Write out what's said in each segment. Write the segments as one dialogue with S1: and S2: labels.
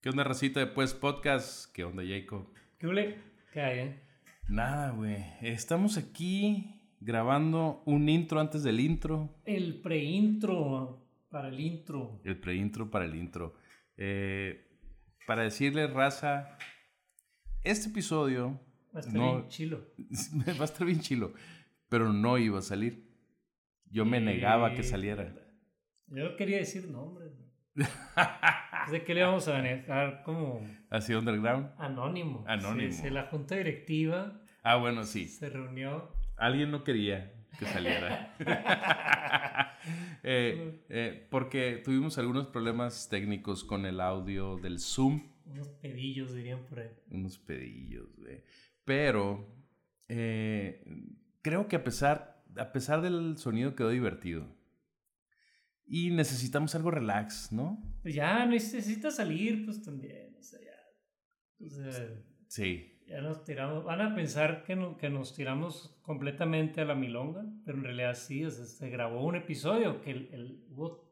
S1: ¿Qué onda, racita de Pues Podcast? ¿Qué onda, Jacob?
S2: ¿Qué hule? ¿Qué hay, eh?
S1: Nada, güey. Estamos aquí grabando un intro antes del intro.
S2: El preintro para el intro.
S1: El pre-intro para el intro. Eh, para decirle, raza, este episodio
S2: Va a estar
S1: No.
S2: bien chilo.
S1: va a estar bien chilo, pero no iba a salir. Yo me negaba que saliera.
S2: Yo no quería decir nombres. güey. Pues, ¿De qué le vamos a manejar como
S1: Así underground.
S2: anónimo?
S1: Anónimo.
S2: Sí, sí, la junta directiva
S1: Ah, bueno, sí.
S2: se reunió.
S1: Alguien no quería que saliera. Eh, eh, porque tuvimos algunos problemas técnicos con el audio del Zoom.
S2: Unos pedillos dirían por ahí.
S1: Unos pedillos, güey. Pero eh, creo que a pesar, a pesar del sonido quedó divertido. Y necesitamos algo relax, ¿no?
S2: Pues, Ya necesita salir, pues también. O sea, ya. O sea,
S1: Sí.
S2: ya nos tiramos. Van a pensar que, no- que nos tiramos completamente a la milonga, pero en realidad sí, o sea, se grabó un episodio que el, el- hubo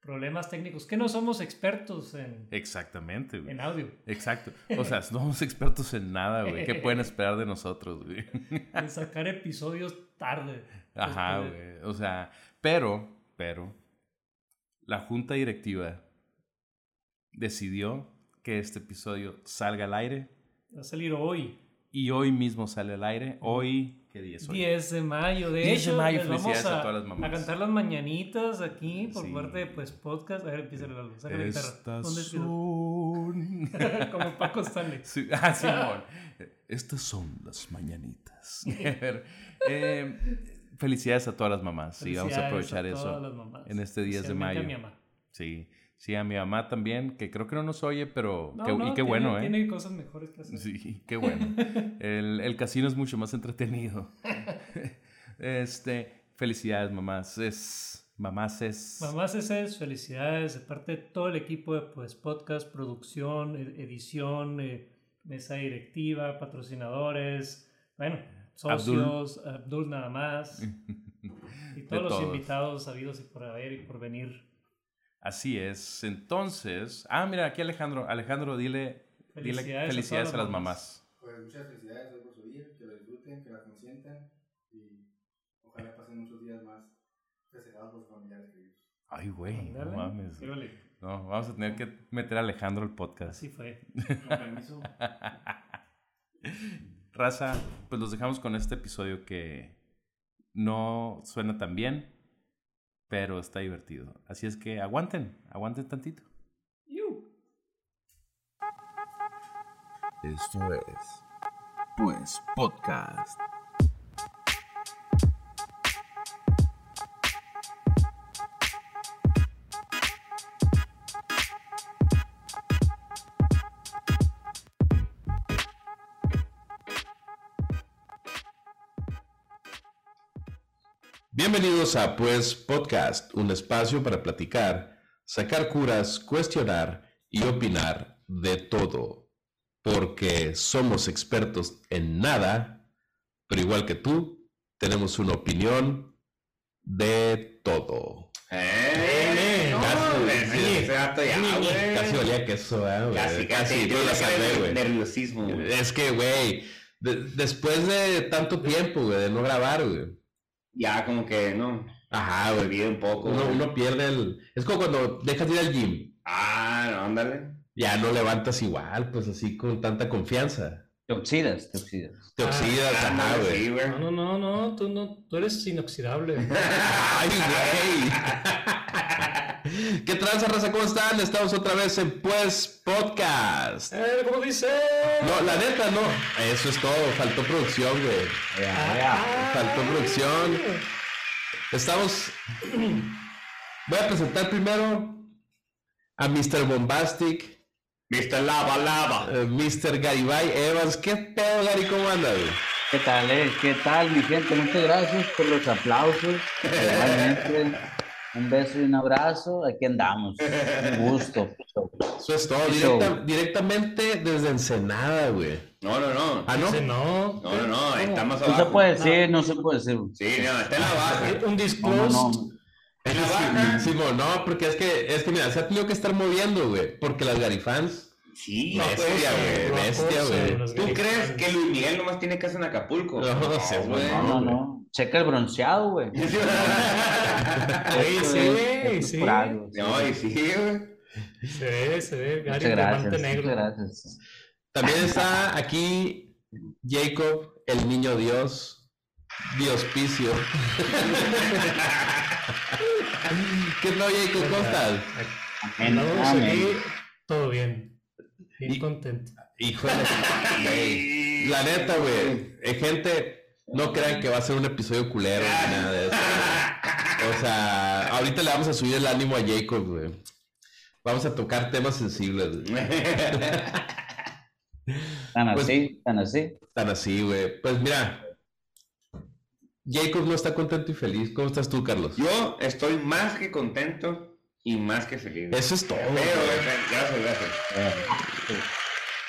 S2: problemas técnicos, que no somos expertos en,
S1: Exactamente, güey.
S2: en audio.
S1: Exacto. O sea, no somos expertos en nada, güey. ¿Qué pueden esperar de nosotros, güey?
S2: en sacar episodios tarde.
S1: Ajá,
S2: Este,
S1: güey. O sea, pero, pero, la junta directiva decidió que este episodio salga al aire
S2: Va a salir hoy,
S1: y hoy mismo sale al aire. Hoy, ¿qué día es hoy?
S2: 10 de mayo. De
S1: 10 de
S2: hecho,
S1: mayo,
S2: les vamos
S1: felicidades a
S2: a,
S1: todas las mamás.
S2: a cantar las mañanitas aquí por
S1: Sí.
S2: parte de pues, podcast. A ver, empieza la luz. saca la guitarra.
S1: Estas
S2: ¿Dónde está?
S1: son...
S2: Como Paco Stanley.
S1: Sí, ah, Simón. Estas son las mañanitas. A ver, eh, felicidades a todas las mamás. Sí, vamos a
S2: Felicidades
S1: aprovechar
S2: todas
S1: eso.
S2: las mamás,
S1: en este 10 de
S2: especialmente a
S1: mayo.
S2: mi mamá.
S1: Sí, sí, a mi mamá también, que creo que no nos oye, pero...
S2: No,
S1: qué-
S2: no,
S1: y qué
S2: tiene-
S1: bueno, ¿eh?
S2: Tiene cosas mejores que hacer.
S1: Sí, qué bueno. El, el casino es mucho más entretenido. Este, felicidades, mamás. Es, mamás es.
S2: Mamás es felicidades de parte de todo el equipo de pues, podcast, producción, ed- edición, eh, mesa directiva, patrocinadores, bueno, socios, Abdul, nada más, y todos los
S1: todos.
S2: invitados habidos y por haber y por venir.
S1: Así es. Entonces, ah, mira, aquí Alejandro. Alejandro, dile dile
S2: Felicidades, a
S1: felicidades,
S2: todas
S1: a, las mamás.
S3: Pues muchas felicidades hoy por su día, que lo disfruten, que la consientan y ojalá pasen muchos días más festejados por sus familiares queridos.
S1: Ay, güey, no
S2: Ándale.
S1: mames.
S2: Sí, vale.
S1: No, vamos a tener que meter a Alejandro al podcast.
S2: Así fue.
S3: Con permiso.
S1: Raza, pues los dejamos con este episodio que no suena tan bien, pero está divertido. Así es que aguanten, aguanten tantito.
S2: Iu.
S4: Esto es Pues Podcast.
S5: Bienvenidos a Pues Podcast, un espacio para platicar, sacar curas, cuestionar y opinar de todo. Porque somos expertos en nada, pero igual que tú, tenemos una opinión de todo.
S6: ¡Eh!
S5: Casi,
S6: ¡No, güey!
S5: casi,
S6: sí, ese vato ya, ah, güey.
S5: Casi olía queso, ¿eh, güey?
S6: Casi, casi.
S5: yo
S6: Yo
S5: la
S6: ya
S5: salvé,
S6: sabía
S5: güey. Eh,
S6: el nerviosismo, güey.
S5: Es que, güey, de- después de tanto tiempo, güey, de no grabar, güey.
S6: Ya como que, no,
S5: Ajá, güey.
S6: olvidé un poco.
S5: Uno,
S6: güey.
S5: uno pierde el... Es como cuando dejas de ir al gym.
S6: Ah, no, ándale.
S5: Ya no levantas igual, pues así con tanta confianza.
S6: Te oxidas, te oxidas.
S5: Te
S2: Ah,
S5: oxidas, ajá,
S6: Ándale,
S5: güey.
S6: sí, güey.
S2: No, no, no, no, tú, no, tú eres inoxidable.
S5: ¡Ay, güey! ¿Qué tranza, raza? ¿Cómo están? Estamos otra vez en Pues Podcast.
S2: Eh, ¿Cómo dice?
S5: No, la neta, no. Eso es todo. Faltó producción, güey. Faltó producción. Estamos... Voy a presentar primero a Mr. Bombastic.
S6: Mr. Lava, lava.
S5: Eh, Mr. Garibay Evans, ¿qué pedo, Gary? ¿Cómo andas? güey?
S7: ¿Qué tal, eh? ¿Qué tal, mi gente? Muchas gracias por los aplausos. Igualmente, un beso y un abrazo. Aquí andamos. Un gusto.
S5: Eso es todo,
S7: Sí,
S5: directa-
S7: show.
S5: directamente desde Ensenada, güey.
S6: No, no, no.
S5: Ah, no.
S2: No.
S6: No, no, no, está más
S7: No
S6: abajo.
S7: se puede decir, no se puede decir.
S6: Sí, no, está en
S5: Ah,
S6: la baja.
S2: Un
S7: ¿Cómo
S2: disclosed.
S7: no?
S5: Es
S6: la baja.
S5: sí, mo, no, porque es que, es que mira, se ha tenido que estar moviendo, güey. Porque las Garifans
S6: Sí,
S5: No,
S6: bestia,
S5: pues,
S6: güey.
S5: güey, bestia, güey.
S6: ¿Tú crees que Luis Miguel nomás tiene casa en Acapulco?
S5: No, seas
S7: No, no, no. Checa el bronceado, güey.
S6: Sí,
S7: Esto
S2: sí,
S7: es- esto es
S2: sí.
S7: por algo, sí.
S6: No, y sí, güey.
S2: Se ve, se ve. Gary
S7: Muchas
S2: de
S7: gracias.
S2: Montenegro.
S7: Muchas gracias.
S5: También está aquí Jacob, el niño Dios, Diospicio. ¿Qué no, Jacob? ¿Cómo estás?
S7: Amén,
S2: Andamos
S7: amén.
S2: aquí, todo bien. Bien
S5: Y-
S2: contento.
S5: Híjole, güey. La neta, güey. eh, gente, no crean que va a ser un episodio culero ni nada de eso. güey. O sea, ahorita le vamos a subir el ánimo a Jacob, güey. Vamos a tocar temas sensibles, güey.
S7: Tan
S5: Pues-
S7: así, tan así.
S5: Tan así, güey. Pues mira, Jacob no está contento y feliz. ¿Cómo estás tú, Carlos?
S6: Yo estoy más que contento y más que feliz. güey.
S5: Eso es Ah, todo.
S6: Pero,
S5: güey.
S6: güey, gracias, gracias.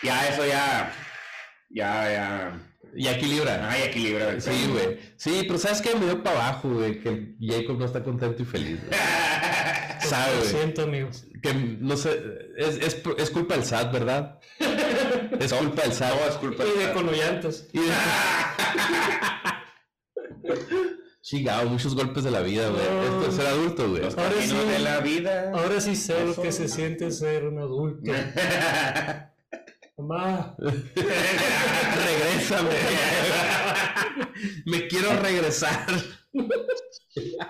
S6: Ya, eso ya. Ya, ya.
S5: Y aquí libra.
S6: Hay equilibrio. güey.
S5: Ah, Sí, güey. Sí, pero ¿sabes qué? Me dio para abajo, güey. Que Jacob no está contento y feliz, güey. Sabe,
S2: Lo
S5: güey.
S2: siento, amigos.
S5: Que no sé, es, es, es culpa del SAT, ¿verdad? Es culpa del SAT.
S6: Todo es culpa
S2: Y
S6: de
S2: de Conoyantas.
S5: Y de- Chingado, muchos golpes de la vida, güey. Esto es ser adulto, güey.
S6: los
S2: Ahora
S6: caminos
S2: sí.
S6: de la vida.
S5: Ah,
S2: Ahora sí sé lo
S6: Eso-
S2: que se siente ser un adulto. Mamá,
S5: Regrésame. Me quiero regresar.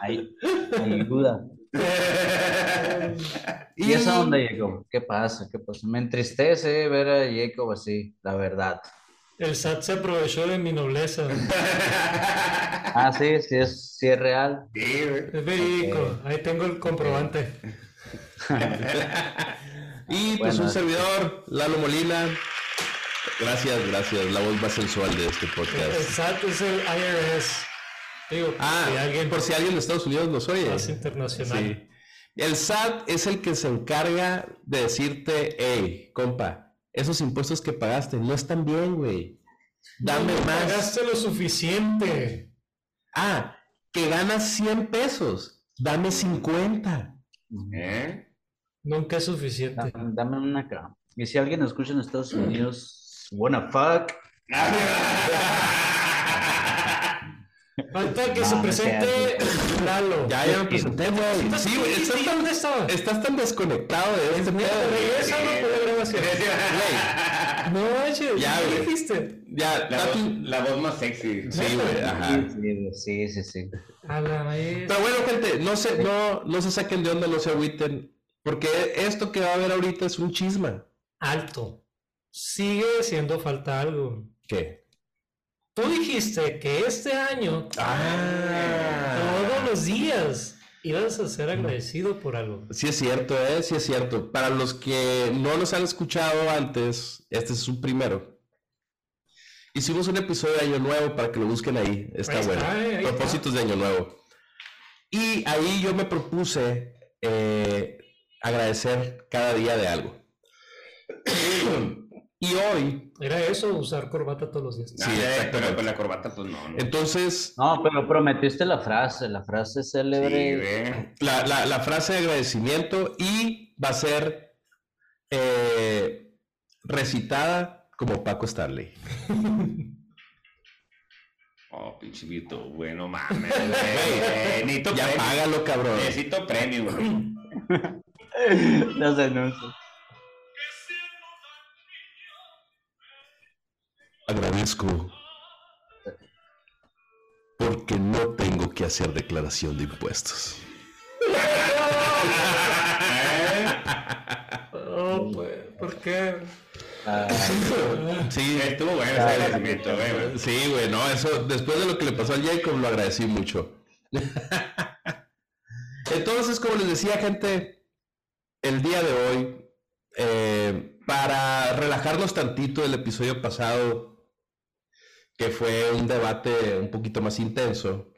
S7: Ay, ayuda. ¿Y eso a dónde Jacob? ¿Qué pasa? ¿Qué pasa? Me entristece ver a Jacob así, la verdad.
S2: el SAT se aprovechó de mi nobleza.
S7: Ah, sí, sí es, sí es real.
S6: Sí, güey.
S2: Es verídico. Ahí tengo el comprobante.
S5: Y pues
S7: Bueno.
S5: un servidor, Lalo Molina. Gracias, gracias. La voz más sensual de este
S2: El
S5: podcast.
S2: SAT es el IRS. Digo,
S5: Ah,
S2: si alguien
S5: por si alguien de Estados Unidos nos oye.
S2: más internacional.
S5: Sí. El SAT es el que se encarga de decirte, hey, compa, esos impuestos que pagaste no están bien, güey. Dame
S2: No
S5: más.
S2: Pagaste lo suficiente.
S5: Ah, que ganas 100 pesos. Dame 50.
S6: ¿Eh?
S2: Nunca es suficiente.
S7: Dame, dame una acá. Y si alguien nos escucha en Estados Unidos, wanna fuck.
S2: Falta que
S7: No,
S2: se
S7: no
S2: presente Lalo.
S5: Ya, ya me presenté, güey.
S2: Sí,
S5: Sí, güey, estás tan,
S2: ¿Dónde estaba?
S5: estás tan desconectado de este pedo, güey.
S2: Regresa no por la grabación. No, manches,
S5: Ya,
S2: ¿qué
S5: güey.
S2: dijiste?
S5: Ya,
S6: La,
S5: da
S6: voz,
S5: tu-
S6: la voz más sexy.
S5: Sí, güey, ajá.
S7: Sí, sí, sí, sí.
S2: A la vez.
S5: Pero bueno, gente, no se, no, no se saquen de onda, no se agüiten. Porque esto que va a haber ahorita es un chisma.
S2: Alto. Sigue siendo falta algo.
S5: ¿Qué?
S2: Tú dijiste que este año,
S5: Ah.
S2: todos los días, ibas a ser agradecido por algo.
S5: Sí es cierto, ¿eh? Sí es cierto. Para los que no nos han escuchado antes, este es un primero. Hicimos un episodio de Año Nuevo para que lo busquen ahí. Está
S2: Ahí está,
S5: bueno.
S2: eh, ahí
S5: Propósitos de Año Nuevo. Y ahí yo me propuse eh, agradecer cada día de algo. y hoy,
S2: Era eso, usar corbata todos los días.
S6: Ah,
S5: Sí,
S6: eh,
S5: exactamente.
S6: pero con la corbata, pues no. no.
S5: entonces,
S7: No, pero prometiste la frase, la frase
S6: Sí,
S7: célebre.
S6: güey.
S5: la, la- la frase de agradecimiento y va a ser eh, recitada como Paco Starley.
S6: Oh, pinche Vito, güey, no mames. güey, güey. Necesito
S5: Ya
S6: premio.
S5: págalo, cabrón.
S6: Necesito premio, güey.
S7: Los anuncios.
S5: Agradezco porque no tengo que hacer declaración de impuestos.
S2: Oh, pues, ¿por qué?
S7: Ah,
S5: Sí,
S6: Estuvo bueno ese agradecimiento, güey, güey.
S5: sí, güey, no, eso después de lo que le pasó al Jacob lo agradecí mucho. Entonces, como les decía, gente, el día de hoy, eh, para relajarnos tantito del episodio pasado, que fue un debate un poquito más intenso,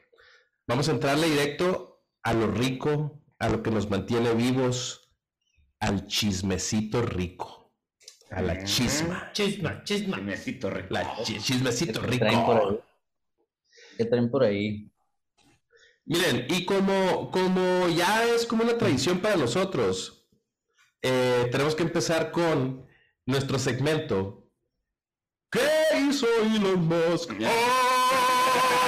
S5: vamos a entrarle directo a lo rico, a lo que nos mantiene vivos, al chismecito rico, a la chisma.
S2: Chisma, chisma.
S6: Necesito re-
S5: La chi-
S7: ¿qué
S5: chismecito
S7: traen por ahí?
S5: rico.
S7: ¿Qué traen por ahí?
S5: Miren, y como, como ya es como una tradición para nosotros, eh, tenemos que empezar con nuestro segmento. ¿Qué hizo Elon Musk?
S6: Ya.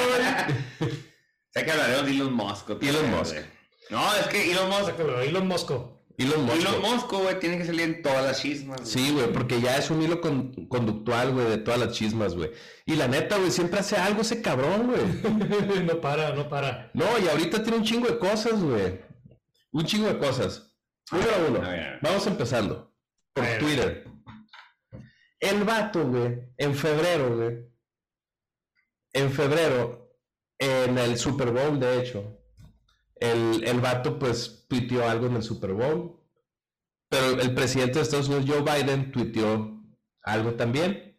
S5: hoy?
S6: Sé que hablaremos de Elon Musk. otra
S5: Elon
S6: vez,
S5: Musk.
S6: güey. No, es que Elon Musk.
S8: Pero Elon Mosco.
S5: Elon Musk.
S6: Elon Musk, güey, tiene que salir en todas las chismas. güey.
S5: Sí, güey, porque ya es un hilo con- conductual, güey, de todas las chismas, güey. Y la neta, güey, siempre hace algo ese cabrón, güey.
S8: no para, no para.
S5: No, y ahorita tiene un chingo de cosas, güey. Un chingo de cosas. Número uno,
S6: a ver.
S5: vamos empezando. Por
S8: A ver.
S5: Twitter. El vato, güey, en febrero, güey. En febrero, en el Super Bowl, de hecho. El, el vato, pues, tuiteó algo en el Super Bowl. Pero el presidente de Estados Unidos, Joe Biden, tuiteó algo también.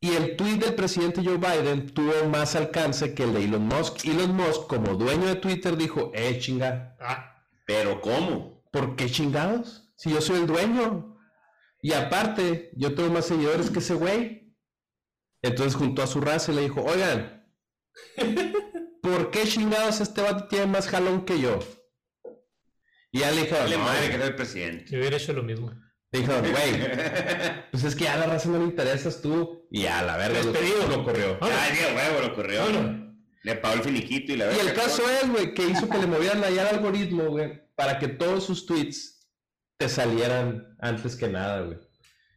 S5: Y el tweet del presidente Joe Biden tuvo más alcance que el de Elon Musk. Elon Musk, como dueño de Twitter, dijo, eh, chinga,
S8: Ah,
S6: Pero ¿cómo?
S5: ¿por qué chingados? Si yo soy el dueño. Y aparte, yo tengo más seguidores que ese güey. Entonces juntó a su raza y le dijo, oigan, ¿por qué chingados este vato tiene más jalón que yo? Y ya le dijeron,
S6: Dale
S5: "No,
S6: madre que era el presidente.
S8: yo hubiera hecho lo mismo.
S5: le dijeron, güey, pues es que a la raza no le interesas tú. Y a la verga, lo, Ah, lo corrió.
S6: Ay, Dios, huevo, lo corrió. Le pagó el finiquito y la
S5: Ah, Y
S6: verga,
S5: el caso
S6: cabrón.
S5: es, güey, que hizo que le movieran allá el algoritmo, güey, para que todos sus tweets te salieran antes que nada, güey.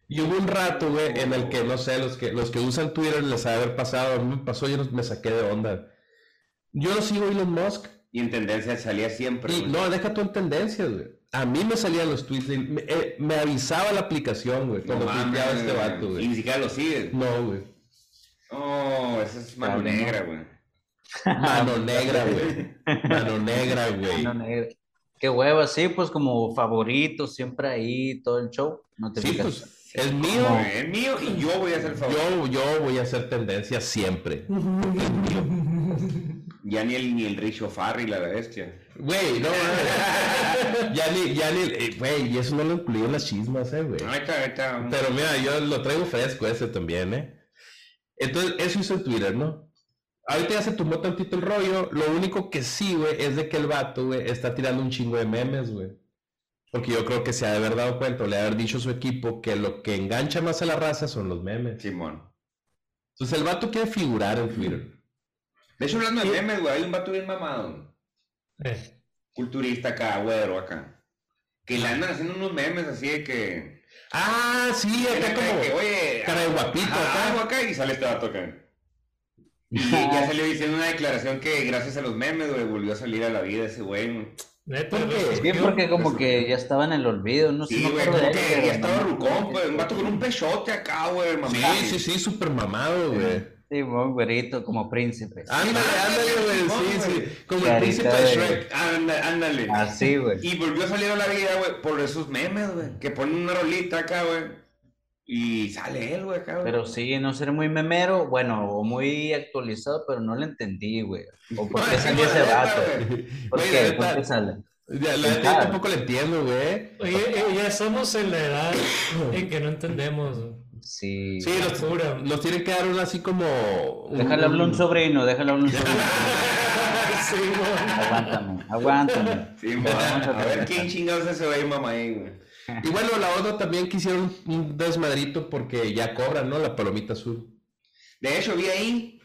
S5: Y hubo un rato, güey, en el que, no sé, los que, los que usan Twitter les ha de haber pasado, a mí me pasó, yo no- me saqué de onda. Yo no sigo a Elon Musk.
S6: Y en tendencia salía siempre.
S5: Y,
S6: güey.
S5: no, deja tú en tendencias, güey. A mí me salían los tweets, de- me, eh, me avisaba la aplicación, güey, cuando
S6: mames,
S5: tuiteaba este vato,
S6: Y
S5: güey.
S6: ni siquiera lo siguen.
S5: No, güey.
S6: No, esa es mano
S7: Dale, no.
S6: negra, güey.
S5: Mano negra, güey. Mano negra, güey.
S7: No, negra. Qué hueva, sí, pues como favorito, siempre ahí, todo el show. No te
S5: Sí,
S7: fijas.
S5: pues, es mío,
S6: No,
S5: güey.
S6: güey, Es mío y yo voy a hacer el favor.
S5: Yo, yo voy a hacer tendencia siempre.
S6: Ya ni el, ni el Richo Farrell a la bestia.
S5: Güey, no, no. ya ni, ya ni, eh, güey, y eso no lo incluí en las chismas, eh, güey.
S6: Ahorita, ahorita. un-
S5: Pero mira, yo lo traigo fresco ese también, eh. Entonces, eso hizo en Twitter, ¿no? Ahorita ya se tomó tantito el rollo. Lo único que sí, güey, es de que el vato, güey, está tirando un chingo de memes, güey. Porque yo creo que se ha de haber dado cuenta, o le ha de haber dicho a su equipo que lo que engancha más a la raza son los memes.
S6: Simón.
S5: Entonces, el vato quiere figurar en Twitter.
S6: De hecho, hablando de memes, güey, hay un vato bien mamado.
S8: Eh,
S6: Culturista acá, güero acá. Que le andan haciendo unos memes así de que.
S5: Ah, sí, acá
S6: de
S5: como.
S6: que, oye.
S5: cara de guapito
S6: ajá,
S5: acá.
S6: algo acá y sale este vato acá. Y ya salió diciendo una declaración que gracias a los memes, güey, volvió a salir a la vida ese güey. güey.
S8: neta,
S5: ¿Por qué?
S2: pues,
S8: los-
S7: Sí, porque como que ya estaba en el olvido, no sé.
S6: Sí,
S7: me
S6: güey,
S7: acuerdo
S6: como
S7: de él,
S6: que
S7: pero
S6: ya estaba
S7: no me acuerdo
S6: rucón,
S7: de
S6: güey. Un vato con un pechote acá, güey,
S5: Sí,
S6: mamá.
S5: sí, sí, súper mamado, güey.
S7: Sí, muy güerito, como príncipe.
S6: Ah,
S5: Ándale, ándale, güey. Sí, sí. Como el
S7: Carita
S5: príncipe de
S7: de-
S5: Shrek.
S6: Anda- ándale.
S7: Así, güey.
S6: Y volvió a salir a la vida, güey, por esos memes, güey. Que ponen una rolita acá, güey. Y sale él, güey, acá, güey.
S7: Pero sí, no ser muy memero, bueno, o muy actualizado, pero no lo entendí, güey. O por qué salió ese vato. ¿Por
S5: Güey,
S7: qué?
S5: la
S7: ¿Por
S5: neta-
S7: qué sale?
S5: Ya, la neta, yo tampoco le entiendo, güey.
S8: Oye, eh, ya estamos en la edad en que no entendemos. güey.
S7: Sí.
S5: Sí, nos,
S8: Pura.
S5: nos tienen que dar un así como. un-
S7: Déjale hablar un sobrino, déjale hablar un sobrino.
S8: Sí, güey.
S7: aguántame, aguántame.
S6: Sí, mo,
S7: Vamos a
S6: a ver
S7: regresar.
S6: quién chingados es ese güey, mamá, ahí, güey.
S5: Y bueno, la otra también que hicieron un desmadrito porque ya cobran, ¿no? La palomita azul.
S6: De hecho, vi ahí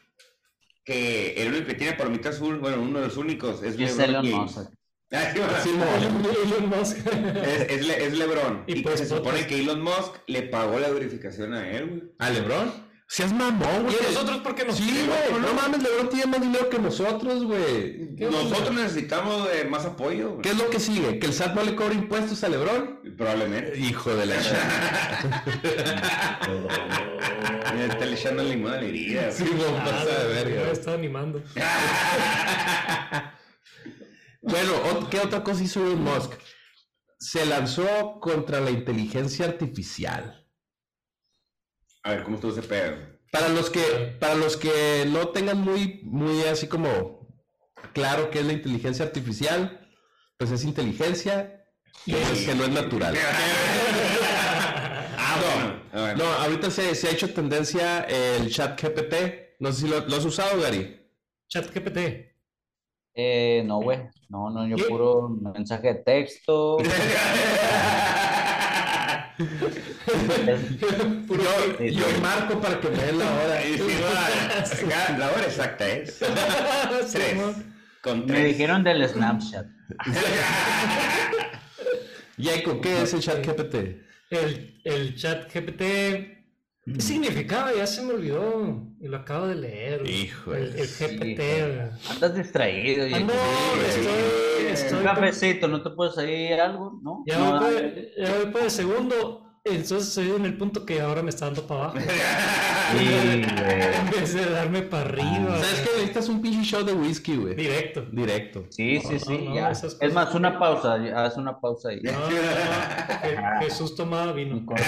S6: que el único que tiene palomita azul, bueno, uno de los únicos, es
S7: Y es
S6: LeBron
S7: Elon
S6: James.
S7: Musk.
S6: Ah, sí, mo.
S5: Sí, mo.
S8: Elon Musk.
S6: Es, es, Le- es LeBron.
S8: Y
S6: Y,
S8: pues,
S6: se supone
S8: otros.
S6: que Elon Musk le pagó la verificación a él, güey.
S5: ¿A Lebron? Seas mamón,
S8: ¿Y
S5: güey.
S8: a nosotros por qué nos
S5: Sí, güey. No mames, Lebron tiene más dinero que nosotros, güey.
S6: Nosotros necesitamos eh, más apoyo, güey.
S5: ¿Qué es lo que sigue? ¿Que el SAT no le cobre impuestos a Lebron?
S6: Probablemente.
S5: Hijo de la chingada.
S6: Mira, Está le echando limón a la herida.
S5: Sí,
S6: güey.
S5: no, pasa de
S8: Me
S5: verga.
S8: está animando.
S5: Bueno, ot- ¿qué otra cosa hizo Elon Musk? Se lanzó contra la inteligencia artificial.
S6: A ver, ¿cómo estuvo ese pedo?
S5: Para los que, para los que no tengan muy, muy así como claro qué es la inteligencia artificial, pues es inteligencia y es que no es natural.
S6: Ah, bueno. A ver.
S5: No, ahorita se, se ha hecho tendencia el chat GPT. No sé si lo, lo has usado, Gary.
S8: Chat GPT.
S7: Eh, no, güey. No, no, yo
S8: ¿Qué?
S7: puro mensaje de texto.
S5: Yo, yo marco para que me den la hora.
S6: Ahí sí, va. Acá, la hora exacta es. Tres. Con
S7: Me
S6: tres.
S7: dijeron del Snapchat.
S5: Jaco, ¿qué es el chat GPT?
S2: El, el chat GPT. ¿Qué significaba? Ya se me olvidó. Y lo acabo de leer.
S5: Hijo
S2: El, el
S5: de-
S2: GPT. ¿verdad?
S7: Andas distraído.
S2: Ah, no,
S7: Jacob.
S2: estoy. estoy
S7: Un cafecito, ¿no te puedes salir algo? ¿No?
S2: ya,
S7: no,
S2: voy por, el- ya voy por el segundo. Entonces estoy en el punto que ahora me está dando para abajo.
S7: Sí, güey.
S2: en vez de darme para arriba.
S5: Ah, ¿Sabes qué? Necesitas un pinche shot de whisky, güey.
S2: Directo.
S5: Directo.
S7: Sí, sí,
S2: no,
S7: sí,
S2: no,
S7: ya.
S2: esas
S7: Es
S2: cosas-
S7: más, una pausa, haz una pausa ahí.
S2: No, no, no, porque Jesús tomaba vino.
S7: Un corte.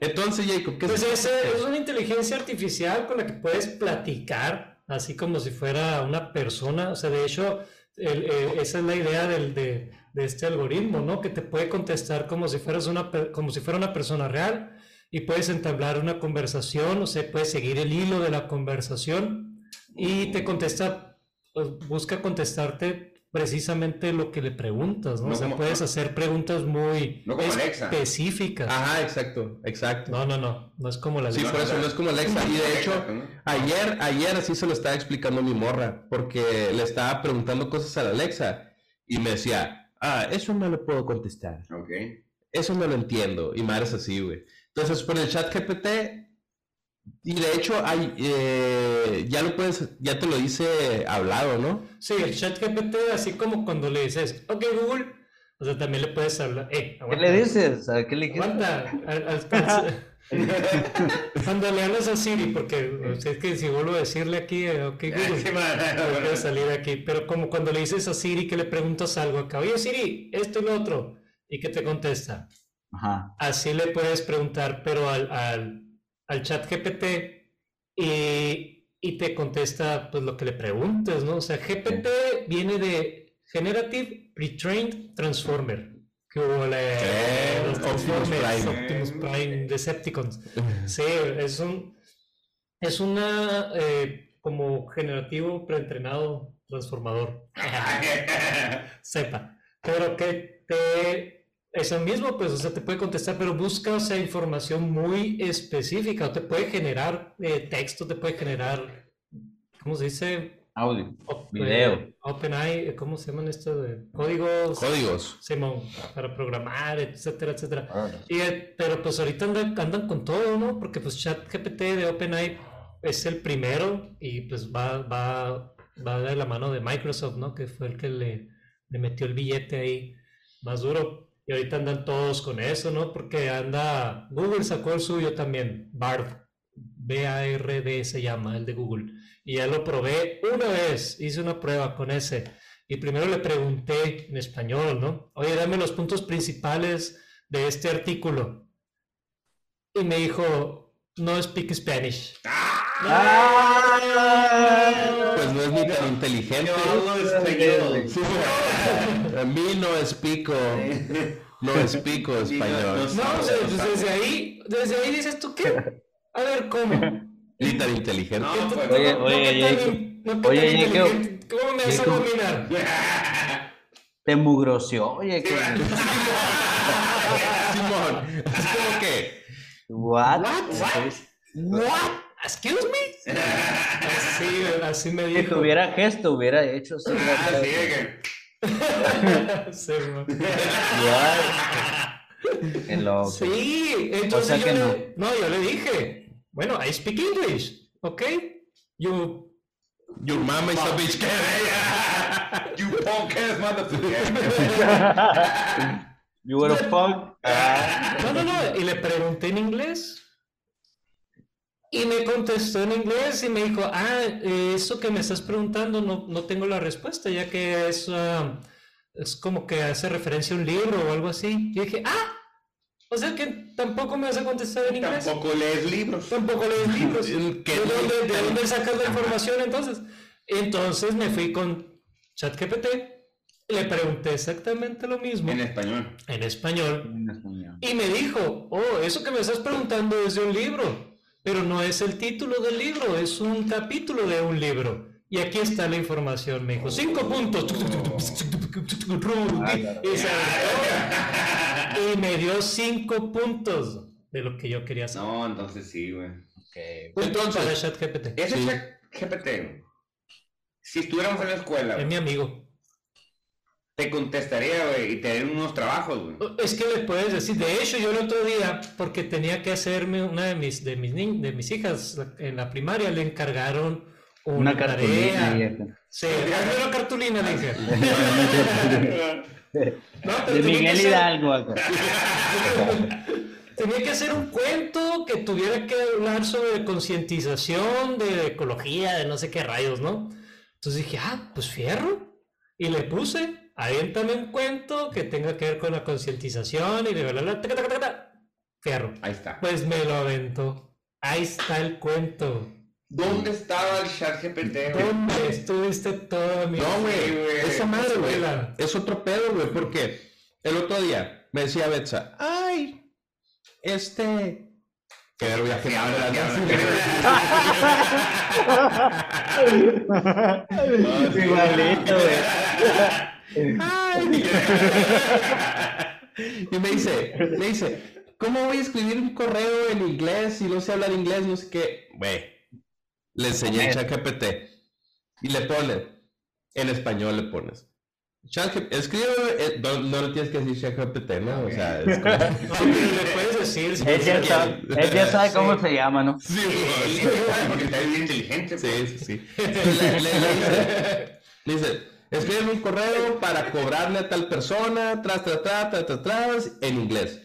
S5: Entonces, Jacob, ¿qué
S2: Pues
S5: es
S2: ese es una inteligencia artificial con la que puedes platicar, así como si fuera una persona. O sea, de hecho, el- el- esa es la idea del, de, de este algoritmo, ¿no? Que te puede contestar como si fueras una, per- como si fuera una persona real y puedes entablar una conversación, o sea, puedes seguir el hilo de la conversación y te contesta, pues, busca contestarte precisamente lo que le preguntas, ¿no?
S6: No
S2: o sea,
S6: como-
S2: puedes hacer preguntas muy
S6: No como Alexa. Ah.
S2: específicas.
S5: Ajá, exacto, exacto.
S2: No, no, no, no es como la
S5: Sí,
S2: lista.
S5: por eso no es como Alexa. Y de hecho, ayer, ayer así se lo estaba explicando mi morra, porque le estaba preguntando cosas a la Alexa y me decía, ah, eso no lo puedo contestar,
S6: Ok.
S5: eso no lo entiendo. Y madre es así, güey. Entonces, por el chat GPT, y de hecho, hay, eh, ya lo puedes, ya te lo dice hablado, ¿no?
S2: Sí, el chat GPT, así como cuando le dices, ok Google, o sea, también le puedes hablar, eh,
S7: ¿Qué
S2: aguanta,
S7: le dices? ¿A qué le dijiste?
S2: Aguanta, al- al- al- cuando le hablas a Siri, porque o sea, es que si vuelvo a decirle aquí, eh, ok Google,
S6: Sí, man.
S2: no puede salir aquí, pero como cuando le dices a Siri que le preguntas algo acá, oye Siri, esto y lo otro, y que te contesta,
S7: Ajá.
S2: Así le puedes preguntar, pero al, al, al chat GPT y, y te contesta pues lo que le preguntes, ¿no? O sea, GPT viene de Generative Retrained Transformer. Que hubo
S5: Eh,
S2: le- los
S5: Optimus
S2: Transformers,
S5: Prime.
S2: Optimus Prime, Decepticons. Sí, es un es una eh, como generativo preentrenado transformador.
S6: Ah,
S2: Sepa. Pero que te eso mismo, pues, o sea, te puede contestar, pero busca, o sea, información muy específica, o te puede generar eh, texto, te puede generar, ¿cómo se dice?
S7: Audio.
S2: Op-
S7: Video.
S2: eh, OpenAI, eh, ¿cómo se llaman estos? eh, Códigos,
S5: Códigos.
S2: Simón, para programar, etcétera, etcétera.
S7: Órale.
S2: Y, eh, pero pues ahorita andan, andan con todo, ¿no? Porque pues ChatGPT de OpenAI es el primero y pues va, va, va de la mano de Microsoft, ¿no? Que fue el que le, le metió el billete ahí más duro. Y ahorita andan todos con eso, ¿no? Porque anda, Google sacó el suyo también, Bard, B-A-R-D se llama, el de Google. Y ya lo probé una vez, hice una prueba con ese. Y primero le pregunté en español, ¿no? Oye, dame los puntos principales de este artículo. Y me dijo, no speak Spanish.
S5: Pues no es ni tan inteligente. A mí no es pico. No es pico español.
S2: No, o sea, pues desde ahí, desde ahí dices tú qué. A ver, ¿cómo?
S5: Ni tan inteligente.
S6: No,
S2: ¿Qué
S6: pues,
S2: tú-
S7: Oye,
S2: no,
S7: oye,
S2: ¿qué tal
S7: Jacob.
S2: in- no, ¿qué
S7: Oye,
S2: tal
S7: Jacob.
S2: inteligente? ¿Cómo me vas a
S7: Jacob.
S2: dominar?
S7: Te mugroció, oye. que-
S5: Simón. Es como que.
S7: What?
S2: What? Excuse me. Así, así me
S7: Si
S2: dijo.
S7: tuviera gesto, hubiera hecho. así,
S6: Ah,
S7: ¿verdad?
S6: sí, que-
S2: Sí, man.
S7: What? Qué loco.
S2: Sí, entonces
S7: sea
S2: yo
S7: que
S2: le, no. yo le dije, bueno, I speak English, ¿ok? You,
S5: Your mama is a bitch.
S6: You punk ass motherfucker.
S7: You were a punk. Ah,
S2: no, no, no, y le pregunté en inglés y me contestó en inglés y me dijo, ah, eh, eso que me estás preguntando no, no tengo la respuesta, ya que es, ah, es como que hace referencia a un libro o algo así. Yo dije, ah, o sea que tampoco me vas a contestar en inglés.
S6: Tampoco lees libros.
S2: Tampoco lees libros. ¿De
S5: ¿Qué?
S2: dónde, de dónde sacas la información entonces? Entonces me fui con ChatGPT, le pregunté exactamente lo mismo
S6: En español.
S2: en español y me dijo, oh, eso que me estás preguntando es de un libro, pero no es el título del libro, es un capítulo de un libro. Y aquí está la información, me dijo, cinco puntos. Y se aventó. Y me dio cinco puntos de lo que yo quería saber.
S6: No, entonces sí, eh, güey.
S7: Ok.
S2: Puntos
S5: Entonces-
S2: para ChatGPT.
S6: Ese
S5: Sí.
S6: chat GPT, si estuviéramos en la escuela,
S2: Es
S5: Em-
S6: güey,
S2: mi amigo.
S6: te contestaría, güey, y te daría unos trabajos, güey.
S2: Es que le puedes decir, de hecho yo el otro día, porque tenía que hacerme una de mis, de mis, ni- de mis hijas en la primaria, le encargaron una,
S7: Una
S2: tarea.
S7: cartulina. vieja.
S2: Sí, hazme una cartulina, le dije. No, pero tenía que
S7: De Miguel
S2: hacer-
S7: Hidalgo. acá.
S2: Tenía que hacer un cuento que tuviera que hablar sobre concientización, de ecología, de no sé qué rayos, ¿no? Entonces dije, ah, pues fierro. Y le puse, aviéntame un cuento que tenga que ver con la concientización y de bla, bla, bla, taca, taca, taca, taca. Fierro.
S6: Ahí está.
S2: Pues me lo aventó. Ahí está el cuento.
S6: ¿Dónde estaba el chat GPT, güey?
S2: ¿Dónde estuviste toda mi
S5: No,
S6: Sí,
S5: güey.
S6: güey.
S5: Esa madre,
S7: pues,
S5: güey.
S2: Escuela.
S5: Es otro pedo, güey. Porque el otro día me decía Betsa, ay, este. Qué vergüenza que habla, ¿no?
S7: Igualito, güey.
S5: Ay. Y me dice, me dice, ¿cómo voy a escribir un correo en inglés si no sé hablar inglés? No sé qué. Güey, le enseñé a ChatGPT y le pone, en español le pones. ChatGPT, escribe, eh, no, no le tienes que decir ChatGPT, ¿no? O sea, es como...
S2: No, pero le puedes decir. si
S7: Él ya
S2: quieres.
S7: sabe, él ya sabe cómo se llama, ¿no?
S5: Sí,
S6: Sí,
S5: güey.
S6: güey, Porque está bien inteligente, pues. güey.
S5: Sí, sí, sí. Le, le- le dice, le dice, escríbeme un correo para cobrarle a tal persona, tras, tras, tras, tras, tras, tras, en inglés.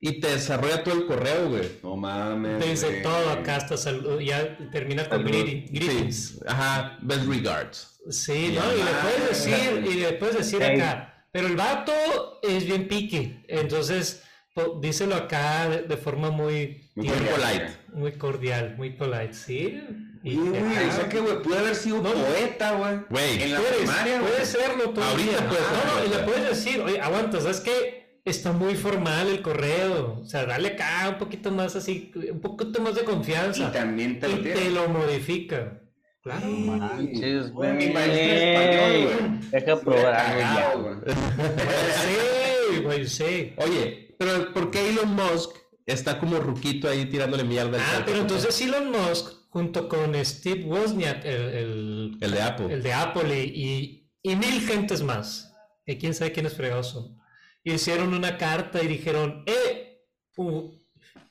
S5: Y te desarrolla todo el correo, güey.
S6: No mames.
S2: Te dice
S6: güey.
S2: todo acá hasta salud. Ya termina con greeting- greetings.
S5: Sí, Ajá, best regards.
S2: Sí, no, y le puedes decir, y le puedes decir
S7: Ey.
S2: acá. Pero el vato es bien pique. Entonces, po- díselo acá de, de forma muy,
S6: Muy
S2: tierna,
S5: polite.
S2: muy cordial, muy polite, sí. Y
S6: Uy,
S2: acá-
S6: o sea que, güey, pude haber sido poeta, güey.
S5: Güey.
S6: En la
S2: puedes,
S6: primaria, güey.
S2: puedes serlo tú.
S5: Ahorita puedes
S2: No,
S5: serlo,
S2: no, y le
S5: güey.
S2: puedes decir, oye, aguanta, ¿sabes qué? Está muy formal el correo. O sea, dale acá un poquito más así, un poquito más de confianza.
S6: Y también te lo
S2: Y te lo modifica. Claro.
S7: Manches,
S6: Güey,
S7: güey.
S6: mi maestro de español, güey.
S7: Deja probar algo ya.
S6: Cagado, güey.
S2: Sí, güey, sí.
S5: Oye, pero ¿por qué Elon Musk está como ruquito ahí tirándole mierda al
S2: Ah,
S5: ChatGPT?
S2: pero entonces Elon Musk, junto con Steve Wozniak, el,
S5: El de
S2: el-
S5: Apple.
S2: el de Apple y, y- y mil gentes más, que quién sabe quiénes fregados son, hicieron una carta y dijeron, eh, u-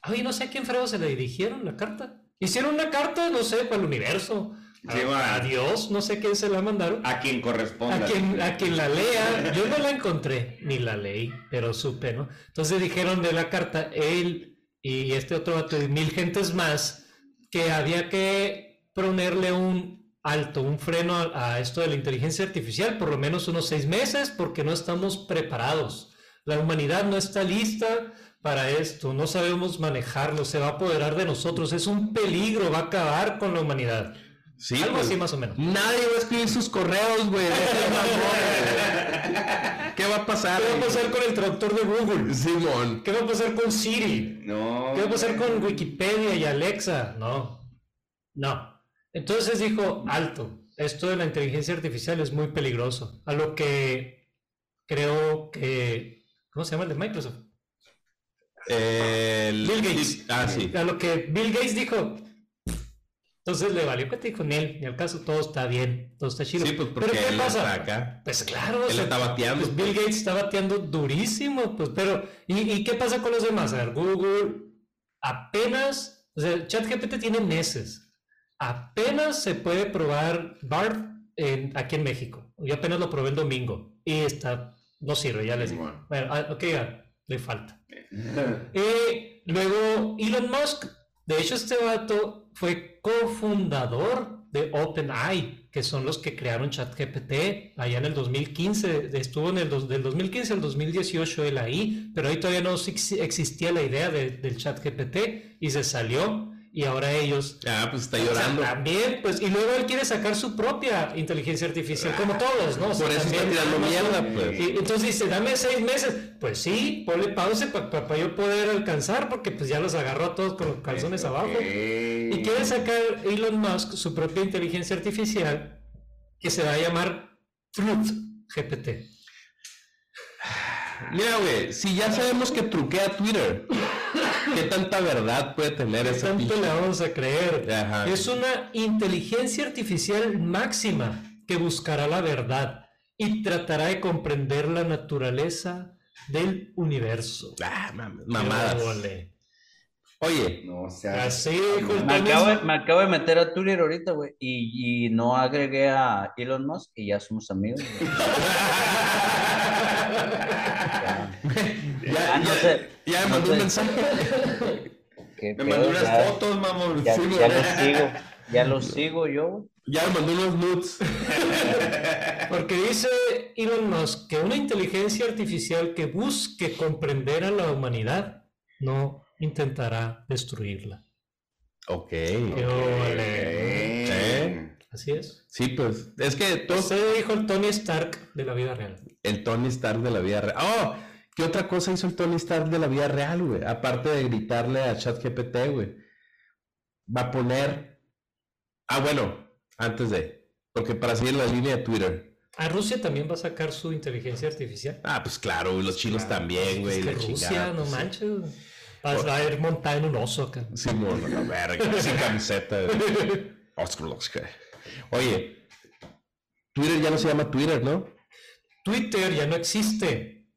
S2: ay, no sé a quién fregados se le dirigieron la carta. Hicieron una carta, no sé, para el universo. A,
S6: Sí, va.
S2: a Dios, no sé quién se la mandaron.
S6: A quien corresponda.
S2: A quien, a quien la lea, yo no la encontré, ni la leí, pero supe, ¿no? Entonces dijeron de la carta, él y este otro vato y mil gentes más, que había que ponerle un alto, un freno a, a esto de la inteligencia artificial, por lo menos unos seis meses, porque no estamos preparados. La humanidad no está lista para esto, no sabemos manejarlo, se va a apoderar de nosotros, es un peligro, va a acabar con la humanidad.
S5: Sí,
S2: Algo
S5: pues.
S2: así más o menos.
S5: Nadie va a escribir sus correos, güey. Deja de mamón, güey. ¿Qué va a pasar?
S2: ¿Qué va a pasar con el traductor de Google?
S5: Simón.
S2: ¿Qué va a pasar con Siri?
S6: No.
S2: ¿Qué va a pasar con Wikipedia y Alexa? No, no. Entonces dijo, alto, esto de la inteligencia artificial es muy peligroso. A lo que creo que, ¿cómo se llama el de Microsoft?
S5: El...
S2: Bill Gates.
S5: Ah, sí.
S2: A lo que Bill Gates dijo. Entonces le valió que te dijo, Nel, ni al caso todo está bien, todo está chido.
S5: Sí, pues porque
S2: ¿Pero qué
S5: él
S2: pasa?
S5: está acá.
S2: Pues claro, o
S5: Él
S2: sea,
S5: está bateando.
S2: Pues Bill Gates está bateando durísimo, pues, pero ¿y, y qué pasa con los demás? A ver, Google apenas, o sea, ChatGPT tiene meses, apenas se puede probar BART en- aquí en México. Yo apenas lo probé el domingo y está, no sirve, ya les digo.
S6: Bueno.
S2: Bueno, ah, ok, ah, le falta. Eh, luego Elon Musk, de hecho este vato fue cofundador de OpenAI, que son los que crearon ChatGPT allá en el 2015, estuvo en el dos- del 2015 al 2018 él ahí, pero ahí todavía no ex- existía la idea de- del ChatGPT y se salió y ahora ellos
S5: Ah, pues está
S2: o sea,
S5: llorando.
S2: también, pues, y luego él quiere sacar su propia inteligencia artificial, como todos, ¿no? O sea,
S5: Por eso está
S2: también
S5: tirando
S2: Amazon,
S5: mierda, pues.
S2: y entonces dice, dame seis meses. Pues sí, ponle pausa para yo poder alcanzar, porque pues ya los agarró a todos con los calzones abajo. Y
S6: ¿Y
S2: quiere sacar Elon Musk su propia inteligencia artificial que se va a llamar Fruit GPT.
S5: Mira, güey, si ya sabemos que truquea Twitter, ¿qué tanta verdad puede tener ese
S2: Tanto
S5: pinche?
S2: le vamos a creer.
S5: Ajá.
S2: Es una inteligencia artificial máxima que buscará la verdad y tratará de comprender la naturaleza del universo.
S5: Ah, mames, mamadas.
S2: Pero, ole.
S5: Oye,
S6: No, o
S7: Ah,
S6: sea.
S2: Así dijo el
S7: Me
S2: Thanos.
S7: acabo, de, me acabo de meter a Twitter ahorita, güey, y, y no agregué a Elon Musk y ya somos amigos. güey. Ya,
S5: ya,
S7: Ah, no
S5: ya-
S7: sé.
S5: ya me
S7: No
S5: mandó
S7: sé.
S5: un mensaje.
S7: qué
S5: Me
S7: pedo,
S5: mandó unas
S7: ya-
S5: fotos, mamón.
S7: Ya,
S5: Sí, güey.
S7: ya lo sigo, ya lo sigo yo, güey.
S5: Ya me mandó unos nudes.
S2: Porque dice Elon Musk que una inteligencia artificial que busque comprender a la humanidad no intentará destruirla.
S5: Ok.
S2: Qué ole.
S6: Eh,
S2: Así es.
S5: Sí, pues. Es que todos
S2: Entonces dijo el Tony Stark de la vida real.
S5: El Tony Stark de la vida real. ¡Oh! ¿Qué otra cosa hizo el Tony Stark de la vida real, güey? Aparte de gritarle a ChatGPT, güey. Va a poner. Ah, bueno, antes de. Porque para seguir la línea de Twitter.
S2: A Rusia también va a sacar su inteligencia artificial. Ah,
S5: Ah, pues claro, güey, los chinos también, güey.
S2: es que
S5: la
S2: Rusia,
S5: chingada,
S2: no
S5: pues, sí. Pues
S2: manches. Vas a ir montada en un oso acá.
S5: Simón, a la verga, sin camiseta. güey. Oscar Oscar. Oye, Twitter ya no se llama Twitter, ¿no?
S2: Twitter ya no existe.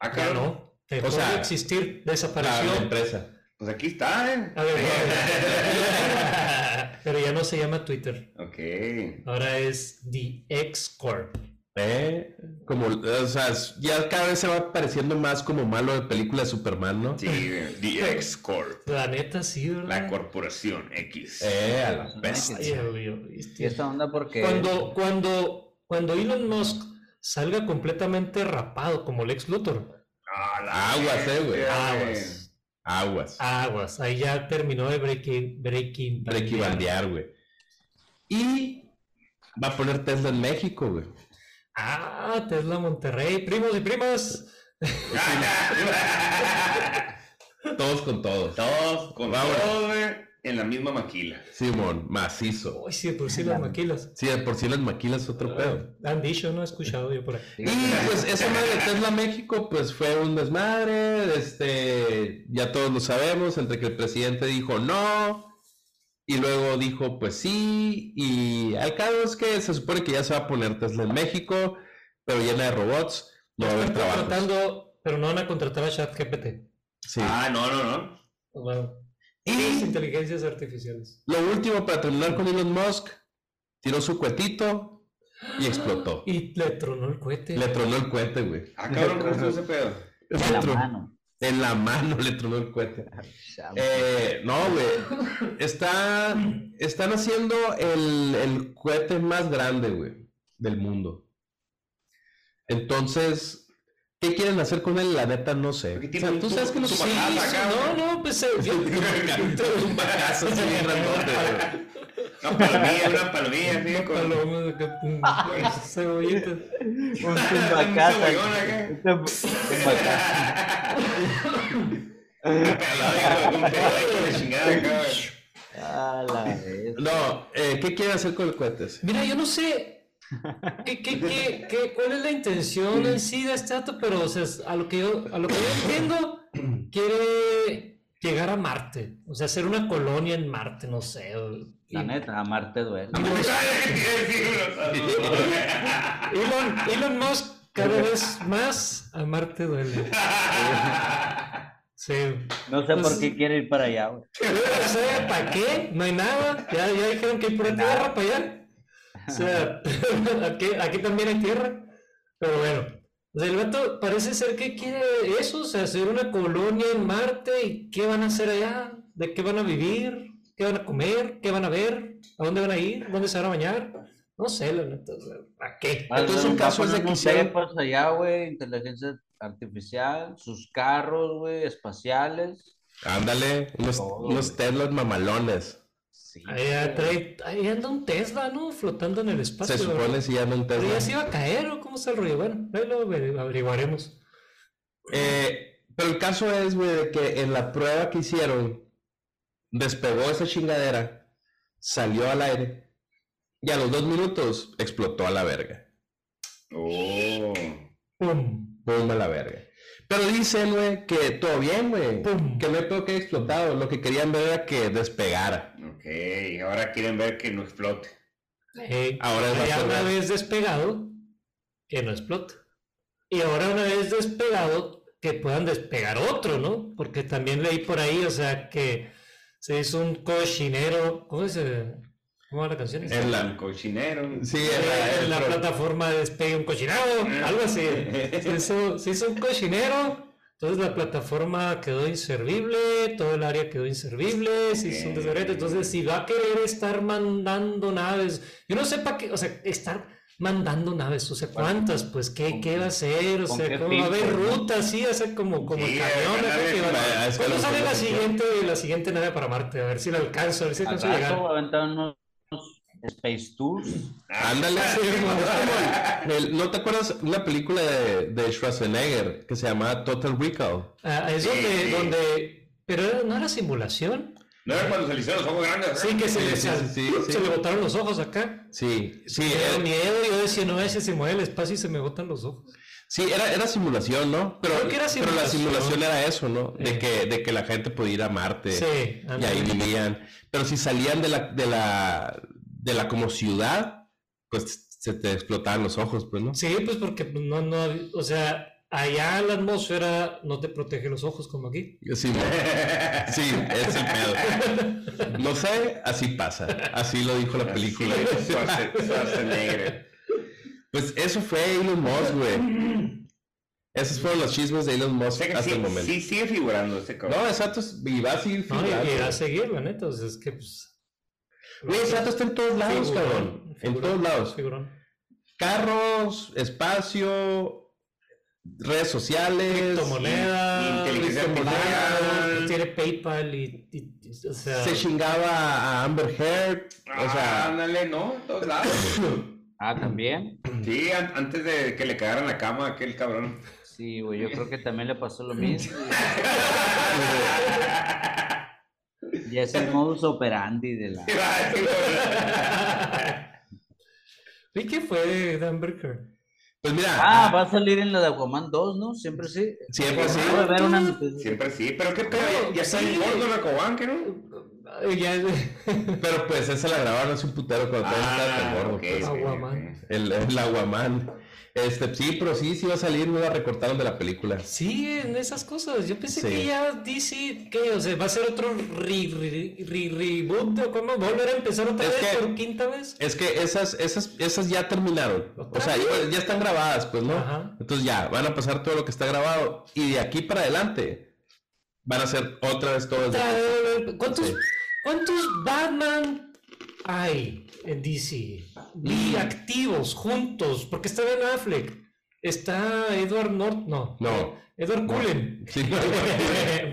S6: Acá
S2: Ya
S6: no.
S2: no. Dejó
S5: sea,
S2: de existir.
S5: Para
S2: Desapareció.
S5: Ah, la empresa.
S6: Pues aquí está, ¿eh?
S2: A ver, pero ya no se llama Twitter.
S6: Ok.
S2: Ahora es The X Corp.
S5: ¿Eh? Como, o sea, ya cada vez se va pareciendo más como malo de película de Superman, ¿no?
S6: Sí, güey. The X Corp.
S2: La neta, sí, ¿verdad?
S6: La corporación X.
S5: Eh, a la peste.
S2: Ay, obvio, ¿viste?
S7: Y esta onda porque...
S2: Cuando, cuando, cuando Elon Musk salga completamente rapado como Lex Luthor,
S6: Ah, la
S5: Aguas, eh, güey.
S6: bestia,
S2: aguas, Ah,
S5: Aguas.
S2: aguas, ahí ya terminó de breaking, breaking, Bad.
S5: Breaky bandear, güey. Y va a poner Tesla en México, güey.
S2: Ah, Tesla Monterrey, primos y primas.
S5: Todos con todos.
S6: Todos con
S5: Vámonos.
S6: todos, güey, en la misma maquila.
S5: Simón, macizo.
S2: Uy, sí, de por sí las maquilas.
S5: Sí, de por si las maquilas
S2: Ah.
S5: otro pedo.
S2: Han dicho, no he escuchado yo por ahí.
S5: Y pues esa madre de Tesla México, pues fue un desmadre. Este, ya todos lo sabemos, entre que el presidente dijo no, y luego dijo pues sí, y al cabo es que se supone que ya se va a poner Tesla en México, pero llena de robots, no va a haber
S2: Están
S5: trabajo.
S2: contratando, pero no van a contratar a ChatGPT.
S5: Sí.
S6: Ah, no, no, no.
S2: Pues bueno, las
S5: Y
S2: inteligencias artificiales.
S5: lo último para terminar con Elon Musk, tiró su cuetito y explotó.
S2: Y le tronó el cohete.
S5: Le tronó el cohete, güey.
S6: Ah, cabrón, ¿cómo estuvo ese pedo?
S7: En
S5: Le
S7: la
S5: tronó-
S7: mano.
S5: en la mano le tronó el cohete.
S7: Ya, güey.
S5: Eh, no, güey. Está, están haciendo el, el cohete más grande, güey, del mundo. Entonces, ¿qué quieren hacer con él? La neta, no sé.
S6: Porque
S5: O
S6: tiene
S5: sea,
S6: un
S5: tú
S6: tu-
S5: sabes que los
S6: tu
S5: sí,
S6: batazo
S5: sí,
S6: acá,
S5: no,
S2: No, no, pues eh, yo-
S5: no. Un batazo así bien grandote, güey.
S6: Una palomilla, una palomilla, así,
S2: Una
S6: con
S2: paloma de acá, pum, mm, cebollita.
S7: Un
S6: Un
S7: tumbacasa.
S6: cebollón acá.
S7: Un tumbacasa.
S6: pelado, con pelado, con la chingada acá, güey.
S7: A la vez.
S5: No, eh, ¿qué quieren hacer con el cohete? ese?
S2: Mira, yo no sé qué, qué, qué, qué- cuál es la intención en sí de este dato, pero o sea, es- a lo que yo, a lo que yo entiendo, quiere llegar a Marte, o sea, hacer una colonia en Marte, no sé. o- y- pues,
S7: La neta, amarte duele.
S2: Elon, Elon Musk cada vez más a Marte duele. Sí.
S7: No sé
S2: Pues-
S7: por qué quiere ir para allá, güey.
S2: Yo no sé, ¿para qué? No hay nada. Ya, ya dijeron que hay pura tierra para allá. O sea, aquí, aquí también hay tierra. Pero bueno, o sea, el vato parece ser que quiere eso, o sea, hacer una colonia en Marte. ¿Y qué van a hacer allá? ¿De qué van a vivir? ¿Qué van a comer? ¿Qué van a ver? ¿A dónde van a ir? ¿Dónde se van a bañar? No sé, la neta. o sea, ¿Para qué?
S5: Entonces, un caso es de que hicieron-
S7: para pues, allá, güey, inteligencia artificial, sus carros, güey, espaciales.
S5: Ándale, unos,
S7: Todo,
S5: unos
S7: güey.
S5: Teslas mamalones.
S7: Sí.
S2: Ahí, trae- ahí anda un Tesla, ¿no? Flotando en el espacio.
S5: Se supone si ya no un
S2: ¿Pero
S5: Tesla.
S2: ya se iba a caer o cómo está el rollo? Bueno, ahí lo averi- averiguaremos.
S5: Eh, pero el caso es, güey, de que en la prueba que hicieron, despegó esa chingadera, salió al aire y a los dos minutos explotó a la verga.
S6: Oh.
S2: ¡Pum!
S5: Pum a la verga. Pero dicen, güey, que todo bien, güey.
S2: Pum.
S5: Que no hay pedo que haya explotado. Lo que querían ver era que despegara.
S6: Ok, ahora quieren ver que no explote.
S2: Eh,
S5: Ahora es
S2: ya una
S5: la
S2: vez despegado, que no explota. Y ahora una vez despegado, que puedan despegar otro, ¿no? Porque también leí por ahí, o sea, que se hizo un cochinero, ¿cómo dice? ¿Cómo va la canción?
S5: Es la-
S6: El cochinero.
S5: Sí,
S2: Eh,
S5: era el
S2: la
S5: pro-
S2: plataforma despegue un cochinero, algo así. Se hizo, se hizo un cochinero, entonces la plataforma quedó inservible, todo el área quedó inservible, se hizo un desgarrete. Entonces, si va a querer estar mandando naves, yo no sé para qué, o sea, estar mandando naves, o sea, cuántas, pues, qué, qué va a hacer, o
S7: ¿Con
S2: sea,
S7: qué
S2: cómo va a haber
S7: tipo, no?
S2: rutas, sí, o sea, como, como
S6: Sí,
S2: el camión,
S6: hay
S2: acá que
S6: naves,
S2: va-
S5: a escala
S2: ¿Cuándo sale la
S5: superficial.
S2: siguiente, la siguiente nave para Marte? A ver si la alcanzo, a ver si
S7: Al
S2: alcanzo a llegar.
S7: rato aventaron unos unos Space Tours.
S5: Ándale,
S6: Ah,
S5: sí, hermano. Es como el- el- ¿No te acuerdas una película de, de Schwarzenegger que se llamaba Total Recall?
S2: Ah, es
S6: Sí,
S2: donde,
S6: sí.
S2: donde. Pero era- no era simulación.
S6: No era cuando se le hicieron los ojos grandes.
S2: Sí, que se,
S5: Sí,
S2: le,
S5: sí, sí, sí, sí.
S2: se le botaron los ojos acá.
S5: Sí, sí,
S2: Me dio
S5: era,
S2: miedo. Yo decía, no, ese se mueve el espacio y se me botan los ojos.
S5: sí, era, era simulación, ¿no? Pero,
S2: Creo que era
S5: pero la
S2: simulación.
S5: simulación era eso, ¿no?
S2: Eh.
S5: De que, de que la gente podía ir a Marte
S2: Sí,
S5: y ahí
S2: ándale.
S5: vivían. Pero si salían de la, de la, de la como ciudad, pues se te explotaban los ojos, pues, ¿no?
S2: Sí, pues porque pues, no, no. hab- O sea, allá la atmósfera no te protege los ojos como aquí.
S5: Sí, no. Sí, es el pedo. No sé, así pasa. Así lo dijo la película.
S6: Schwarzenegger.
S5: Pues eso fue Elon Musk, güey. Esos fueron los chismes de Elon
S6: O
S5: Musk
S6: sea que
S5: hasta
S6: sí,
S5: el momento.
S6: sí sigue figurando este cabrón.
S5: No, exacto. es- Y va a seguir
S2: No, y,
S5: figurando.
S2: y a seguir, la neta. O sea, es que pues.
S5: Güey, exacto, está en todos lados,
S2: Figurón,
S5: cabrón. En
S2: figurón,
S5: todos lados.
S2: Figurón.
S5: Carros, espacio, redes sociales.
S2: Criptomonedas.
S6: inteligencia
S2: criptomonedas,
S6: artificial.
S2: Tiene PayPal y. y- y- o sea,
S5: Se chingaba a Amber Heard. O
S6: Ah,
S5: sea,
S6: ándale, no, en todos lados.
S7: Ah, también.
S6: Sí, an- antes de que le cagaran la cama a aquel cabrón.
S7: Sí, güey, yo creo que también le pasó lo mismo. Y es el modus operandi de la.
S2: ¿Y qué fue de Dan Burker?
S5: pues mira,
S7: Ah, va a salir en la de Aquaman 2, ¿no? Siempre sí.
S5: siempre sí.
S7: Va a haber una.
S6: Siempre sí, pero qué pedo,
S2: Pero,
S6: ya, ya está
S2: sí.
S6: el gordo la cobanque, ¿no?
S2: Ay, Ya,
S5: Pero pues esa la grabaron hace un putero cuando todavía no estaba tan
S2: Ah,
S5: gordo.
S6: Ah, ok,
S5: pues.
S6: ok, ok.
S2: Aguaman.
S5: El, el Aguaman. Este, sí, pero sí, sí va a salir, no la recortaron de la película.
S2: sí, en esas cosas. Yo pensé
S5: Sí.
S2: que ya DC, que, o sea, va a ser otro re- re- re- reboot o cómo volver a empezar otra
S5: Es
S2: vez
S5: que-
S2: por quinta vez.
S5: Es que esas, esas, esas ya terminaron. O
S7: Ah,
S2: ¿Otra
S5: sea, ya, ya están grabadas, pues, ¿no?
S2: Ajá.
S5: Entonces ya, van a pasar todo lo que está grabado. Y de aquí para adelante van a hacer otra vez todo desde
S2: Otra
S5: el-
S2: vez, ¿Cuántos,
S5: Sí.
S2: ¿Cuántos Batman hay en DC?
S5: Mm.
S2: Y activos, juntos, porque está Ben Affleck, está Edward Norton, no,
S5: No.
S2: Edward Cullen,
S5: Sí.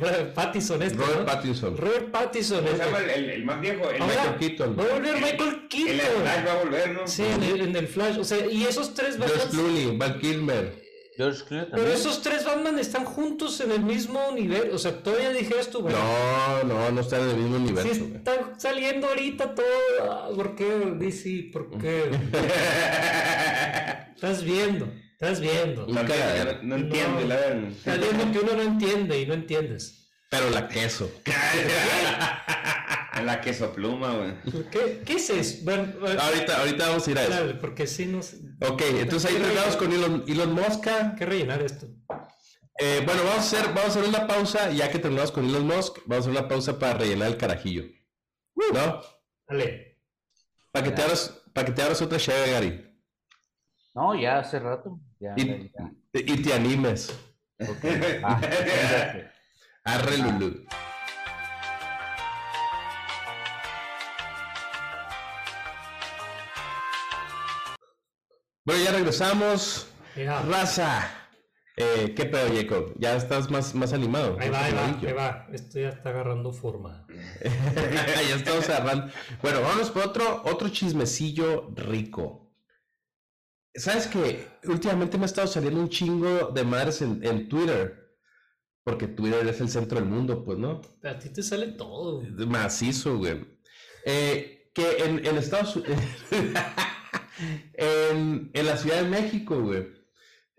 S2: Pattinson este,
S5: Robert
S2: ¿no?
S5: Pattinson.
S2: Robert Pattinson.
S6: ¿Cómo se
S2: este.
S6: llama Pues, el, el- el más viejo? El,
S2: Ahora-
S5: Michael Keaton.
S2: Va a volver Michael
S6: el, el Flash
S2: Keaton.
S6: va a volver, ¿no?
S2: Sí, en el, en el Flash. O sea, y esos tres
S5: George
S2: Batman.
S5: Clooney, Val Kilmer.
S7: George Clooney
S2: Pero
S7: también.
S2: esos tres Batman están juntos en el mismo nivel. O sea, todavía dijeras tú, bueno,
S5: No, no, no están en el mismo
S2: si
S5: universo. güey.
S2: están saliendo ahorita todo. ah, ¿Por qué DC? ¿Por qué? estás viendo, estás viendo.
S5: Un cagadero.
S6: No, no entiendo,
S2: No.
S6: la verdad.
S2: Estás viendo que uno no entiende y no entiendes.
S5: Pero la queso.
S6: A la queso pluma, güey.
S2: ¿Qué, qué es eso? Bueno, bueno,
S5: Ahorita, ahorita vamos a ir a eso.
S2: dale, porque sí, no sé.
S5: Ok, entonces ahí terminamos con Elon, Elon Musk.
S2: Hay que rellenar esto.
S5: Eh, bueno, vamos a, hacer, vamos a hacer una pausa, ya que terminamos con Elon Musk, vamos a hacer una pausa para rellenar el carajillo.
S2: Uh.
S5: ¿No?
S2: Dale.
S5: Para que, te abras, para que te abras otra cheve, Gary.
S7: No, ya hace rato. Ya,
S5: Y,
S7: ya, ya.
S5: y te animes.
S7: Ah, fíjate.
S5: Arre, Lulu. Bueno, ya regresamos.
S2: Ya.
S5: Raza. Eh, ¿Qué pedo, Jacob? Ya estás más, más animado.
S2: Ahí va, ahí va,
S5: Amarillo.
S2: ahí va. Esto ya está agarrando forma.
S5: ya estamos agarrando. Bueno, vámonos por otro, otro chismecillo rico. ¿Sabes qué? Últimamente me ha estado saliendo un chingo de madres en, en Twitter. Porque Twitter es el centro del mundo, pues, ¿no?
S2: A ti te sale todo.
S5: Macizo, güey. Eh, que en, en Estados Unidos. en, en la Ciudad de México, güey.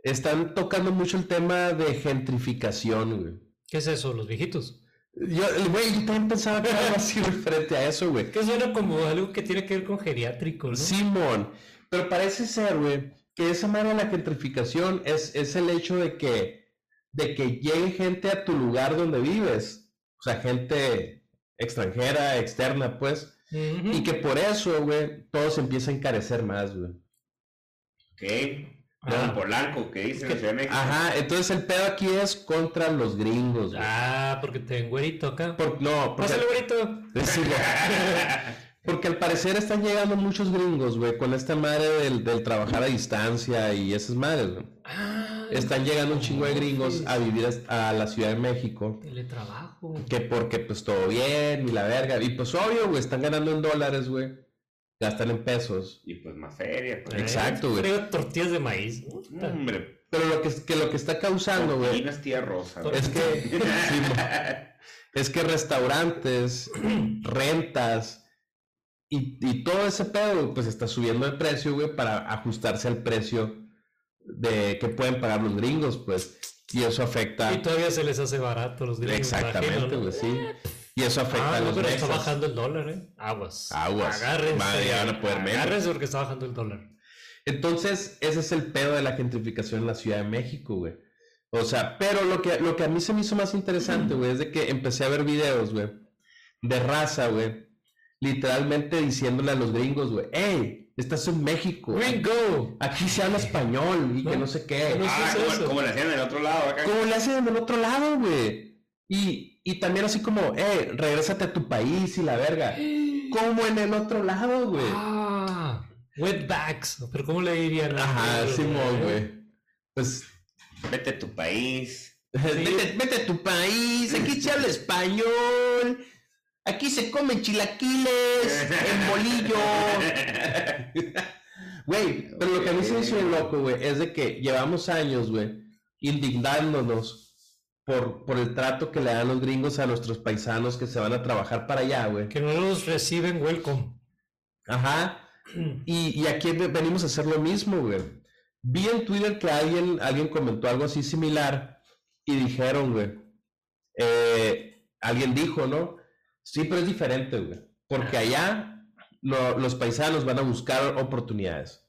S5: están tocando mucho el tema de gentrificación, güey.
S2: ¿Qué es eso? Los viejitos.
S5: Yo, güey, yo también pensaba que era algo así güey, frente a eso, güey.
S2: Que suena como algo que tiene que ver con geriátrico, ¿no?
S5: Simón, pero parece ser, güey, que esa manera de la gentrificación es, es el hecho de que, de que llegue gente a tu lugar donde vives. O sea, gente extranjera, externa, pues.
S2: Ujú.
S5: Y que por eso, güey, todo se empieza a encarecer más, güey.
S6: Ok.
S2: Ah,
S6: Don Polanco, que dice la Ciudad de México.
S5: Ah. Ajá, entonces el pedo aquí es contra los gringos, güey.
S2: Ah, porque te ven güerito acá.
S5: Por- no, porque,
S2: Pásale güerito.
S5: Sí, güey. Porque al parecer están llegando muchos gringos, güey, con esta madre del, del trabajar a distancia y esas madres, güey.
S2: Ah,
S5: Están llegando un chingo de gringos a vivir hasta- a la Ciudad de México.
S2: teletrabajo.
S5: Que porque pues todo bien y la verga. Y pues obvio, güey, están ganando en dólares, güey. Gastan en pesos.
S6: Y pues más feria. pues.
S5: Exacto, güey. Mm,
S2: Pero tortillas de maíz. ¿no?
S6: No, Hombre,
S5: Pero lo que, que lo que está causando, güey,
S6: Filipinas tía rosa. güey.
S5: Es que, sí, mo- es que restaurantes, rentas y, y todo ese pedo, pues está subiendo el precio, güey, para ajustarse al precio de que pueden pagar los gringos, pues. Y eso afecta.
S2: Y todavía se les hace barato a los gringos.
S5: Exactamente,
S2: imagino, ¿no?
S5: güey, sí. Y eso afecta
S2: Ah,
S5: a
S2: no,
S5: los
S2: pero está
S5: mexas.
S2: bajando el dólar, ¿eh? Aguas.
S5: Aguas.
S2: Agárrense.
S5: Madre, ya van a poder menos.
S2: Agárrense porque está bajando el dólar.
S5: Entonces, ese es el pedo de la gentrificación en la Ciudad de México, güey. O sea, pero lo que, lo que a mí se me hizo más interesante, güey, es de que empecé a ver videos, güey, de raza, güey, literalmente diciéndole a los gringos, güey, hey, estás en México.
S2: Gringo.
S5: Aquí se habla español y que
S2: No,
S5: no sé qué.
S2: que no sé
S6: Ah,
S2: ¿qué es
S6: como,
S2: eso?
S6: como la hacían del otro lado acá.
S5: Como le hacen en el otro lado, güey. Y, y también así como, eh, regrésate a tu país y la verga. Como en el otro lado, güey.
S2: Ah, wetbacks. Pero ¿cómo le dirían?
S5: Ajá, Simón, güey. Pues
S6: Vete a tu país.
S5: Vete, vete a tu país, aquí se habla español, aquí se comen chilaquiles, en bolillo. Güey, pero lo que a mí se me hizo de loco, güey, es de que llevamos años, güey, indignándonos por, por el trato que le dan los gringos a nuestros paisanos que se van a trabajar para allá, güey.
S2: Que no los reciben welcome.
S5: Ajá. Y, y aquí ve- venimos a hacer lo mismo, güey. Vi en Twitter que alguien, alguien comentó algo así similar y dijeron, güey. eh, alguien dijo, ¿no? Sí, pero es diferente, güey. Porque allá lo- los paisanos van a buscar oportunidades.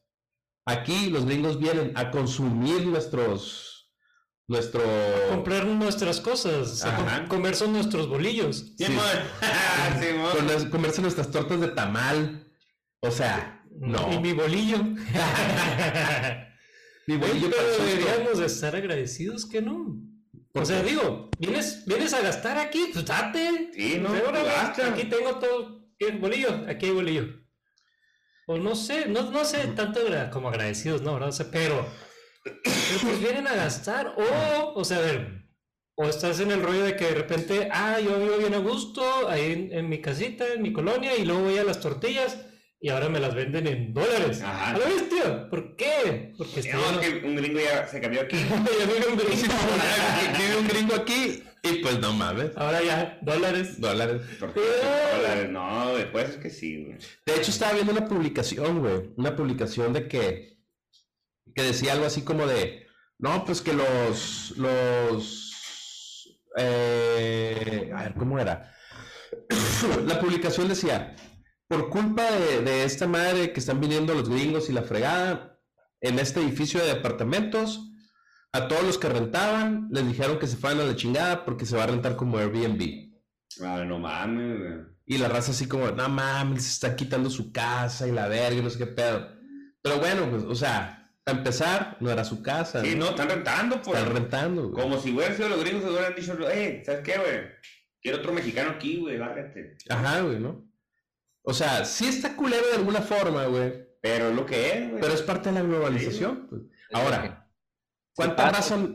S5: Aquí los gringos vienen a consumir nuestros. Nuestro.
S2: Comprar nuestras cosas. a
S5: Ajá.
S2: com- comer son nuestros bolillos.
S5: Sí.
S6: Simón. Simón.
S5: con las- comerse nuestras tortas de tamal. O sea, no.
S2: Y mi bolillo.
S5: Mi
S2: Oye,
S5: bolillo para el
S2: pero
S5: susto.
S2: deberíamos de estar agradecidos que no. O sea, digo, vienes, vienes a gastar aquí, pues date.
S6: Sí, no,
S2: Pues, órale,
S6: gasta.
S2: Aquí tengo todo. ¿Qué bolillo? Aquí hay bolillo. O no sé, no, no sé tanto agra- como agradecidos, no, ¿verdad? O sea, pero, pero pues vienen a gastar. O, o sea, a ver, o estás en el rollo de que de repente, ah, yo vivo bien a gusto, ahí en, en mi casita, en mi colonia, y luego voy a las tortillas y ahora me las venden en dólares.
S6: Ajá.
S2: ¿A la bestia? ¿Por qué? Porque estoy
S6: No, es que un gringo ya se cambió aquí.
S2: Ya vive un gringo.
S5: Aquí vive un gringo aquí y pues no mames,
S2: Ahora ya, dólares.
S5: dólares.
S6: Tortillas de dólares. No, después es que sí, güey.
S5: De hecho estaba viendo una publicación, güey, una publicación de que que decía algo así como de, no, pues que los los eh, a ver cómo era. La publicación decía, por culpa de, de esta madre que están viniendo los gringos y la fregada en este edificio de apartamentos, a todos los que rentaban les dijeron que se fueran a la chingada porque se va a rentar como Airbnb.
S6: Ah, no mames, güey.
S5: Y la raza así como, no mames, se está quitando su casa y la verga, y no sé qué pedo. Pero bueno, pues, o sea, para empezar, no era su casa.
S6: Sí, no, están rentando, pues.
S5: Están rentando, güey.
S6: Como si hubieran sido los gringos que hubieran dicho, eh, ¿sabes qué, güey? Quiero otro mexicano aquí, güey, bárgate.
S5: Ajá, güey, ¿no? O sea, sí está culero de alguna forma, güey.
S6: Pero es lo que es, güey.
S5: Pero es parte de la globalización. pues. Ahora, ¿cuánta
S7: Sí,
S5: raza,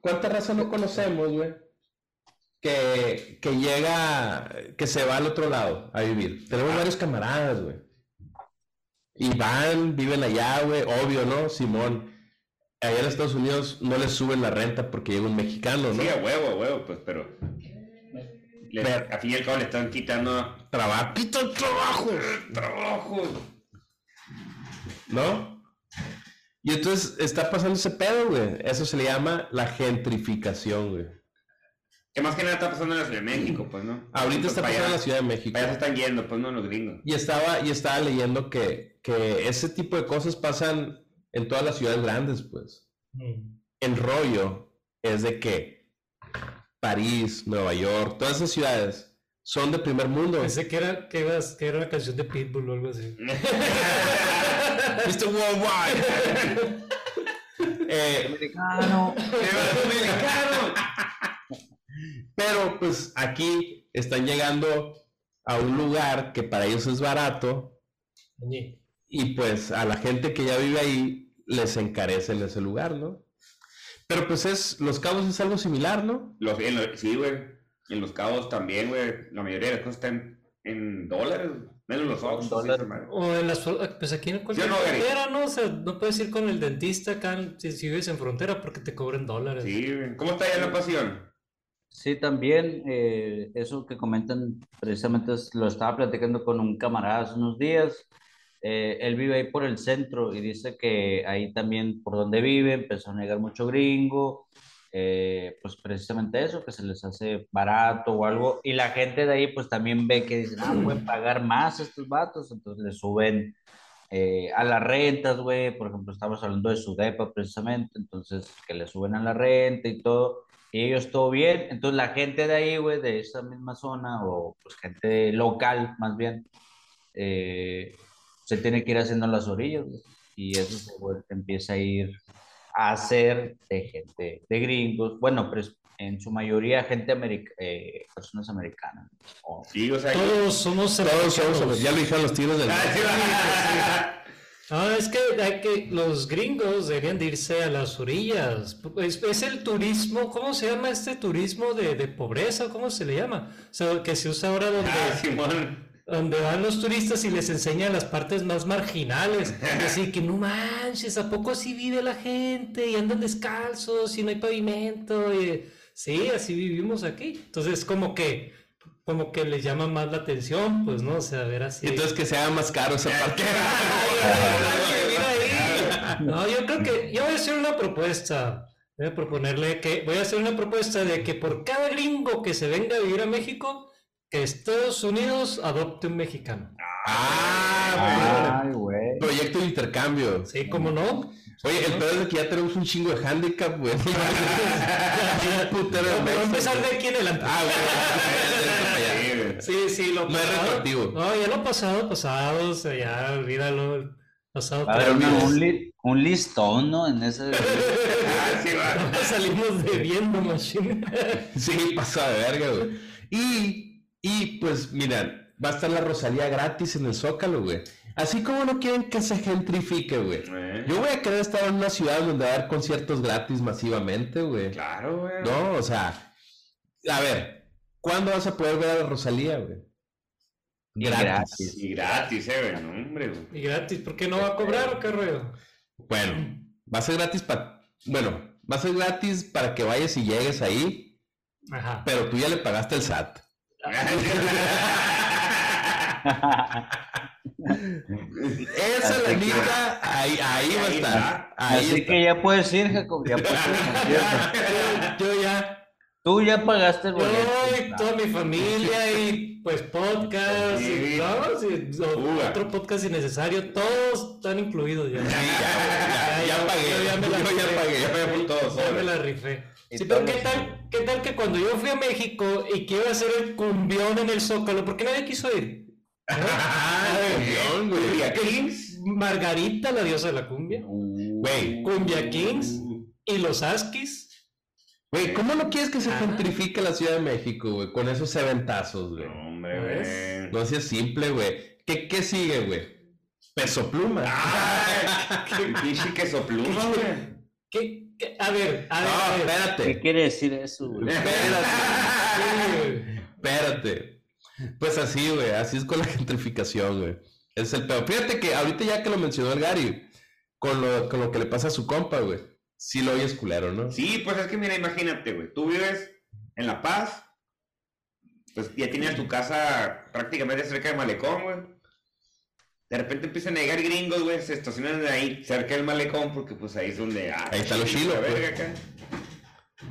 S5: ¿cuánta raza no conocemos, güey? Que, que llega, que se va al otro lado a vivir. Tenemos
S6: Ah.
S5: varios camaradas, güey. Y van, viven allá, güey, obvio, ¿no? Simón. Allá en Estados Unidos no les suben la renta porque llega un mexicano, ¿no?
S6: Sí, a huevo, a huevo, pues, pero. Le,
S5: Pero-
S6: a fin y al cabo le están quitando
S5: Trabajo. ¡Quita el trabajo!
S6: trabajo.
S5: ¿No? Y entonces está pasando ese pedo, güey. Eso se le llama la gentrificación, güey.
S6: Que más que nada está pasando en la Ciudad de México, pues, ¿no?
S5: Ahorita
S6: Pues,
S5: está
S6: para
S5: pasando en la
S6: allá-
S5: Ciudad de México.
S6: para allá se están yendo, pues, no, los gringos.
S5: Y estaba, y estaba leyendo que, que ese tipo de cosas pasan en todas las ciudades grandes, pues.
S2: Mm.
S5: El rollo es de que París, Nueva York, todas esas ciudades son de primer mundo.
S2: Pensé que era, que, ibas- que era una canción de Pitbull o algo así.
S5: Mr. Worldwide. Eh,
S7: Americano.
S5: pero pues aquí están llegando a un lugar que para ellos es barato
S2: Oye,
S5: y pues a la gente que ya vive ahí les encarecen ese lugar, ¿no? Pero pues es, Los Cabos es algo similar, ¿no?
S6: Los, en los- sí, güey. En los cabos también, güey. La mayoría de las cosas están en dólares, güey. menos los ojos.
S7: Dólar.
S2: O en las. fro- Pues aquí en cualquier
S6: Yo no, Gary.
S2: frontera, ¿no? O sea, no puedes ir con el dentista acá en- si, si vives en frontera porque te cobran dólares.
S6: Sí, güey. ¿Cómo está allá la pasión?
S7: Sí, también eh, eso que comentan, precisamente es- lo estaba platicando con un camarada hace unos días. Eh, él vive ahí por el centro y dice que ahí también por donde vive empezó a llegar mucho gringo, eh, pues precisamente eso, que se les hace barato o algo. Y la gente de ahí pues también ve que dicen, ah, pueden pagar más estos vatos, entonces le suben eh, a las rentas, güey. Por ejemplo, estamos hablando de Sudepa precisamente, entonces que le suben a la renta y todo y ellos todo bien. Entonces la gente de ahí, güey, de esa misma zona, o pues gente local más bien, eh, se tiene que ir haciendo las orillas, güey. Y eso se vuel- empieza a ir a hacer de gente, de gringos, bueno, pues en su mayoría gente americ- eh, personas americanas. o-
S6: Sí, o sea.
S2: Todos somos
S5: Todos somos,
S2: americanos.
S5: ya lo dijeron los tiros del...
S6: Ah, sí, va.
S2: No, Ah, es que, hay que los gringos deberían de irse a las orillas. Es, es el turismo, ¿cómo se llama este turismo de, de pobreza? ¿Cómo se le llama? O sea, que se usa ahora donde,
S6: Ah, Simón.
S2: donde van los turistas y les enseñan las partes más marginales. Así que no manches, ¿a poco así vive la gente? Y andan descalzos y no hay pavimento. y- sí, así vivimos aquí. Entonces, como que, como que les llama más la atención, pues, ¿no? O sea, ver así.
S5: Y entonces que se haga más caro esa parte.
S6: Ah,
S2: No, yo creo que yo voy a hacer una propuesta. Voy a proponerle que voy a hacer una propuesta de que por cada gringo que se venga a vivir a México, que Estados Unidos adopte un mexicano.
S5: Ah,
S7: Ay, güey.
S5: güey. Proyecto de intercambio.
S2: Sí, cómo no.
S5: Oye, el pedo es de que ya tenemos un chingo de handicap, güey. Un putero de
S2: No, pero
S5: meses.
S2: empezar de aquí en adelante.
S5: Ah, güey.
S6: Sí, güey.
S2: Sí, sí, lo
S5: No es
S2: pasado-
S5: retroactivo.
S2: No, ya lo pasado, pasado, o sea, ya olvídalo. Pasado,
S7: Va a haber una-
S2: olvídalo.
S7: un, li- un listón, ¿no? En ese...
S6: Ah, sí, va.
S2: Salimos debiendo, machine.
S5: Sí, pasa de verga, güey. Y, y pues, mira, va a estar la Rosalía gratis en el Zócalo, güey. Así como no quieren que se gentrifique, güey.
S6: Eh,
S5: Yo voy a querer estar en una ciudad donde va a haber conciertos gratis masivamente, güey.
S6: Claro, güey.
S5: No, o sea, a ver, ¿cuándo vas a poder ver a la Rosalía, güey?
S7: Gratis.
S6: Y gratis, eh, güey. No, hombre, güey.
S2: Y gratis, ¿por qué no va a cobrar o qué rollo?
S5: Bueno, va a ser gratis para. Bueno, va a ser gratis para que vayas y llegues ahí,
S2: Ajá.
S5: pero tú ya le pagaste el SAT. Esa
S7: Así
S5: la
S7: que-
S5: neta, ahí, ahí va a estar.
S6: Ahí está.
S5: Ahí
S7: Así
S5: está.
S7: que ya puedes ir, Jacob, ya puedes ir.
S2: Yo ya
S7: Tú ya pagaste el
S2: Yo
S7: boleto.
S2: y toda mi familia y pues podcast y,
S6: Sí.
S2: ¿no? Sí, o-
S6: Uga.
S2: otro podcast innecesario, todos están incluidos ya.
S5: Sí, ya, ya, ya pagué.
S2: yo ya me la
S5: Yo ya
S2: rifé.
S5: pagué, ya pagué por todo.
S2: Ya me
S5: sobre.
S2: la rifé.
S7: Y
S2: Sí, pero ¿qué
S7: todos-
S2: tal, ¿qué tal que cuando yo fui a México y quiero hacer el cumbión en el Zócalo, ¿por qué nadie quiso ir? ¿Eh?
S5: Ah, avión, güey.
S6: Cumbia Kings.
S2: Margarita, la diosa de la cumbia,
S5: Güey,
S2: Cumbia Kings y los Askis.
S5: güey, ¿cómo no quieres que se
S2: Ah.
S5: gentrifique la Ciudad de México, güey? Con esos eventazos, güey.
S6: No, hombre,
S2: ¿Ves?
S6: güey.
S5: No seas simple, güey. ¿Qué, qué sigue, güey? Peso pluma.
S6: Ay, Pinche queso pluma, güey.
S2: ¿Qué- qué? A ver, a ver,
S5: No,
S2: a ver.
S7: ¿Qué
S5: espérate.
S7: quiere decir eso, güey?
S5: Espérate. Espérate. Pues así, güey. Así es con la gentrificación, güey. Ese Es el peor. Fíjate que ahorita ya que lo mencionó el Gary, con lo, con lo que le pasa a su compa, güey. Sí lo oyes culero, ¿no?
S6: Sí, pues es que mira, imagínate, güey. Tú vives en La Paz, pues ya tienes tu casa prácticamente cerca de Malecón, güey. De repente empiezan a llegar gringos, güey, se estacionan ahí cerca del malecón porque pues ahí es donde... ah,
S5: Ahí está lo chilo, pues.
S6: la
S5: güey.
S6: verga acá.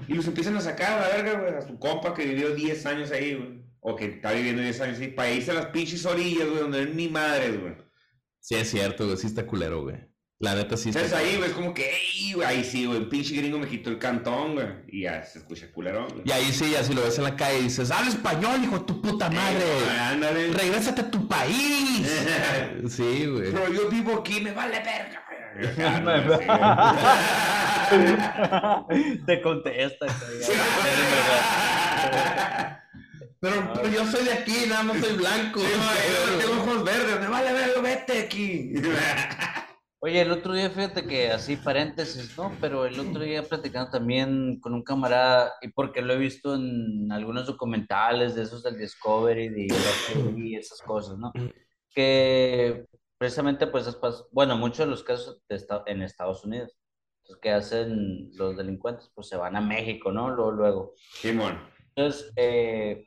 S6: Y los empiezan a sacar a la verga, güey, a su compa que vivió 10 años ahí, güey. O que está viviendo 10 años ahí, para irse a las pinches orillas, güey, donde no hay ni madres, güey.
S5: Sí, es cierto, güey. Sí está culero, güey. La neta sí está.
S6: Entonces ahí, güey, es como que, "Ey, güey, ahí sí, güey, el pinche gringo me quitó el cantón, güey. Y ya se escucha culerón, güey.
S5: Y ahí sí, ya si lo ves en la calle y dices, habla español, hijo de tu puta madre.
S6: Ey, ándale.
S5: Regrésate a tu país. sí, güey.
S6: Pero yo vivo aquí, me vale verga.
S7: Te contesta. güey.
S5: Pero, pero yo soy de aquí, nada más soy blanco.
S6: Tengo ojos verdes, me vale verga, vete aquí.
S7: Oye, el otro día, fíjate que así paréntesis, ¿no? Pero el otro día platicando también con un camarada, y porque lo he visto en algunos documentales de esos del Discovery de y esas cosas, ¿no? Que precisamente, pues, es pas- bueno, muchos de los casos de esta- en Estados Unidos, entonces, que hacen los delincuentes? Pues se van a México, ¿no? Luego, luego.
S6: Simón.
S7: Entonces, eh,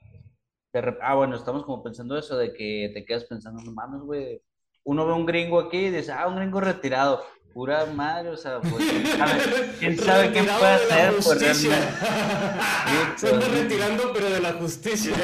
S7: de rep- ah, bueno, estamos como pensando eso de que te quedas pensando, no mames, güey. Uno ve un gringo aquí y dice, ah, un gringo retirado. Pura madre, o sea, pues, ¿quién sabe, quién sabe qué puede
S2: Retirado de la
S7: hacer, pues,
S2: justicia.
S7: realmente.
S2: Se anda retirando, pero de la justicia.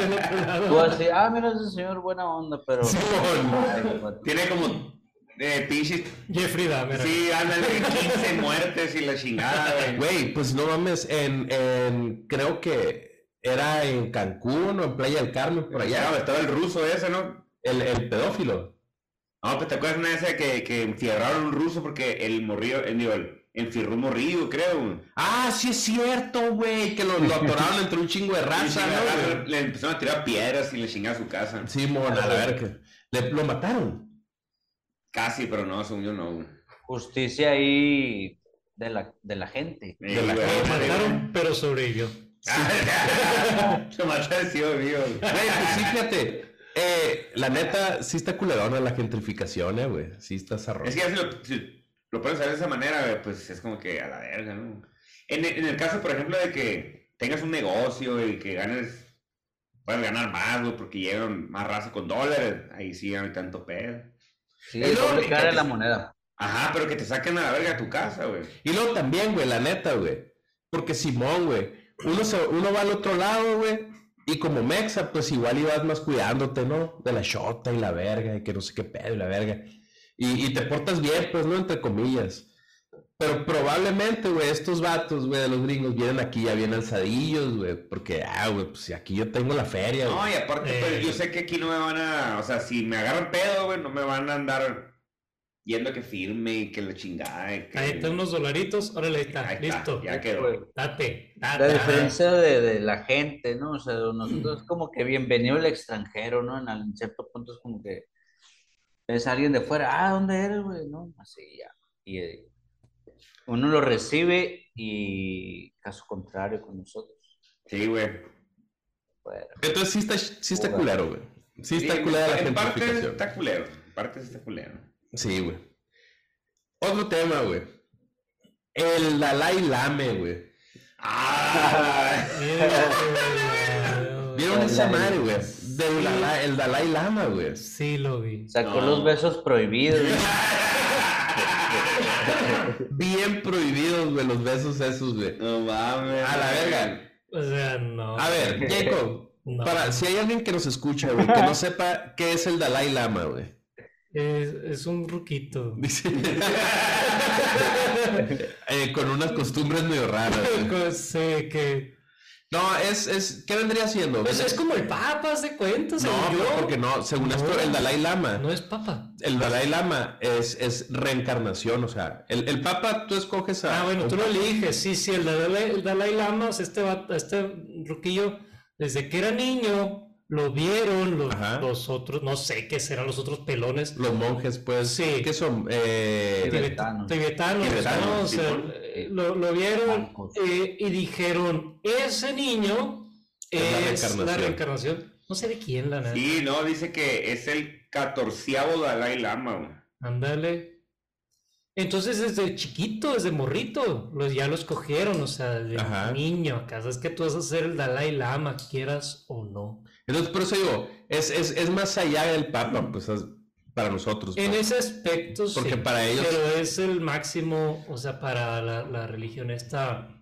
S2: Del otro lado.
S7: Tú
S5: Pues,
S7: así, ah, mira ese señor, buena onda, pero. Ay, güey. pues,
S6: Tiene como eh, pinches.
S2: Jeffrey Dahmer.
S6: Sí, ándale, 15 muertes y la chingada, güey.
S5: Güey, pues no mames, en, en- creo que era en Cancún o en Playa del Carmen, por
S6: Ya,
S5: allá,
S6: güey,
S5: güey,
S6: estaba el ruso ese, ¿no?
S5: el, el pedófilo.
S6: No, pues te acuerdas una esa que, que enfierraron un ruso porque el morrillo, el digo, el- enfierró un morrillo, creo, güey.
S5: Ah, sí es cierto, güey, que lo, lo atoraron entre un chingo de
S6: Y
S5: raza, ¿no?
S6: le-
S5: güey?
S6: Le empezaron a tirar piedras y le chingaba su casa.
S5: Sí, mona, a la verga. Le- lo mataron.
S6: Casi, pero no, según yo no, güey.
S7: Justicia ahí de la, de la gente.
S6: Eh,
S5: la
S6: güey,
S5: que
S2: Lo
S6: ándale, güey.
S2: mataron, pero sobrevivió.
S6: Se mató el tío mío.
S5: Güey, pues sí, fíjate. eh, la neta, sí está culerona la gentrificación, eh, güey. Sí está zarrón.
S6: Es que ya si lo, si lo puedes saber de esa manera, güey, pues es como que a la verga, ¿no? En, el- en el caso, por ejemplo, de que tengas un negocio y que ganes, puedes ganar más, güey, porque llegan más raza con dólares, ahí sí ya no hay tanto pedo.
S7: Sí,
S5: Es
S7: es
S5: lo
S7: doble
S5: único
S7: cara de
S5: que-
S7: la moneda.
S6: Ajá, pero que te saquen a la verga a tu casa, güey.
S5: Y luego también, güey, la neta, güey. Porque Simón, güey. Uno, se- uno va al otro lado, güey. Y como mexa, pues igual ibas más cuidándote, ¿no? De la shota y la verga, y que no sé qué pedo y la verga. Y, y te portas bien, pues, ¿no? Entre comillas. Pero probablemente, güey, estos vatos, güey, de los gringos vienen aquí ya bien alzadillos, güey. Porque, ah, güey, pues si aquí yo tengo la feria, güey.
S6: No, y aparte,
S2: Eh.
S6: pues, yo sé que aquí no me van a, o sea, si me agarran pedo, güey, no me van a andar yendo que firme y que la chingada. y que-
S2: Ahí están unos dolaritos. Órale, ahí está.
S6: Ahí está,
S2: Listo.
S6: ya quedó.
S2: Date.
S7: La
S2: Date.
S7: diferencia de, de la gente, ¿no? O sea, nosotros es como que bienvenido el extranjero, ¿no? En, al- en cierto punto es como que es alguien de fuera, ah, ¿dónde eres, güey? No, así ya. Y eh, uno lo recibe y caso contrario con nosotros.
S6: Sí, güey.
S7: Bueno,
S5: Entonces sí está, sí está
S7: Joder.
S5: culero, güey. Sí está
S6: Sí,
S5: culera la
S6: en parte
S5: gentrificación.
S6: está culero. En parte está culero.
S5: Sí, güey. Otro tema, güey. El Dalai Lame, güey.
S6: Ah,
S5: ¿Vieron
S7: Dalai.
S5: esa madre, güey? Del Dalai- el Dalai Lama, güey.
S2: Sí, lo vi.
S7: sacó
S6: No.
S7: los besos prohibidos.
S5: Bien prohibidos, güey, los besos esos, güey.
S6: no mames.
S5: A la verga.
S2: O sea, no.
S5: A ver, Jacob,
S2: No.
S5: para, si hay alguien que nos escucha, güey, que no sepa qué es el Dalai Lama, güey.
S2: Es, es un ruquito.
S5: Dice- Eh, con unas costumbres medio raras. güey.
S2: Sé que.
S5: No, es, es, ¿qué vendría siendo?
S2: Pues es como el papa, se cuenta,
S5: no,
S2: según yo.
S5: pero porque no, según
S2: No.
S5: esto, el Dalai Lama.
S2: No es papa.
S5: El Dalai Lama es, es reencarnación, o sea, el, el Papa tú escoges a...
S2: Ah, bueno, tú
S5: no
S2: lo eliges. Sí, sí, el Dalai, el Dalai Lama, o sea, este, vato- este ruquillo, desde que era niño, lo vieron los,
S5: Ajá.
S2: los otros, no sé qué serán los otros pelones.
S5: Los monjes, pues,
S2: Sí.
S5: ¿qué son? Eh,
S2: Tibet-
S7: Tibetanos.
S2: Tibetanos,
S5: Tibetanos,
S2: ¿no? O sea,
S6: Simón.
S2: eh, lo, lo vieron
S7: Blancos.
S2: eh, y dijeron, ese niño
S5: Es la
S2: es, la
S5: reencarnación".
S2: reencarnación. No sé de quién la neta.
S6: Sí, no, dice que es el catorceavo Dalai Lama, güey.
S2: Ándale. Entonces desde chiquito, desde morrito, los, ya lo escogieron, o sea, desde
S5: Ajá.
S2: niño, acá es que tú vas a ser el Dalai Lama, quieras o no.
S5: Entonces, por eso digo, es, es, es más allá del Papa, pues, es- para nosotros.
S2: En
S5: pues.
S2: ese aspecto, sí,
S5: Porque para ellos-
S2: Pero es el máximo, o sea, para la, la religión esta...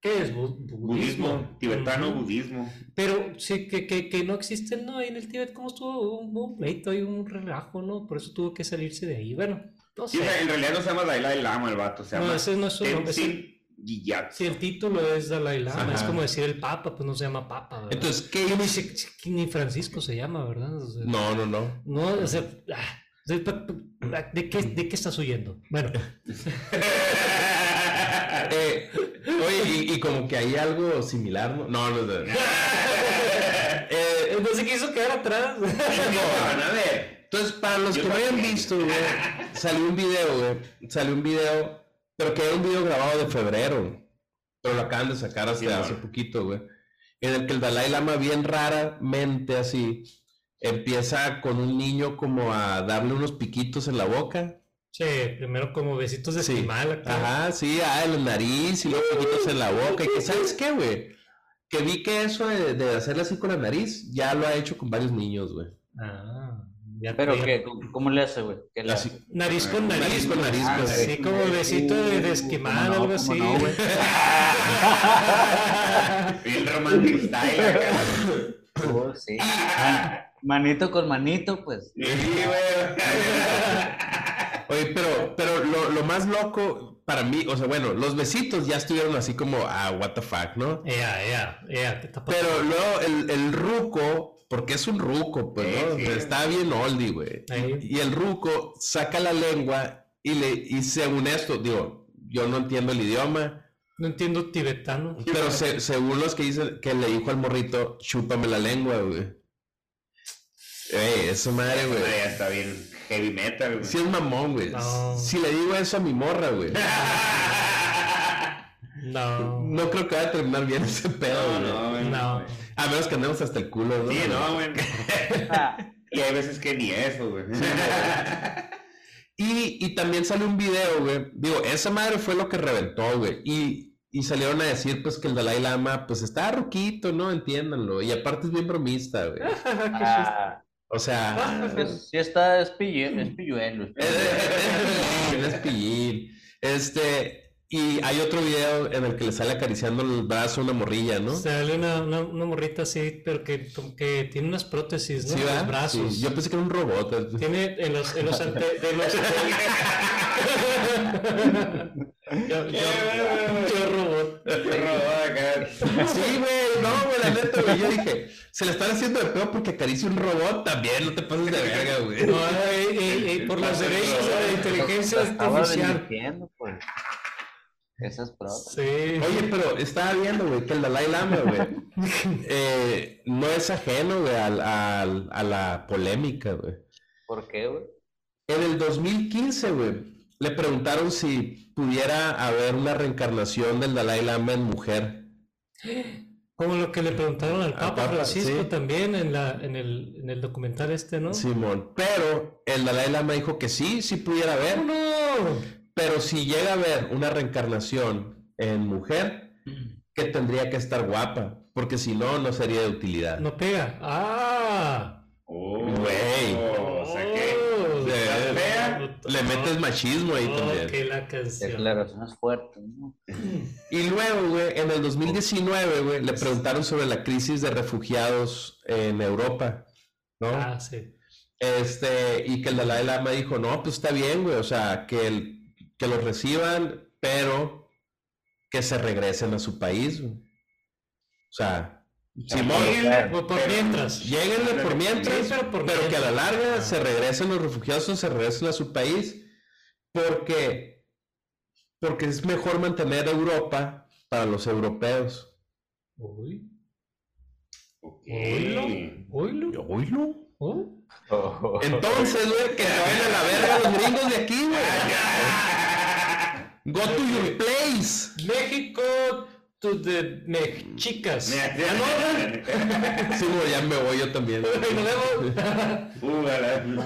S2: ¿Qué es? Bu-
S6: Budismo, tibetano,
S2: Ujú.
S6: budismo.
S2: Pero sí, que, que, que no existen, ¿no? Ahí en el Tíbet, ¿cómo estuvo? Hubo un, hubo un pleito y un relajo, ¿no? Por eso tuvo que salirse de ahí. Bueno, no
S6: Sí, o sea,
S2: sé.
S6: en realidad no se llama Dalai Lama el vato, se
S2: No,
S6: llama
S2: ese no es su nombre. es el-
S6: Tenzin Gyatso.
S2: Si el título es Dalai Lama,
S5: Ajá.
S2: es como decir el Papa, pues no se llama Papa, ¿verdad?
S5: Entonces, ¿qué
S2: Y ni,
S5: dice?
S2: se- que ni Francisco se llama, ¿verdad? O sea,
S5: No, no, no.
S2: no, o sea, ah, o sea, pa- pa- ¿de qué, de qué estás huyendo? Bueno,
S5: Eh, oye, y, y como que hay algo similar, ¿no? No, no, no. Eh,
S2: entonces quiso quedar atrás.
S6: Van a ver.
S5: Entonces, para los
S6: Yo
S5: que no hayan
S6: también.
S5: visto, güey, salió un video, güey. Salió un video, pero que era un video grabado de febrero. Pero lo acaban de sacar hasta
S6: Sí, bueno.
S5: hace poquito, güey. En el que el Dalai Lama, bien raramente así, empieza con un niño como a darle unos piquitos en la boca.
S2: Che, primero como besitos de
S5: Sí.
S2: esquimal acá.
S5: Ajá, sí, ah, en la nariz y luego piquitos en la boca. ¿Y que sabes qué, güey? Que vi que eso de, de hacerle así con la nariz ya lo ha hecho con varios niños, güey.
S2: Ah, ya
S7: Pero,
S2: te-
S7: ¿qué? ¿Cómo- ¿cómo le hace, güey? ¿Qué le
S5: Así-
S7: hace?
S2: Nariz con nariz.
S5: Nariz con nariz,
S7: Ah,
S5: pues.
S7: sí.
S2: Así como besito de, de esquimal,
S7: ¿Cómo no?
S2: algo
S7: ¿Cómo
S2: así.
S7: no, güey?
S6: El romantic style acá.
S7: Oh, sí. Man- manito con manito, pues.
S6: Sí, güey.
S5: Oye, pero, pero lo, lo más loco para mí, o sea, bueno, los besitos ya estuvieron así como, ah, what the fuck, ¿no?
S2: Ea, ea, ea, ¿qué está pasando?
S5: Pero luego el, el ruco, porque es un ruco, pues, ¿no?
S6: Sí, sí.
S5: O sea, está bien oldie, güey.
S2: Ahí.
S5: Y el ruco saca la lengua y le, y según esto, digo, yo no entiendo el idioma,
S2: No entiendo tibetano.
S5: pero se- según los que dicen que le dijo al morrito, chúpame la lengua, güey. Ey, esa madre, güey.
S6: Ya está bien heavy metal, güey.
S5: Si es mamón, güey.
S2: No.
S5: Si le digo eso a mi morra, güey.
S2: No.
S5: No creo que vaya a terminar bien ese pedo,
S6: No,
S5: güey.
S6: no, güey.
S2: No.
S5: A menos que andemos hasta el culo, ¿no?
S6: Sí, no, güey.
S7: Ah,
S6: Y hay veces que ni eso, güey.
S5: Y, y también salió un video, güey. Digo, esa madre fue lo que reventó, güey. Y, y salieron a decir, pues, que el Dalai Lama, pues, está ruquito, ¿no? Entiéndanlo. Y aparte es bien bromista, güey.
S7: ah,
S5: O sea,
S7: pues, sí está es pillu- es pilluelo.
S5: es, es- es- es pillín. Este, y hay otro video en el que le sale acariciando el brazo a una morrilla, ¿no?
S2: Sale una, una, una morrita así, pero que, como que tiene unas prótesis, ¿no? en
S5: Sí,
S2: los
S5: ¿verdad?
S2: brazos.
S5: Sí, Yo pensé que era un
S2: Eh,
S5: robot.
S2: Tiene en los, en los ante- de los yo, yo, eh, yo robot.
S5: Sí, güey, no, güey, la neta, güey. Yo dije, se le están haciendo de pedo porque acaricia un robot también, no te pases de verga, güey.
S2: No, eh, eh, eh, por los derechos a la inteligencia
S7: Lo estaba
S2: artificial.
S7: bendiciendo, pues. Esas protas.
S2: Sí.
S5: Oye, pero estaba viendo, güey, que el Dalai Lama, güey, eh, no es ajeno, güey, al- al- a la polémica, güey.
S7: ¿Por qué, güey?
S5: En el 2015, güey, le preguntaron si pudiera haber una reencarnación del Dalai Lama en mujer.
S2: Como lo que le preguntaron al
S5: Al
S2: Papa
S5: Papa,
S2: Francisco
S5: sí.
S2: también en, la, en, el, en el documental este, ¿no?
S5: Simón, pero el Dalai Lama dijo que sí, sí pudiera haber. Pero si llega a haber una reencarnación en mujer, que tendría que estar guapa, porque si no, no sería de utilidad.
S2: No pega. ¡Ah!
S5: Güey.
S6: Oh. O sea que.
S2: Oh,
S5: Le-
S2: la
S5: le-
S2: pega.
S5: Le metes machismo ahí
S2: Oh,
S5: también.
S2: que la canción.
S7: Declaraciones fuertes, ¿no?
S5: Y luego, güey, en el 2019, güey, le preguntaron sobre la crisis de refugiados en Europa, ¿no?
S2: Ah, sí.
S5: Este, y que el Dalai Lama dijo, no, pues está bien, güey, o sea, que, el- que los reciban, pero que se regresen a su país, güey. O sea, Simón,
S2: Por, por mientras.
S5: Lléguenle por mientras,
S2: Sí, pero por
S5: pero que a la
S2: mientras.
S5: larga
S2: Ah.
S5: se regresen los refugiados, se regresen a su país, porque, porque es mejor mantener Europa para los europeos.
S2: Uy.
S6: Ok.
S2: Oílo. Oílo.
S5: ¿Oílo?
S2: Oh.
S5: Entonces, güey, que se vayan a la verga los gringos de aquí, güey. Go to your place.
S2: México to the Mexicas.
S6: Ya
S5: Sí, güey, ya me voy yo también.
S2: Nos vemos.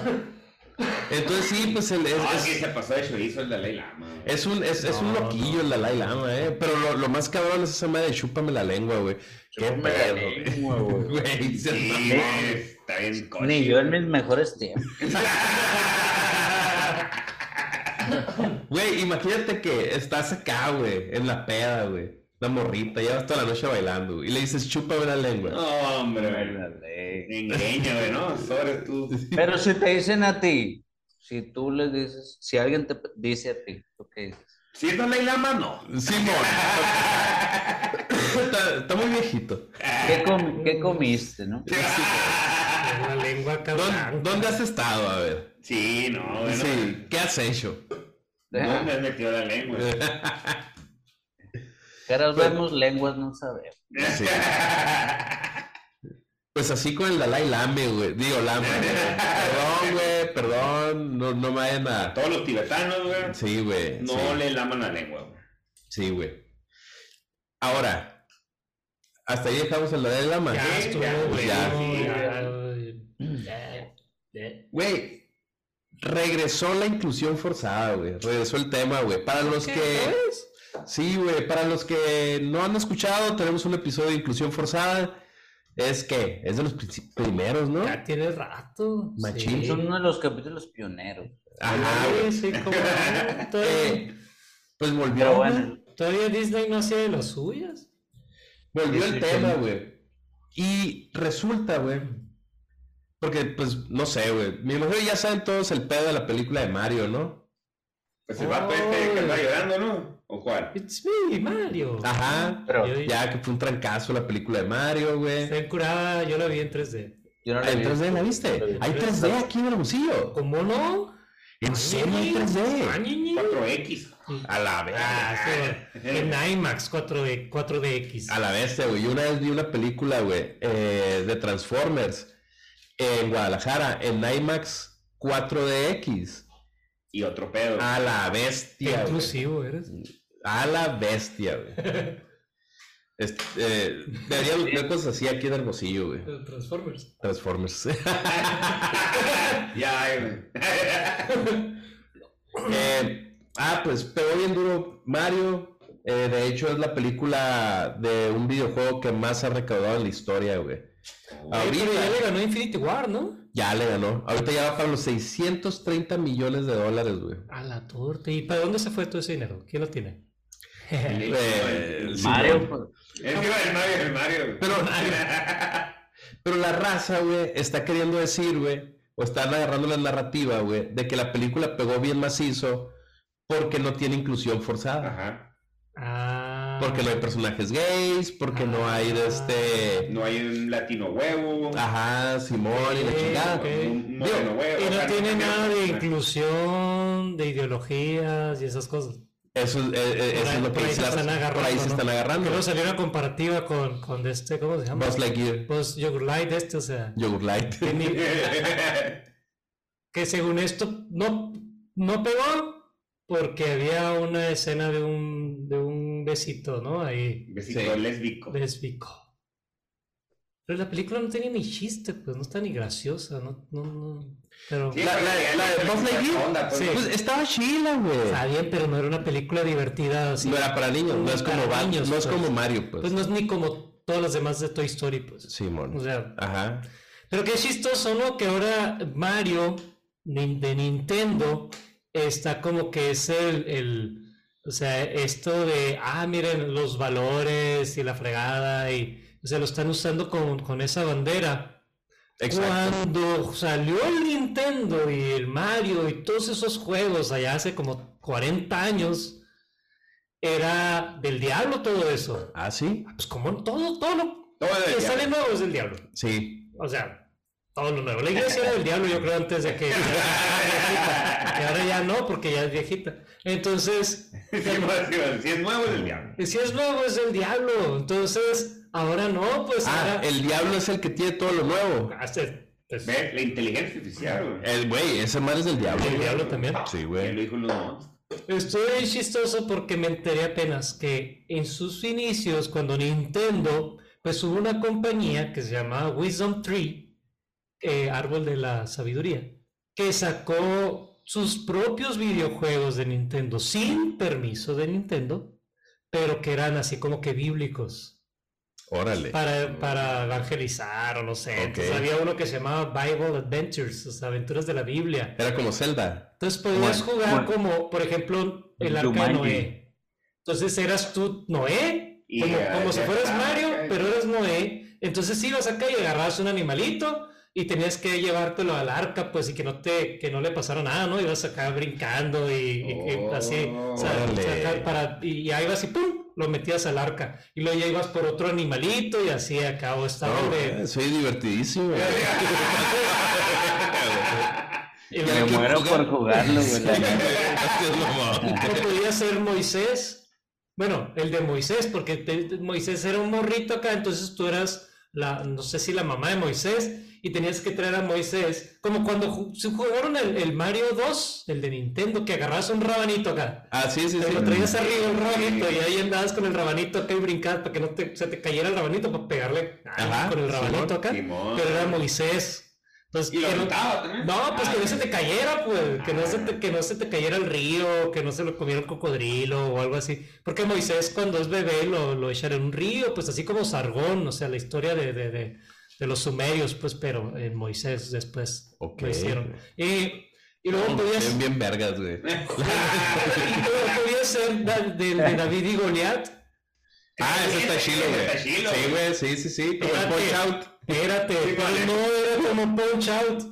S5: Entonces, sí, pues el, es-
S6: Ah,
S5: es-
S6: sí, se pasó de chorizo el Dalai Lama. güey.
S5: Es un, es, es un
S2: No,
S5: loquillo el Dalai Lama, eh. Pero lo, lo más cabrón es esa madre de chúpame la lengua, güey.
S7: Qué pedo, güey.
S6: Güey, se
S7: Sí,
S6: mamó,
S7: güey.
S6: Está bien coche.
S7: Ni yo en mis mejores tiempos.
S5: Güey, imagínate que estás acá, güey, en la peda, güey. La morrita, llevas toda la noche bailando güey, y le dices, chúpame la lengua.
S6: No, hombre, güey. Engaña, güey, ¿no? Sobre tú.
S7: Pero si te dicen a ti, si tú les dices, si alguien te dice a ti, ¿tú qué dices?
S6: Si es Dalai Lama, no.
S5: Simón. está, está muy viejito.
S7: ¿Qué, com- qué comiste, no?
S2: La lengua
S5: ¿Dó-
S2: cabrón.
S5: ¿Dónde has estado? A ver.
S6: Sí, no, güey. no.
S5: Sí, ¿qué has hecho? Ah.
S6: No me has metido la lengua.
S7: Caras
S5: Pues
S7: vemos, lenguas no sabemos.
S5: Sí. Pues así con el Dalai Lame, güey. Digo, Lama. güey. Perdón, güey, perdón. No, no me vayan a...
S6: Todos los tibetanos, güey,
S5: Sí, güey.
S6: no
S5: sí.
S6: le laman la lengua, güey.
S5: Sí, güey. Ahora, hasta ahí dejamos el Dalai Lama.
S2: Ya estuvo,
S6: Ya,
S2: güey.
S5: ya.
S2: no,
S6: Ya.
S5: Mm,
S2: ya, ya.
S5: Güey, regresó la inclusión forzada, güey. Regresó el tema, güey. Para los que. Sí, güey. Para los que no han escuchado, tenemos un episodio de inclusión forzada. Es que es de los princip- primeros, ¿no?
S2: Ya tiene rato.
S5: Machín.
S2: sí.
S7: Son uno de los capítulos pioneros.
S5: Ajá, güey.
S2: Sí, sí, como no, todavía-
S5: Eh, pues volvió.
S7: Pero
S5: güey.
S7: bueno,
S2: Todavía Disney no hacía de las suyas.
S5: Volvió
S7: Sí,
S5: el
S7: sí,
S5: tema,
S7: sí.
S5: güey. Y resulta, güey. Porque, pues, no sé, güey. Me imagino que ya saben todos el pedo de la película de Mario, ¿no?
S6: Pues el vato este que anda llorando, ¿no? ¿O cuál?
S2: It's me, Mario.
S5: Ajá.
S7: pero
S2: Yo-
S5: Ya que fue un trancazo la película de Mario, güey.
S2: Está curada, yo la vi en 3D.
S7: yo no lo
S5: ¿En
S7: vi.
S5: 3D la viste? Hay 3D aquí en el museo.
S2: ¿Cómo no?
S5: En serio hay
S2: Ah,
S5: 3D.
S2: niñi.
S6: 4X.
S5: A la
S2: Ah, sí, güey. En IMAX 4D, 4DX.
S5: A la bestia, güey. Yo una vez vi una película, güey, eh, de Transformers en Guadalajara, en IMAX 4DX.
S6: Y otro pedo.
S5: A la
S2: Qué
S5: bestia, güey.
S2: inclusivo eres.
S5: A la bestia, güey. Este, eh, debería buscar cosas así aquí en Hermosillo, güey.
S2: Transformers.
S5: Transformers.
S6: Ya, ay, güey.
S5: Eh, ah, pues pegó bien duro Mario. Eh, de hecho, es la película de un videojuego que más ha recaudado en la historia, güey.
S6: Oh.
S5: Ah,
S2: Ahorita
S5: Ahorita
S2: ya le ganó Infinity War, ¿no?
S5: ya le ganó. Ahorita ya va para los 630 millones de dólares, güey.
S2: A la torta. ¿Y para dónde se fue todo ese dinero? ¿Quién lo tiene?
S5: Eh, sí,
S7: Mario,
S5: güey.
S7: pues,
S6: Es que va el Mario, el Mario. güey.
S5: Pero, pero la raza, güey, está queriendo decir, güey, o están agarrando la narrativa, güey, de que la película pegó bien macizo porque no tiene inclusión forzada.
S6: Ajá.
S2: Ah.
S5: Porque no hay personajes gays, porque no hay de este.
S6: No hay un latino huevo.
S2: Pues,
S5: Ajá, Simón y la
S2: Ok,
S5: chingada.
S2: ok.
S6: Un moreno huevo.
S2: Y
S6: o sea,
S2: no tiene
S6: cambiamos.
S2: nada de inclusión, de ideologías y esas cosas.
S5: Eso, es- eh, eh,
S2: Por
S5: eso
S2: ahí-
S5: es lo que
S2: por ahí
S5: dice
S2: se
S5: la-
S2: están agarrando,
S5: Por ahí se
S2: ¿no?
S5: están agarrando.
S2: Luego salió una comparativa con, con de este, ¿cómo se llama?
S5: Buzz Lightyear,
S2: Pues Yogurlite este, o sea,
S5: Yogurt Light.
S2: que, ni- que según esto no, no pegó porque había una escena de un, de un besito, ¿no? Ahí,
S6: Besito
S5: Sí.
S6: lésbico.
S2: lésbico. Pero la película no tenía ni chiste, pues no está ni graciosa, no, no, no. Pero
S6: Sí,
S5: La-
S6: pero
S5: la-
S6: ya
S5: la
S6: no
S5: de
S6: se le
S5: Buzz
S6: quita esa
S5: Lightyear.
S6: onda, pues.
S2: Sí.
S5: Pues estaba chila, güey.
S2: está bien, pero no era una película divertida así.
S5: No era para niños, no es como,
S2: Para
S5: Bat-
S2: niños,
S5: no es
S2: pues.
S5: como Mario,
S2: Pues
S5: pues.
S2: no es ni como todas las demás de Toy Story, pues. O
S5: Simón.
S2: sea,
S5: Ajá.
S2: pero qué chistoso, ¿no? Que ahora Mario nin- de Nintendo está como que es el, el- o sea, esto de, ah, miren, los valores y la fregada y, o sea, lo están usando con, con esa bandera.
S5: Exacto.
S2: Cuando salió el Nintendo y el Mario y todos esos juegos allá hace como 40 años, era del diablo todo eso.
S5: ¿Ah, sí?
S2: Pues como todo, todo lo
S6: Todo de
S2: que
S6: diablo.
S2: sale nuevo es del diablo.
S5: Sí.
S2: O sea, todo lo nuevo. La iglesia era del diablo, yo creo, antes de que. y ahora ya no, porque ya es viejita. Entonces,
S6: Sí, pues, sí, pues, Si es nuevo, es el diablo.
S2: si es nuevo, es del diablo. Entonces, ahora no, pues
S5: Ah,
S2: ahora.
S5: el diablo es el que tiene todo lo nuevo.
S2: Hace- pues,
S6: ¿Ves? La inteligencia artificial, güey.
S5: El güey, ese madre es del diablo.
S2: el
S5: güey.
S2: diablo también.
S5: Sí,
S6: Que lo
S5: güey.
S6: dijo Luz Montt.
S2: Estoy bien chistoso porque me enteré apenas que en sus inicios, cuando Nintendo, pues hubo una compañía que se llamaba Wisdom Tree, eh, árbol de la sabiduría, que sacó sus propios videojuegos de Nintendo sin permiso de Nintendo, pero que eran así como que bíblicos.
S5: Órale.
S2: para, para evangelizar o no sé. Entonces,
S5: Ok.
S2: había uno que se llamaba Bible Adventures, o sea, aventuras de la Biblia.
S5: Era como Zelda.
S2: Entonces podías
S7: Bueno,
S2: jugar
S7: bueno.
S2: como, por ejemplo, el arca de
S7: Jumanji.
S2: Noé. Entonces eras tú Noé,
S6: Y,
S2: como,
S6: eh,
S2: como si
S6: ya
S2: fueras
S6: está,
S2: Mario,
S6: ya.
S2: pero eras Noé. Entonces ibas acá y agarrabas un animalito y tenías que llevártelo al arca, pues, y que no te, que no le pasara nada, ¿no? Ibas acá brincando y, y- y
S6: Oh,
S2: así. o sea,
S5: órale.
S2: sacar para, y ya ibas y ¡pum! lo metías al arca. Y luego ya ibas por otro animalito y así acá, o estaba
S5: No,
S2: de.
S6: pues,
S5: eh, soy divertidísimo. güey.
S2: y
S5: Ya
S7: Me
S2: luego-
S5: que
S7: muero
S5: jugar.
S7: por jugarlo, güey. la neta.
S5: Gracias, mamá.
S2: O podía ser Moisés. Bueno, el de Moisés, porque te- te- Moisés era un morrito acá, entonces tú eras la, no sé si la mamá de Moisés, y tenías que traer a Moisés. Como cuando ju- se jugaron el, el Mario 2, el de Nintendo, que agarrabas un rabanito acá.
S5: Ah, sí, sí,
S2: Te
S5: sí.
S2: lo traías arriba el rabanito y ahí andabas con el rabanito acá y brincabas para que no te, se te cayera el rabanito para pegarle ah,
S5: Ajá,
S2: con el rabanito acá.
S6: Simón.
S2: Pero era Moisés. Entonces,
S6: Y lo
S2: que no-
S6: aventaba también.
S2: no, pues que no se te cayera, pues, que no se te,
S6: Ah.
S2: que no se te cayera el río, que no se lo comiera el cocodrilo o algo así. Porque Moisés cuando es bebé lo, lo echan en un río, pues así como Sargón, o sea, la historia de, de, de, de los sumerios, pues, pero en Moisés después
S5: Ok.
S2: lo hicieron. Y, y luego podías,
S5: Bien, bien vergas, güey.
S2: y luego podías ser da- del de David y Goliat.
S5: Ah, ese está chilo,
S6: Ese
S5: güey.
S6: está chilo,
S5: Sí, güey, sí, sí, sí. Como el
S2: Espérate.
S5: punch out.
S2: Espérate,
S6: vale.
S2: no era como Punch Out.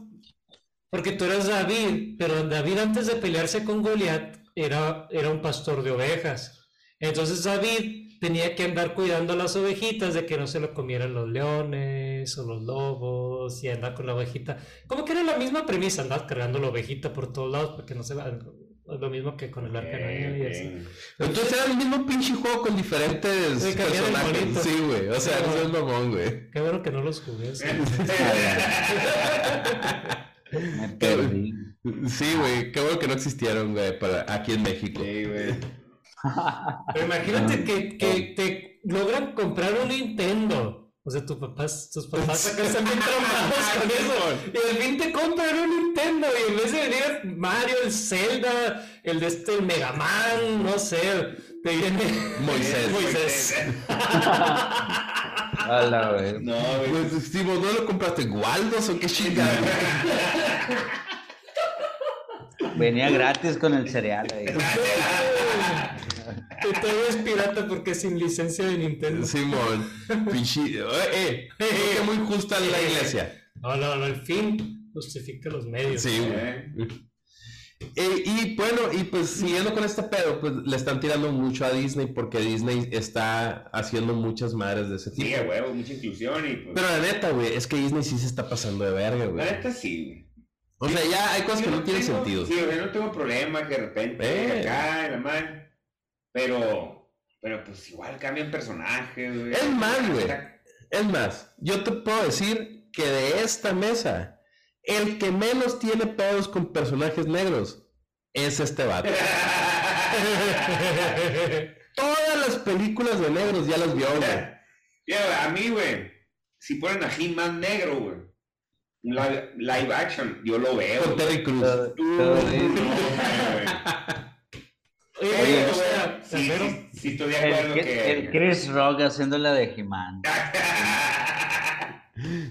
S2: Porque tú eras David, pero David antes de pelearse con Goliat era, era un pastor de ovejas. Entonces David tenía que andar cuidando a las ovejitas de que no se lo comieran los leones o los lobos y andar con la ovejita. Como que era la misma premisa, andar cargando la ovejita por todos lados para que no se va. Lo mismo que con el arca de Noé y así.
S5: Entonces era el mismo pinche juego con diferentes
S2: Sí, cambiaron el
S5: personajes.
S2: monito.
S5: Sí, güey. O sea,
S2: Sí,
S5: no
S2: güey.
S5: seas mamón, güey.
S2: Qué bueno que no los jugué. sí.
S7: Me perdí.
S5: Sí, güey. Qué bueno que no existieron, güey, para aquí en México.
S6: Sí, güey.
S2: Pero imagínate
S5: Ah.
S2: que, que te logran comprar un Nintendo. O sea, tus papás, tus papás acá están bien traumados con eso. Y al fin te compran un Nintendo. Y en vez de venir el Mario, el Zelda, el de este, el Mega Man, no sé, te viene
S5: Moisés.
S2: Moisés.
S7: A la verga.
S6: No, güey.
S5: Pues, Steve, ¿no lo compraste en Waldos o qué chingada?
S7: Venía gratis con el cereal. güey.
S2: Te traigo pirata porque es sin licencia de Nintendo.
S5: Simón, pinche. Eh, eh, creo que muy justa la iglesia.
S2: No, no, no, el fin justifica los medios.
S5: Sí, güey. Eh, y bueno, y pues siguiendo con este pedo, pues le están tirando mucho a Disney porque Disney está haciendo muchas madres de ese tipo.
S6: Sí, a huevo, mucha inclusión y pues.
S5: Pero la neta, güey, es que Disney sí se está pasando de verga,
S6: la
S5: güey.
S6: neta sí, güey.
S5: O sea, ya hay cosas
S6: ¿Eh? Yo
S5: que no tienen
S6: tengo-
S5: sentido.
S6: Sí, o sea, no tengo problema que de repente
S5: Eh.
S6: acá, la madre. Pero, pero pues igual cambian personajes, güey.
S5: Es más, güey. Es más, yo te puedo decir que de esta mesa, el que menos tiene pedos con personajes negros es este vato. Todas las películas de negros ya las vio, güey.
S6: Ya, a mí, güey, si ponen a He-Man negro, güey, live, live action, yo lo veo.
S5: Con Terry Cruz.
S7: Todo- todo bien.
S2: Oye,
S6: Oye,
S2: o
S6: güey,
S2: sea,
S6: sí,
S2: pero-
S6: sí, sí estoy de acuerdo
S7: El,
S6: que...
S7: el Chris Rock haciendo la de He-Man.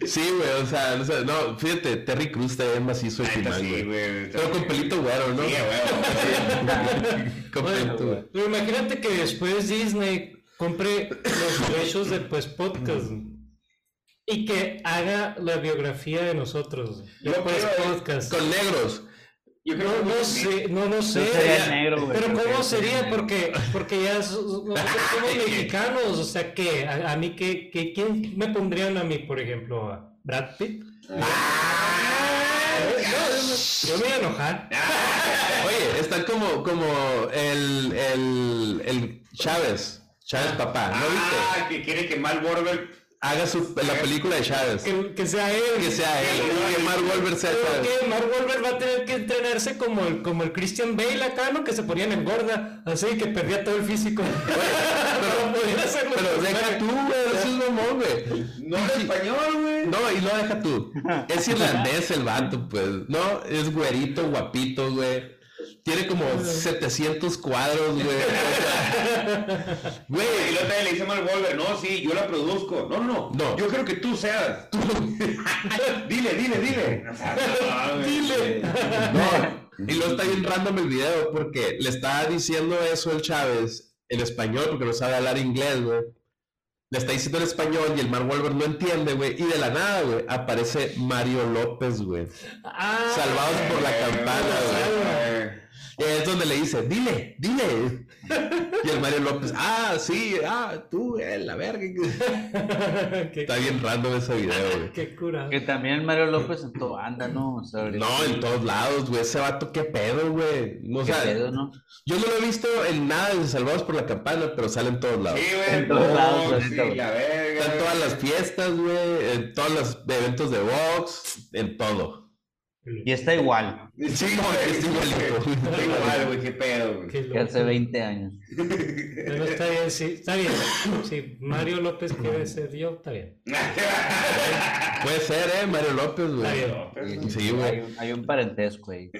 S5: Sí, güey, o sea, o sea, no, fíjate, Terry Cruz está bien macizo de
S6: Neta,
S5: He-Man,
S6: sí,
S5: güey.
S6: güey.
S5: Pero con pelito güero, ¿no?
S6: Sí, a huevo.
S5: Con pelito, güey.
S2: Pero imagínate que después Disney compre los derechos de pues podcast y que haga la biografía de nosotros. De
S6: Yo
S2: pues
S6: creo-
S2: podcast.
S5: Con negros.
S6: Yo
S2: No, no sé, no, no
S7: Tú
S2: sé.
S7: serías negro, güey.
S2: Pero
S7: creo
S2: cómo
S7: que
S2: sería
S7: negro.
S2: porque porque ya so- nosotros somos mexicanos, o sea que a, a mí que, que quién me pondrían a mí, por ejemplo, a Brad Pitt.
S5: ¡Ah!
S2: Yo-
S5: Eh,
S2: yo, yo me voy a enojar.
S6: Ah,
S5: Oye, está como, como el, el, el Chávez. Chávez papá, ¿no viste?
S6: Ah, que quiere que Mal Borber...
S5: Haga su, la película de Chávez.
S2: Que, que sea él.
S5: Que sea él, que Mark Wahlberg sea
S2: Pero
S5: Chávez.
S2: que Mark Wahlberg va a tener que entrenarse como el, como el Christian Bale acá, ¿no? Que se ponían en gorda, así que perdía todo el físico. Para poder hacerlo.
S5: Pero deja tú, güey, no seas mamón, güey.
S6: No habla español, güey.
S5: No, y no deja tú. Es irlandés el vato, pues. No, es güerito, guapito, güey. tiene como 700 cuadros, güey.
S6: Güey, y luego también le dice mal Wolver, no, sí, yo la produzco. No, no, no.
S5: No.
S6: Yo creo que tú seas. Tú. dile, dile, dile. O sea, no, güey.
S5: Dile. No, y luego está bien random el video porque le está diciendo eso el Chávez en español porque no sabe hablar inglés, güey. Le está diciendo en español y el Mark Wolver no entiende, güey. Y de la nada, güey, aparece Mario López, güey.
S2: Ah,
S5: Salvados por la campana, güey. Y es donde le dice, dile, dile. Y el Mario López, ah, sí, ah, tú, eh, la verga.
S2: qué,
S5: Está bien random ese video, güey.
S2: qué cura.
S7: Que también Mario López en tu banda, ¿no? O sea, ahorita-
S5: No, en todos lados, güey. Ese vato, qué pedo, güey. No, O
S7: qué
S5: sea,
S7: pedo, ¿no?
S5: yo no lo he visto en nada de Salvados por la Campana, pero sale en todos lados.
S6: Sí,
S7: En
S6: güey.
S7: todos
S6: no,
S7: lados,
S6: sí,
S7: ahorita, güey.
S6: la verga.
S5: Está en todas las fiestas, güey. En todos los eventos de box, en todo.
S7: Y está igual
S5: Sí, güey, es igualito.
S6: Está igual, güey, qué pedo, güey.
S2: Qué
S7: que
S2: loco.
S7: hace 20 años.
S2: Pero está bien, sí, está bien. Si Mario López quiere ser yo, está bien.
S5: Puede ser, eh, Mario López,
S2: Está bien.
S5: güey. Sí,
S7: Hay
S5: güey.
S7: un, hay un parentesco ahí.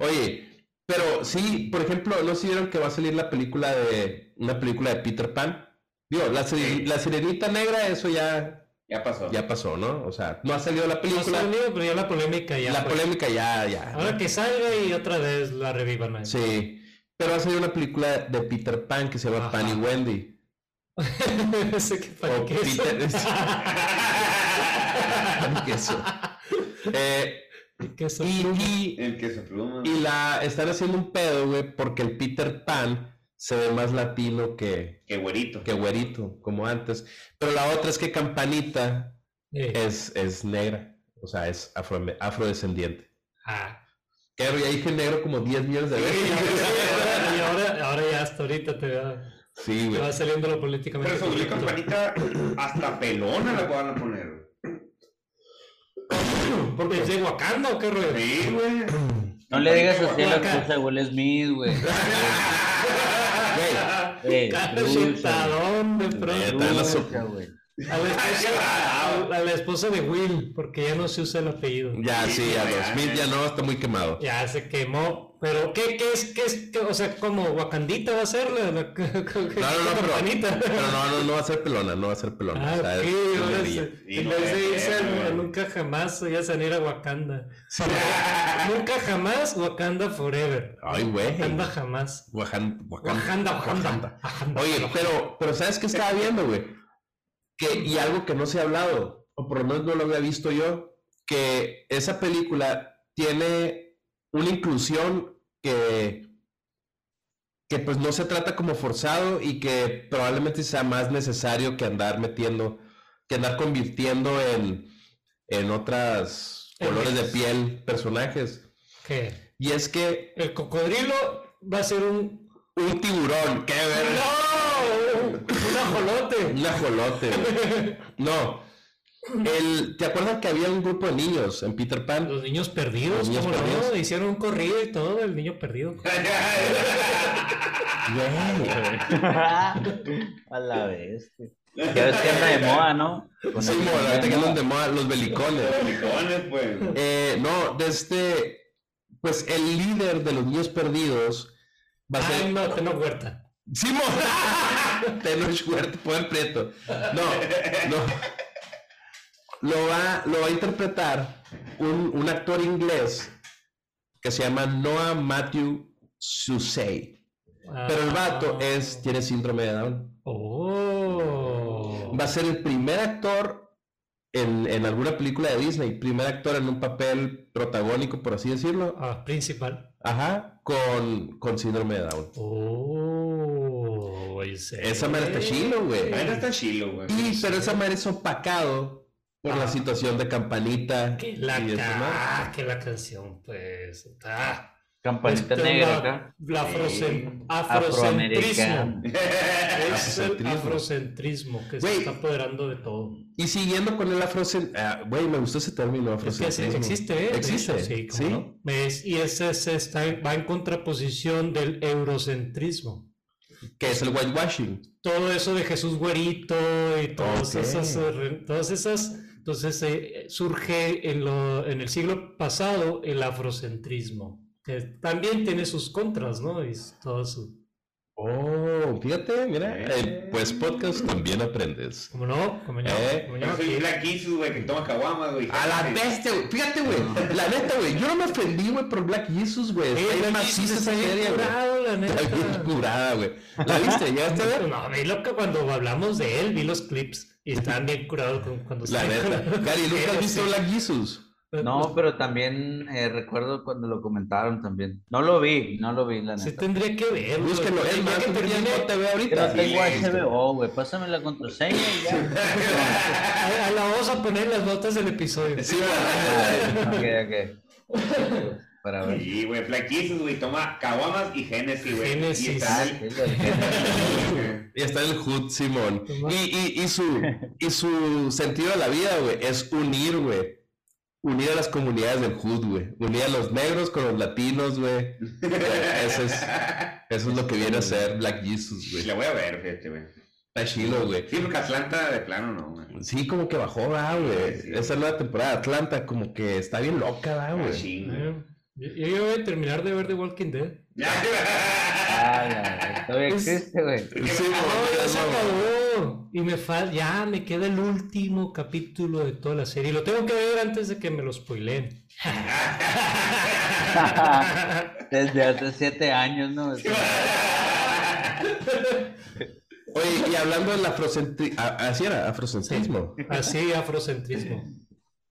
S5: Oye, pero sí, por ejemplo, ¿no se vieron que va a salir la película de una película de Peter Pan? Digo, la, sire- la sirenita negra, eso ya,
S6: ya pasó.
S5: ya pasó, ¿no? O sea, no ha salido la
S2: No
S5: película.
S2: salió, pero ya la polémica ya.
S5: la
S2: fue.
S5: polémica ya, ya.
S2: Ahora que salga y otra vez la revivan. ahí.
S5: Sí. Pero ha salido una película de Peter Pan que se llama
S2: Ajá.
S5: Pan y Wendy.
S2: no sé qué para
S5: O
S2: qué es.
S5: Peter- Pan y queso. Eh,
S2: ¿Qué es eso?
S5: y, y-
S6: El que se pluma.
S5: y la están haciendo un pedo, güey, porque el Peter Pan se ve más latino que,
S6: Qué güerito.
S5: que güerito, como antes. Pero la otra es que Campanita
S2: Eh,
S5: es, es negra. O sea, es afro, afrodescendiente.
S2: ah.
S5: Claro, ya dije negro como 10 millones de
S2: Y
S5: veces.
S2: ahora, y ahora- ahora ya hasta ahorita te va,
S5: Sí,
S2: te
S5: güey.
S2: va saliendo lo políticamente.
S6: Pero sobre
S2: correcto.
S6: campanita, hasta pelona la van a poner. güey.
S2: Porque es de Wakanda o qué rollo.
S6: Sí, güey.
S7: No le digas así a la
S2: Guaca.
S7: esposa de Will Smith, güey. Eh,
S2: Cachetadón de pronto.
S5: Neta, la so-
S7: Lucha, güey.
S2: A la, esposa, a la esposa de Will, porque ya no se usa el apellido.
S5: Ya, sí, a los mil ya no, está muy quemado.
S2: Ya se quemó. Pero, ¿qué, qué es? Qué es qué- o sea, como Wakandita va a ser la, la-
S5: No, no, no,
S2: campanita?
S5: pero, pero no, no, no va a ser pelona, no va a ser pelona.
S2: Ah,
S5: o sea, es-
S2: ok,
S5: es
S2: ahora
S5: negrilla.
S2: se-
S6: Sí,
S2: en
S6: no
S2: vez de
S6: es
S2: irse
S6: cierto,
S2: a- a
S6: güey.
S2: nunca jamás, ya se van a ir a Wakanda. nunca jamás, Wakanda forever.
S5: Ay, güey.
S2: Wakanda jamás.
S5: Wajan- Wakan-
S2: Wakanda, Wakanda. Wakanda.
S5: Oye, pero, pero ¿sabes qué estaba viendo, güey? Que, y algo que no se ha hablado, o por lo menos no lo había visto yo, que esa película tiene una inclusión que, que pues no se trata como forzado y que probablemente sea más necesario que andar metiendo, que andar convirtiendo en, en otras
S2: En
S5: colores de
S2: raza.
S5: piel personajes.
S2: ¿Qué?
S5: Y es que
S2: El cocodrilo va a ser un.
S5: un tiburón, qué verga.
S2: ¡No! Un ajolote.
S5: Un ajolote, güey. No. El, ¿Te acuerdas que había un grupo de niños en Peter Pan?
S2: Los niños perdidos,
S5: Los niños
S2: ¿cómo
S5: perdidos.
S2: no? Hicieron un corrido y todo, el niño perdido.
S7: a la bestia. Ya ves que anda de moda, ¿no? Con
S5: Sí,
S7: el-
S5: mo, ahorita que andan de moda los belicones.
S6: Pelicones, pues.
S5: Eh, no, desde. Pues el líder de los niños perdidos va a ser.
S2: Ay, no, tengo huerta.
S5: ¡Sí, mo! Tenoch Huerta, poder preto. No, no. Lo va, lo va a interpretar un, un actor inglés que se llama Noah Matthew Susay. Pero el vato
S2: Ah.
S5: es, tiene síndrome de Down.
S2: Oh.
S5: Va a ser el primer actor en, en alguna película de Disney, primer actor en un papel protagónico, por así decirlo.
S2: Ah, principal.
S5: Ajá, con, con síndrome de Down.
S2: Oh.
S5: Esa madre está chilo, güey.
S6: Ahí no está chilo, güey.
S5: Y, pero esa madre es opacado por
S2: Ah.
S5: la situación de Campanita.
S2: Que la,
S5: y de su madre.
S2: ca- ah, que la canción, pues. Ah.
S5: Este,
S7: Campanita
S2: Esto es
S7: negra
S2: la-
S7: acá.
S2: La afrocen-
S7: Afroamericana.
S2: afrocentrismo. Es el
S5: Afrocentrismo.
S2: afrocentrismo que
S5: Güey.
S2: se está apoderando de todo.
S5: Y siguiendo con el afrocen... ah, Güey, me gustó ese término,
S2: Es que sí,
S5: afrocentrismo.
S2: existe, ¿eh? De
S5: Existe,
S2: hecho, sí, cómo
S5: sí.
S2: no. Es- y ese se está en- va en contraposición del eurocentrismo.
S5: Que es el whitewashing.
S2: Todo eso de Jesús Güerito y todas
S5: Ok.
S2: esas, eh, re- todas esas, eh, entonces eh, surge en, lo, en el siglo pasado el afrocentrismo, que que también tiene sus contras, ¿no? Y todo su...
S5: Oh, fíjate, mira, eh, pues podcast también aprendes.
S2: Como no, como no,
S5: Eh,
S2: como
S6: Yo
S2: no.
S6: soy la Kisu, güey, que toma caguamas, güey.
S5: A la bestia, güey. Fíjate, güey. La neta, güey. Yo no me ofendí, güey, por Black Jesus, güey.
S2: Eh,
S5: Está bien
S2: Black
S5: maciza
S2: Jesus
S5: esa
S2: está bien
S5: serie, güey.
S2: curado, la neta.
S5: Está bien curada, güey. ¿La viste? ¿Ya está, güey?
S2: No, vi lo que cuando hablamos de él, vi los clips y estaban bien curados con- cuando
S5: La
S2: se-
S5: neta. Cari, ¿nunca has visto Black Jesus?
S7: No, pues, pero también eh, recuerdo cuando lo comentaron también. No lo vi, no lo vi, la
S2: Sí
S7: neta.
S2: tendría que ver. güey.
S5: Búsquenlo. Es
S2: Ya
S5: más,
S2: que
S5: tú tienes
S2: termine-
S5: no te ve
S7: Que no
S5: ahorita.
S7: tengo
S5: Sí,
S7: HBO, güey. Pásame la contraseña y ya.
S2: A, a la vamos a poner en las notas del episodio.
S5: Sí, güey.
S7: Ah, Ok, ok. Para ver.
S6: Sí, güey, flaquizus, güey, toma caguamas y Genesis, güey.
S2: Génesis.
S6: Y está
S7: Ah, sí,
S6: el...
S7: lo dije.
S5: Y está el Hood, Simón.
S2: Toma.
S5: Y, y, y, su, y su sentido de la vida, güey, es unir, güey. Unir a las comunidades del Hood, güey. Unir a los negros con los latinos, güey. Eso es, eso es lo que viene a ser Black Jesus, güey.
S6: La voy a ver, fíjate, güey.
S5: Está chilo, güey.
S6: Sí, porque Atlanta de plano no, güey.
S5: Sí, como que bajó, va, güey.
S6: Sí.
S5: Esa nueva temporada de Atlanta, como que está bien loca, va, Ah, güey.
S6: Machín, güey.
S2: Eh, Yo, yo voy a terminar de ver The Walking Dead.
S7: Ah, la- Todavía existe, güey.
S5: Sí, güey,
S2: No, ya
S5: ya
S2: se
S5: no, güey.
S2: acabó. Y me falta, ya me queda el último capítulo de toda la serie. Y lo tengo que ver antes de que me lo spoileen.
S7: Desde hace siete años, ¿no?
S5: Oye, y hablando del afrocentrismo, así era, afrocentrismo.
S2: Así, afrocentrismo.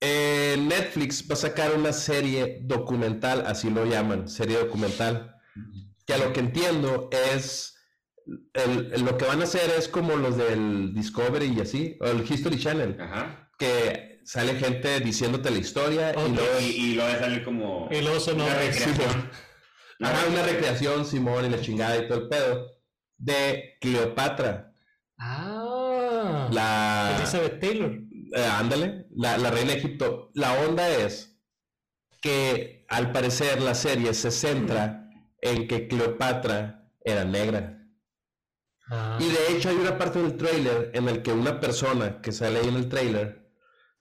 S5: Eh, Netflix va a sacar una serie documental, así lo llaman, serie documental, que a lo que entiendo es, el- el- lo que van a hacer es como los del Discovery y así, o el History Channel,
S6: Ajá.
S5: que sale gente diciéndote la historia
S2: Ok.
S5: y luego...
S6: Y, y lo va a salir como...
S2: El oso no.
S6: Una
S5: Sí,
S6: recreación.
S5: Simón. Ajá, una recreación, Simón, y la chingada y todo el pedo, de Cleopatra,
S2: Ah.
S5: la...
S2: Elizabeth Taylor.
S5: Eh, ándale, la, la reina de Egipto. La onda es que al parecer la serie se centra en que Cleopatra era negra.
S2: Ah.
S5: Y de hecho hay una parte del tráiler en el que una persona que sale ahí en el tráiler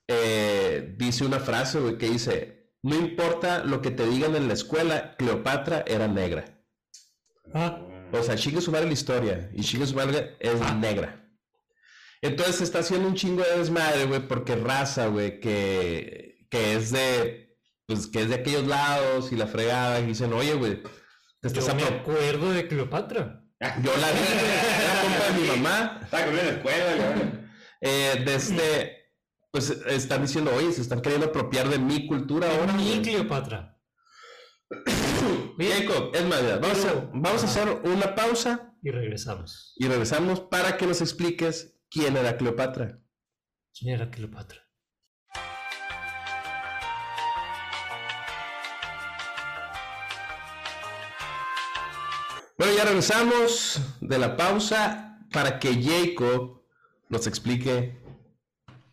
S5: eh, dice una frase güey, que dice, no importa lo que te digan en la escuela, Cleopatra era negra.
S2: Ah.
S5: O sea, chingue su madre la historia. Y chingue su madre es negra. Entonces se está haciendo un chingo de desmadre, güey, porque raza, güey, que, que es de. Pues que es de aquellos lados y la fregada. Y dicen, oye, güey, te estás
S2: Yo me
S5: apro-
S2: acuerdo de Cleopatra.
S5: Yo la vi, güey, era compa de mi mamá.
S6: Estaba conmigo en la escuela,
S5: Ah,
S6: güey.
S5: Eh, desde. Pues están diciendo, oye, se están queriendo apropiar de mi cultura ahora.
S2: Y
S5: güey".
S2: Cleopatra.
S5: Jacob, es más, mira, vamos, a,
S2: Pero-
S5: vamos a hacer una pausa
S2: Y regresamos.
S5: y regresamos para que nos expliques quién era Cleopatra.
S2: ¿Quién era Cleopatra?
S5: Bueno, ya regresamos de la pausa para que Jacob nos explique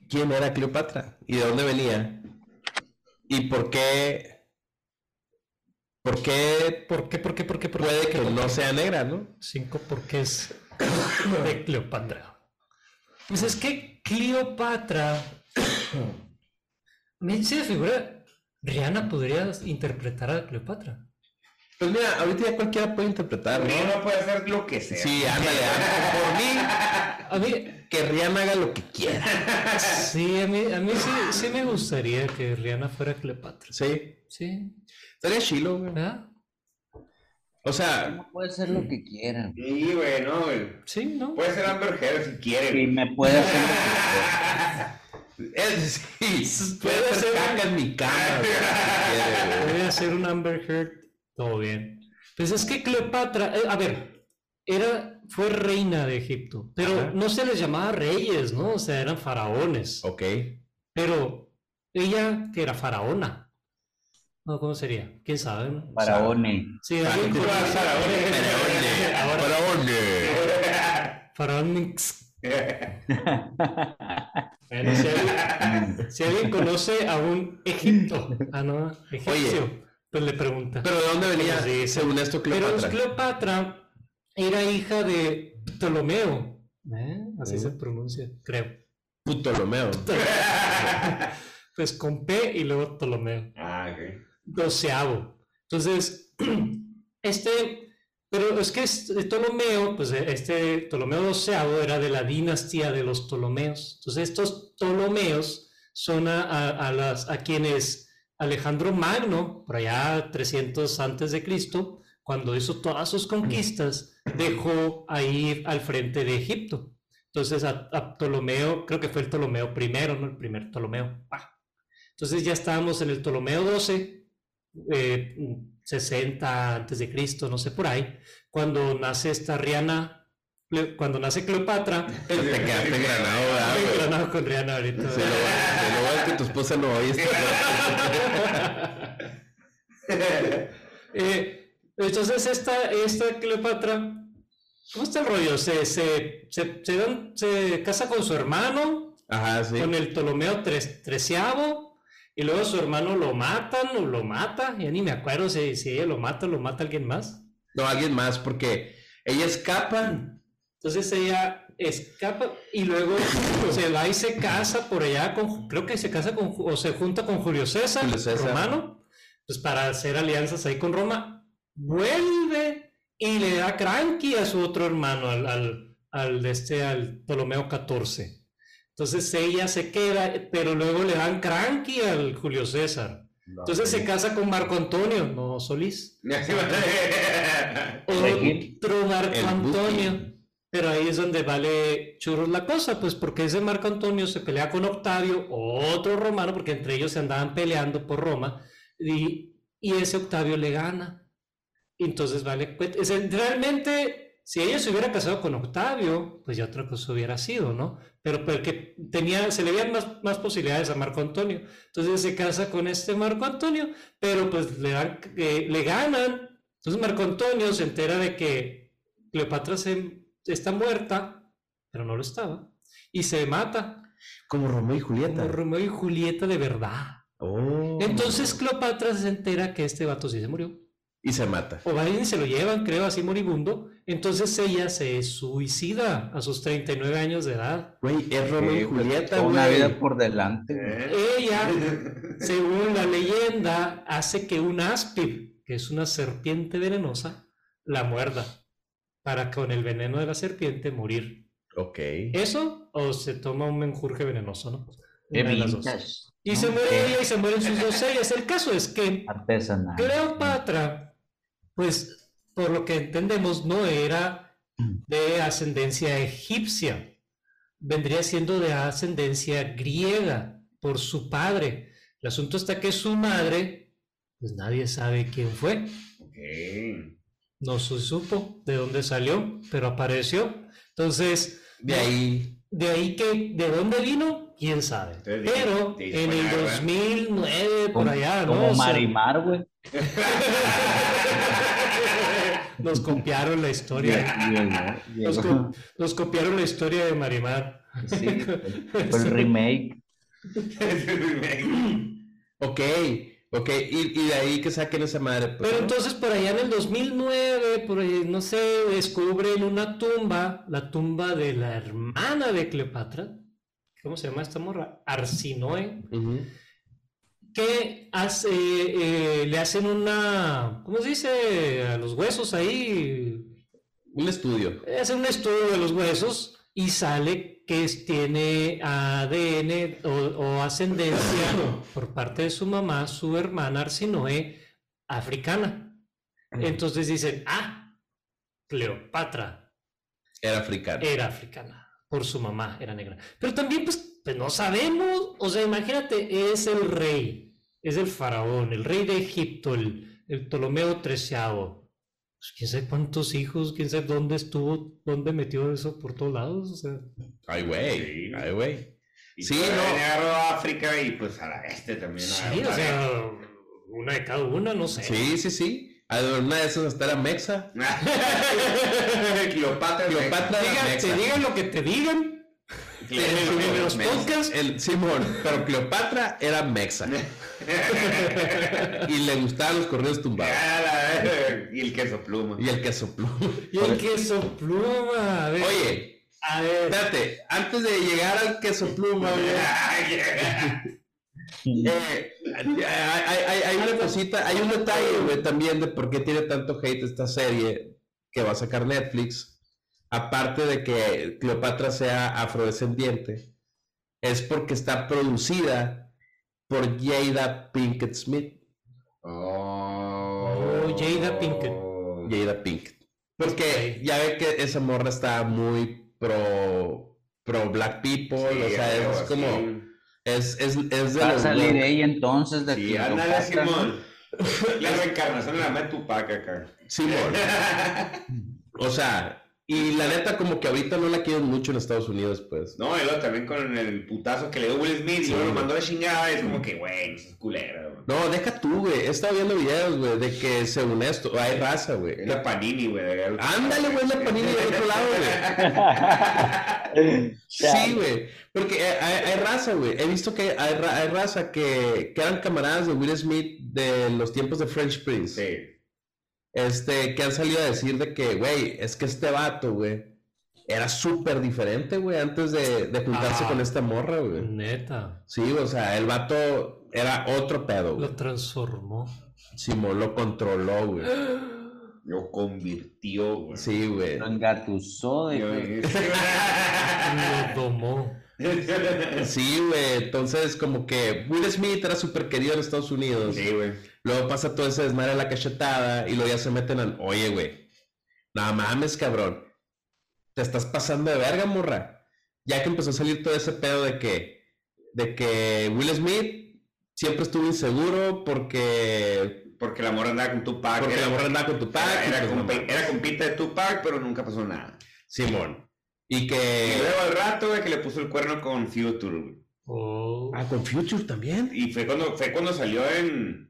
S5: quién era Cleopatra y de dónde venía y por qué, por qué
S2: ¿Por qué, por qué, por qué, por
S5: puede
S2: qué?
S5: que no sea negra, ¿no?
S2: Cinco porqués de Cleopatra. Pues es que Cleopatra. Me se me figura. Rihanna podría interpretar a Cleopatra.
S5: Pues mira, ahorita ya cualquiera puede interpretar, ¿no?
S6: Rihanna puede hacer lo que sea.
S5: Sí, ah. ándale, ándale,
S2: A mí,
S5: por mí, que Rihanna haga lo que quiera.
S2: sí, a mí, a mí sí, sí me gustaría que Rihanna fuera Cleopatra.
S5: Sí,
S2: Sí,
S5: estaría chilo, güey.
S2: ¿verdad?
S5: O sea,
S7: No puede ser lo que quiera. güey.
S6: Sí, güey, no, güey.
S2: Sí, ¿no?
S5: Pues,
S6: Puede ser Amber Heard si quiere,
S7: Y
S6: güey.
S7: me puede hacer lo que
S5: es, sí, puede hacer caca en mi cama, güey, si quiere, güey.
S2: Voy a hacer un Amber Heard. Todo bien. Pues es que Cleopatra, eh, a ver, era, fue reina de Egipto, pero
S5: Ajá.
S2: no se les llamaba reyes, ¿no? O sea, eran faraones.
S5: Ok.
S2: Pero ella, que era faraona. No, ¿cómo sería? ¿Quién sabe? no?
S7: para Oni.
S2: Sí, alguien con-
S5: Faraones.
S2: Ahora-
S5: Faraones.
S2: faraónix. Bueno, si alguien, si alguien conoce a un Egipto, ah, no, egipcio, pues le pregunta.
S5: Pero ¿de dónde venía,
S2: Pues sí, sí.
S5: según esto,
S2: Pero
S5: Cleopatra?
S2: Cleopatra era hija de Ptolomeo. ¿eh? Así
S5: Sí.
S2: se pronuncia, creo.
S5: Ptolomeo.
S2: Pues con P y luego Ptolomeo.
S6: Ah, ok.
S2: Doceavo. Entonces, este, pero es que este Ptolomeo, pues este Ptolomeo XII era de la dinastía de los Ptolomeos. Entonces estos Ptolomeos son a, a, a las, a quienes Alejandro Magno, por allá 300 antes de Cristo, cuando hizo todas sus conquistas, dejó a ir al frente de Egipto. Entonces a, a Ptolomeo, creo que fue el Ptolomeo primero, ¿no? El primer Ptolomeo. ¡Pah! Entonces ya estábamos en el Ptolomeo 12, eh, 60 antes de Cristo, no sé por ahí, cuando nace esta Rihanna, cuando nace Cleopatra.
S5: Te quedaste engranado,
S2: Estoy
S5: ¿verdad, Ah, güey?
S2: engranado con Rihanna ahorita.
S5: Se lo, se lo va a que tu esposa no oye este
S2: Eh, entonces esta, esta Cleopatra, ¿cómo está el rollo? Se, se, se, se dan- se casa con su hermano,
S5: Ajá, sí.
S2: con el Ptolomeo tres- treceavo, y luego su hermano lo matan o lo mata, ya ni me acuerdo si, si ella lo mata o lo mata alguien más.
S5: No, alguien más, porque ella escapa.
S2: Entonces ella escapa y luego se va y se casa por allá, con, creo que se casa con, o se junta con Julio César,
S5: Julio César.
S2: romano, pues para hacer alianzas ahí con Roma. Vuelve y le da cranky a su otro hermano, al, al, al de este, al Ptolomeo XIV. Entonces ella se queda, pero luego le dan cranky al Julio César. Entonces se casa con Marco Antonio, no Solís.
S7: Regil.
S2: Otro Marco
S5: El
S2: Antonio.
S5: Buki.
S2: Pero ahí es donde vale churros la cosa, pues porque ese Marco Antonio se pelea con Octavio, otro romano, porque entre ellos se andaban peleando por Roma, y, y ese Octavio le gana. Entonces vale, cuet- es el- realmente, si ella se hubiera casado con Octavio, pues ya otra cosa hubiera sido, ¿no? Pero porque tenía, se le veían más, más posibilidades a Marco Antonio. Entonces se casa con este Marco Antonio, pero pues le, dan, eh, le ganan. Entonces Marco Antonio se entera de que Cleopatra se, está muerta, pero no lo estaba, y se mata.
S5: Como Romeo y Julieta.
S2: Como Romeo y Julieta de verdad.
S5: Oh.
S2: Entonces Cleopatra se entera que este vato sí se murió.
S5: Y se mata.
S2: O va y se lo llevan, creo, así moribundo. Entonces ella se suicida a sus 39 años de edad.
S5: Güey, es Romeo y
S7: Sí, pues,
S5: Julieta,
S7: toda Una
S5: güey.
S7: vida por delante. güey.
S2: Ella Según la leyenda, hace que un áspid, que es una serpiente venenosa, la muerda para con el veneno de la serpiente morir.
S5: Ok.
S2: ¿Eso o se toma un menjurje venenoso, no?
S7: Qué
S2: Una de las dos.
S7: vintage.
S2: Y se
S7: ¿no?
S2: muere
S7: Qué
S2: ella y se mueren sus dos ellas. El caso es que
S7: Artesanal.
S2: Cleopatra, pues por lo que entendemos, no era de ascendencia egipcia, vendría siendo de ascendencia griega por su padre. El asunto está que su madre, pues nadie sabe quién fue, no se supo de dónde salió, pero apareció. Entonces,
S5: De ahí.
S2: de ahí que, ¿de dónde vino? ¿Quién sabe?
S6: Entonces, de-
S2: Pero
S6: de
S2: en el
S6: Hispanoamérica.
S2: 2009, por
S7: Como-
S2: allá, ¿no?
S7: Como
S2: O sea,
S7: Marimar, güey.
S2: Nos copiaron la historia.
S7: Llegó-
S2: Nos, co- nos copiaron la historia de Marimar.
S7: Sí, fue- fue el remake.
S5: Ok, ok. Y, y de ahí que saquen esa madre. pues,
S2: Pero
S5: ¿no?
S2: entonces por allá en el 2009, por ahí, no sé, descubren una tumba, la tumba de la hermana de Cleopatra. ¿Cómo se llama esta morra? Arsinoe.
S5: Ujú.
S2: que hace, eh, le hacen una, ¿cómo se dice? A los huesos ahí,
S5: Un estudio.
S2: le hacen un estudio de los huesos y sale que es- tiene ADN o, o ascendencia por parte de su mamá, su hermana Arsinoe, africana. Entonces dicen, ah, Cleopatra,
S5: Era africano.
S2: era africana, por su mamá era negra. Pero también, pues, pues, no sabemos, o sea, imagínate, es el rey, es el faraón, el rey de Egipto, el, el Ptolomeo XIII. Pues, quién sabe cuántos hijos, quién sabe dónde estuvo, dónde metió eso por todos lados, o sea.
S5: Ay, güey.
S6: Sí.
S5: Ay, güey. Sí,
S6: sí,
S5: no.
S6: no. agarró a África y pues a la este también. a-
S2: Sí,
S6: a-
S2: o sea, una de cada una, no sé.
S5: Sí, sí, sí. A una de esas hasta era mexa.
S6: Cleopatra.
S5: Cleopatra.
S2: Digan- te
S5: Mexa.
S2: digan lo que te digan, en los podcasts,
S5: El Simón, pero Cleopatra era mexa y le gustaban los corridos tumbados
S6: A la verga. Y el queso pluma.
S5: y el queso pluma.
S2: y el queso pluma, a ver,
S5: Oye,
S2: a ver,
S5: espérate, antes de llegar al queso pluma, güey,
S6: Ay,
S5: eh, Hay, hay- hay una cosita, hay un detalle, güey, también de por qué tiene tanto hate esta serie que va a sacar Netflix. Aparte de que Cleopatra sea afrodescendiente, es porque está producida por Jada Pinkett Smith.
S6: Oh,
S2: Oh, Jada Pinkett.
S5: Jada Pinkett. Porque ya ve que esa morra está muy pro, pro black people,
S6: Sí,
S5: o sea,
S6: algo
S5: es
S6: así.
S5: como, es, es, es de
S7: Va a
S5: los
S7: salir
S5: woke.
S7: ella entonces de
S6: Sí,
S7: aquí.
S6: ándale, Simón. La reencarnación de la madre Tupac acá.
S5: Simón. O sea, y la neta como que ahorita no la quieren mucho en Estados Unidos, pues.
S6: No, y luego también con el putazo que le dio Will Smith y
S5: Sí.
S6: luego lo mandó a la chingada. Es como que, güey, no seas culera, güey.
S5: No, deja tú, güey. He estado viendo videos, güey, de que según esto, hay raza, güey.
S6: Es la panini, güey. de-
S5: Ándale, güey, es la Panini del otro lado, Sí, güey. Porque eh, hay, hay raza, güey. He visto que hay, ra- hay raza que, que eran camaradas de Will Smith de los tiempos de French Prince.
S6: Sí.
S5: Este, que han salido a decir de que, güey, es que este vato, güey, era súper diferente, güey, antes de, de juntarse
S2: Ah.
S5: con esta morra, güey.
S2: Neta,
S5: Sí, o sea, el vato era otro pedo, güey.
S2: lo transformó.
S5: Simón lo controló, güey.
S6: Lo convirtió, güey.
S5: Sí, güey.
S7: Lo engatusó.
S6: Yo-
S7: dijo.
S2: Lo domó.
S5: Sí, güey. Entonces, como que Will Smith era súper querido en Estados Unidos.
S6: Sí, güey.
S5: Luego pasa todo ese desmadre de la cachetada y luego ya se meten al, oye, güey, no mames, cabrón. Te estás pasando de verga, morra. Ya que empezó a salir todo ese pedo de que, de que Will Smith siempre estuvo inseguro porque,
S6: Porque la morra andaba con Tupac.
S5: porque
S6: era-
S5: la morra andaba con tu
S6: Era,
S5: padre.
S6: era compi- era compita de Tupac, pero nunca pasó nada.
S5: Simón. Y
S6: Y
S5: que...
S6: luego al rato, güey, que le puso el cuerno con Future, güey.
S2: Oh,
S5: Ah, con Future también.
S6: Y fue cuando, fue cuando salió en,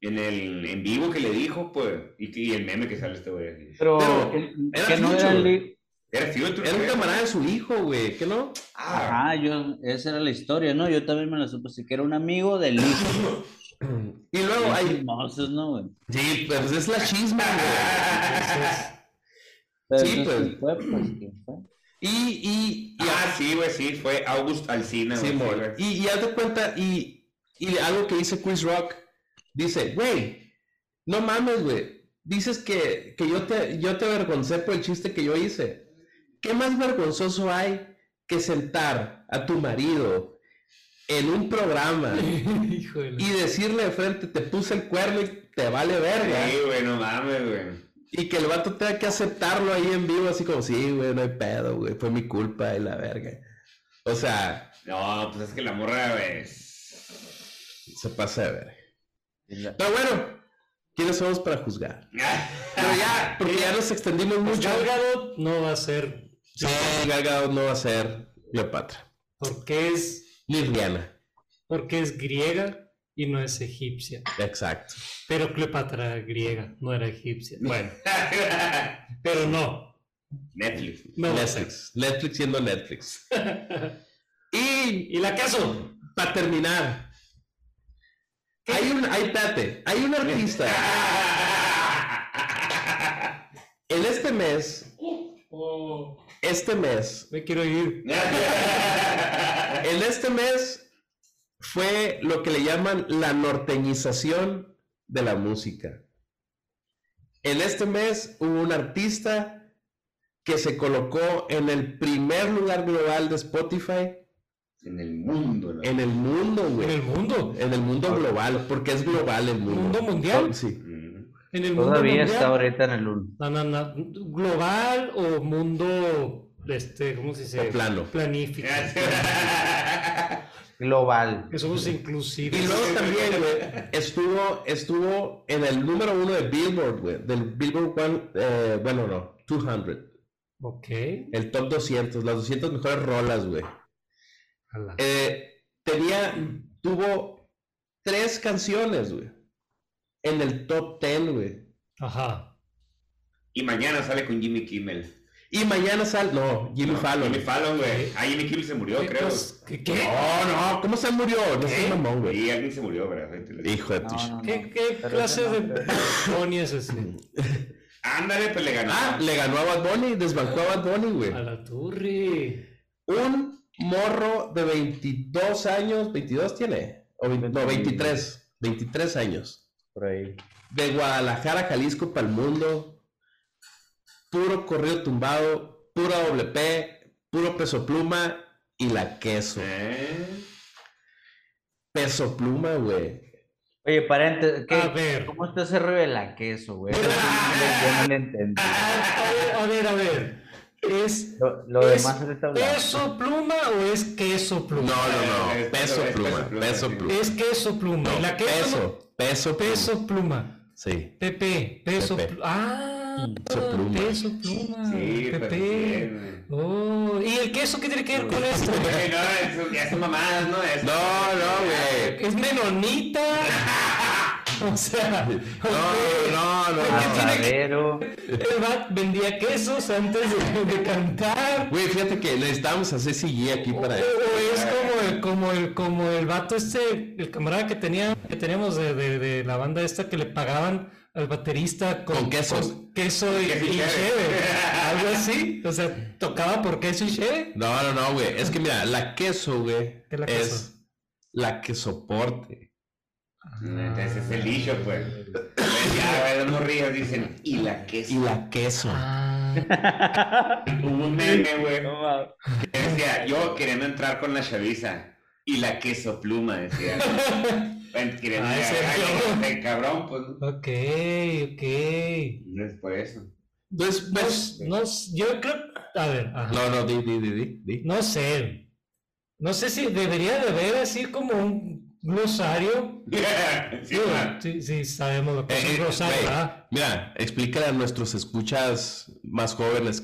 S6: en el en vivo que le dijo, pues, y, y el meme que sale este güey. así.
S7: Pero,
S5: Pero
S7: que-
S5: era
S7: que no
S5: Future.
S7: era el li-
S6: Era Future.
S5: Era un
S6: güey.
S5: camarada de su hijo, güey. ¿Qué no?
S6: Ah,
S7: Ajá, yo, esa era la historia, ¿no? Yo también me la supe, así que era un amigo del hijo.
S5: Y luego hay...
S7: Moses, ¿no, güey?
S5: Sí, pues es la chisma, güey.
S7: Pero
S5: Sí,
S7: entonces,
S5: pues.
S7: ¿quién fue? Pues, ¿quién fue?
S5: Y, y, y
S6: ah, sí, güey, sí, fue August Alcina, güey.
S5: Sí,
S6: sí,
S5: mo.
S6: güey.
S5: y, y haz de cuenta, y, y algo que dice Chris Rock, dice, güey, no mames, güey, dices que, que yo, te, yo te avergoncé por el chiste que yo hice. ¿Qué más vergonzoso hay que sentar a tu marido en un programa
S2: híjole.
S5: y decirle de frente, te puse el cuerno y te vale verga?
S6: Sí, güey, no mames, güey.
S5: Y que el vato tenga que aceptarlo ahí en vivo, así como, sí, güey, no hay pedo, güey, fue mi culpa y la verga. O sea,
S6: No, pues es que la morra, güey.
S5: se pasa de verga. Pero bueno, ¿quiénes somos para juzgar? Pero ya, porque ya nos extendimos mucho.
S2: Pues Gal Gadot no va a ser
S5: Sí, Gal Gadot no va a ser Cleopatra,
S2: porque es
S5: ni Rihanna.
S2: porque es griega y no es egipcia.
S5: Exacto.
S2: Pero Cleopatra era griega, no era egipcia. Bueno, pero no.
S6: Netflix.
S2: no va a ser.
S5: Netflix. Netflix siendo Netflix.
S2: y, y la caso.
S5: Para terminar, hay un, hay, espérate, hay un artista. En este mes,
S2: Oh,
S5: este mes,
S2: me quiero ir.
S5: en este mes fue lo que le llaman la norteñización de la música. En este mes hubo un artista que se colocó en el primer lugar global de Spotify
S6: en el mundo, la-
S5: en el mundo,
S2: En
S5: güey.
S2: el mundo.
S5: En el mundo global, porque es global el mundo.
S2: ¿Mundo mundial?
S5: Sí.
S6: Mm.
S2: En el
S7: Todavía
S2: mundo.
S7: está
S2: mundial.
S7: ahorita en el 1.
S2: No, no, no. Global o mundo este, ¿cómo se dice?
S5: O plano.
S2: Planífico.
S7: Global.
S2: que somos
S5: Y
S2: inclusivos.
S5: luego también, güey, estuvo, estuvo en el número uno de Billboard, güey. Del Billboard One, eh, bueno, no, 200.
S2: Ok.
S5: El top 200, las 200 mejores rolas, güey.
S2: ala.
S5: Eh, tenía, tuvo tres canciones, güey. En el top 10, güey.
S2: Ajá.
S6: Y mañana sale con Jimmy Kimmel.
S5: Y mañana sal, no, Jimmy
S6: No,
S5: Fallon.
S6: Jimmy Fallon, güey. Ah, Jimmy Kimmel se murió,
S2: ¿Qué
S6: creo.
S2: cos- ¿Qué? qué?
S5: No, no, ¿cómo se murió? No seas mamón, güey.
S6: Y alguien se murió, ¿verdad?
S5: Hijo de tu
S7: No, no, no.
S2: ¿Qué, qué
S7: Pero
S2: clase
S7: ese no,
S2: de
S7: pero-
S2: pony es
S5: Mm.
S2: ese?
S6: Ándale, pues le ganó.
S5: Ah, le ganó a Bad Bunny, desbancó a Bad Bunny,
S2: A
S5: güey.
S2: la turri.
S5: Un morro de 22 años, 22 tiene. o vein- no, 23, 23 años.
S7: Por ahí.
S5: De Guadalajara, Jalisco, para el mundo. Puro corrido tumbado, pura doble P, puro peso pluma y la queso.
S6: ¿Eh?
S5: Peso pluma, güey.
S7: Oye, paréntesis, ¿qué-
S2: A ver.
S7: ¿cómo está ese rollo del queso, güey? Eso sí no lo- Yo no lo entendí.
S2: Ah, a ver, a ver, a ver. ¿Es
S7: Lo, lo
S2: ¿Es
S7: demás ahorita hablamos.
S2: peso pluma o es queso
S5: No,
S2: pluma?
S5: no, no.
S6: Es
S5: Peso
S6: peso
S5: pluma,
S6: pluma,
S5: peso
S6: sí.
S5: pluma.
S2: Es queso pluma.
S5: No,
S2: La queso no-
S5: peso, peso, peso.
S2: peso pluma.
S5: Sí.
S2: Pepe, peso
S5: Pepe. Mm,
S2: pluma. Ah,
S5: Peso pluma.
S2: peso pluma.
S6: Sí, pero
S2: Pepe.
S6: bien,
S2: Oh, ¿y el queso qué tiene que ver con esto?
S6: güey. Güey, no, eso ya son mamadas, ¿no? Eso-
S5: No, no, güey.
S2: ¿Es menonita? O sea, ok.
S5: No, no, no. no.
S7: Asadero.
S2: el Bat vendía quesos antes de, de cantar.
S5: Güey, fíjate que necesitábamos hacer CG aquí
S2: O
S5: para
S2: es como el, como el, como el vato este, el camarada que tenía, que teníamos de, de, de la banda esta que le pagaban al baterista con,
S5: Con quesos.
S2: con queso y,
S6: Queso y
S2: y
S6: cheve.
S2: cheve. Algo así. O sea, tocaba por queso y cheve.
S5: No, no, no, güey. Es que mira, la queso, güey,
S2: ¿Qué es la
S5: es
S2: queso?
S5: la que soporte.
S6: Entonces es el dicho, pues. Ya, güey, los morrillos dicen, y la queso.
S5: Y la queso.
S2: Ah,
S6: Hubo un meme, güey. que Decía, yo queriendo entrar con la chaviza. Y la queso pluma, decía. Bueno, Queriendo
S2: Ah, ese
S6: llegar,
S2: yo.
S6: ay, este cabrón, pues.
S2: ok, ok.
S6: No es por eso.
S5: Entonces,
S2: No,
S6: Pues,
S5: ves-
S2: no, yo creo. A ver, ajá.
S5: No, no, di, di, di, di, di.
S2: No sé. No sé si debería de haber así como un glosario.
S6: Sí,
S2: Digo,
S6: ma.
S2: sí, sí, sabemos lo que es
S5: Eh, eh,
S2: un glosario,
S5: güey,
S2: ¿verdad?
S5: Mira, explícale a nuestros escuchas más jóvenes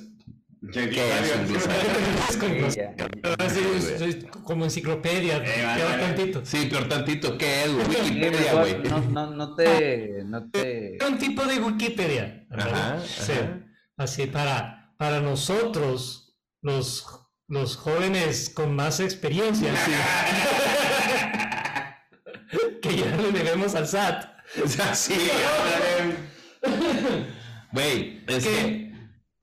S6: Che,
S5: qué es un glosario.
S2: Es con
S7: Sí,
S2: glosario,
S7: ya.
S2: así, es- es como enciclopedia,
S6: Eh, va,
S2: queda
S6: dale.
S2: tantito.
S5: Sí, peor tantito, ¿qué es, güey?
S7: Sí,
S5: Wikipedia,
S7: mejor
S5: güey.
S7: no, no, no te. No te...
S2: Era un tipo de Wikipedia, ¿verdad?
S5: Ajá,
S2: Sí.
S5: ajá.
S2: Así para, para nosotros, los, los jóvenes con más experiencia, que ya le debemos al SAT.
S5: Así, güey. Es que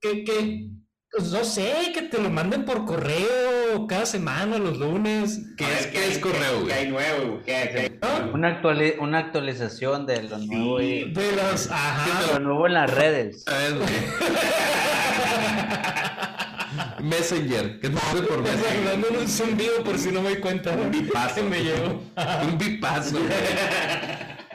S2: que, que, que, pues, no sé, que te lo manden por correo cada semana, los lunes.
S5: ¿Qué
S6: A ver,
S5: es, qué es correo,
S6: ¿Qué hay
S5: güey?
S6: nuevo? güey? ¿Qué qué hay?
S7: Una, actuali- una actualización de lo nuevo, y-
S2: De los,
S7: de lo
S2: ajá,
S7: nuevo en las redes.
S5: A ver, güey. Messenger, ¿qué te hace por
S2: o sea,
S5: Messenger?
S2: mandando un zumbido por si no me doy cuenta.
S5: bipaso.
S2: Que me llegó.
S5: Un bipazo, güey.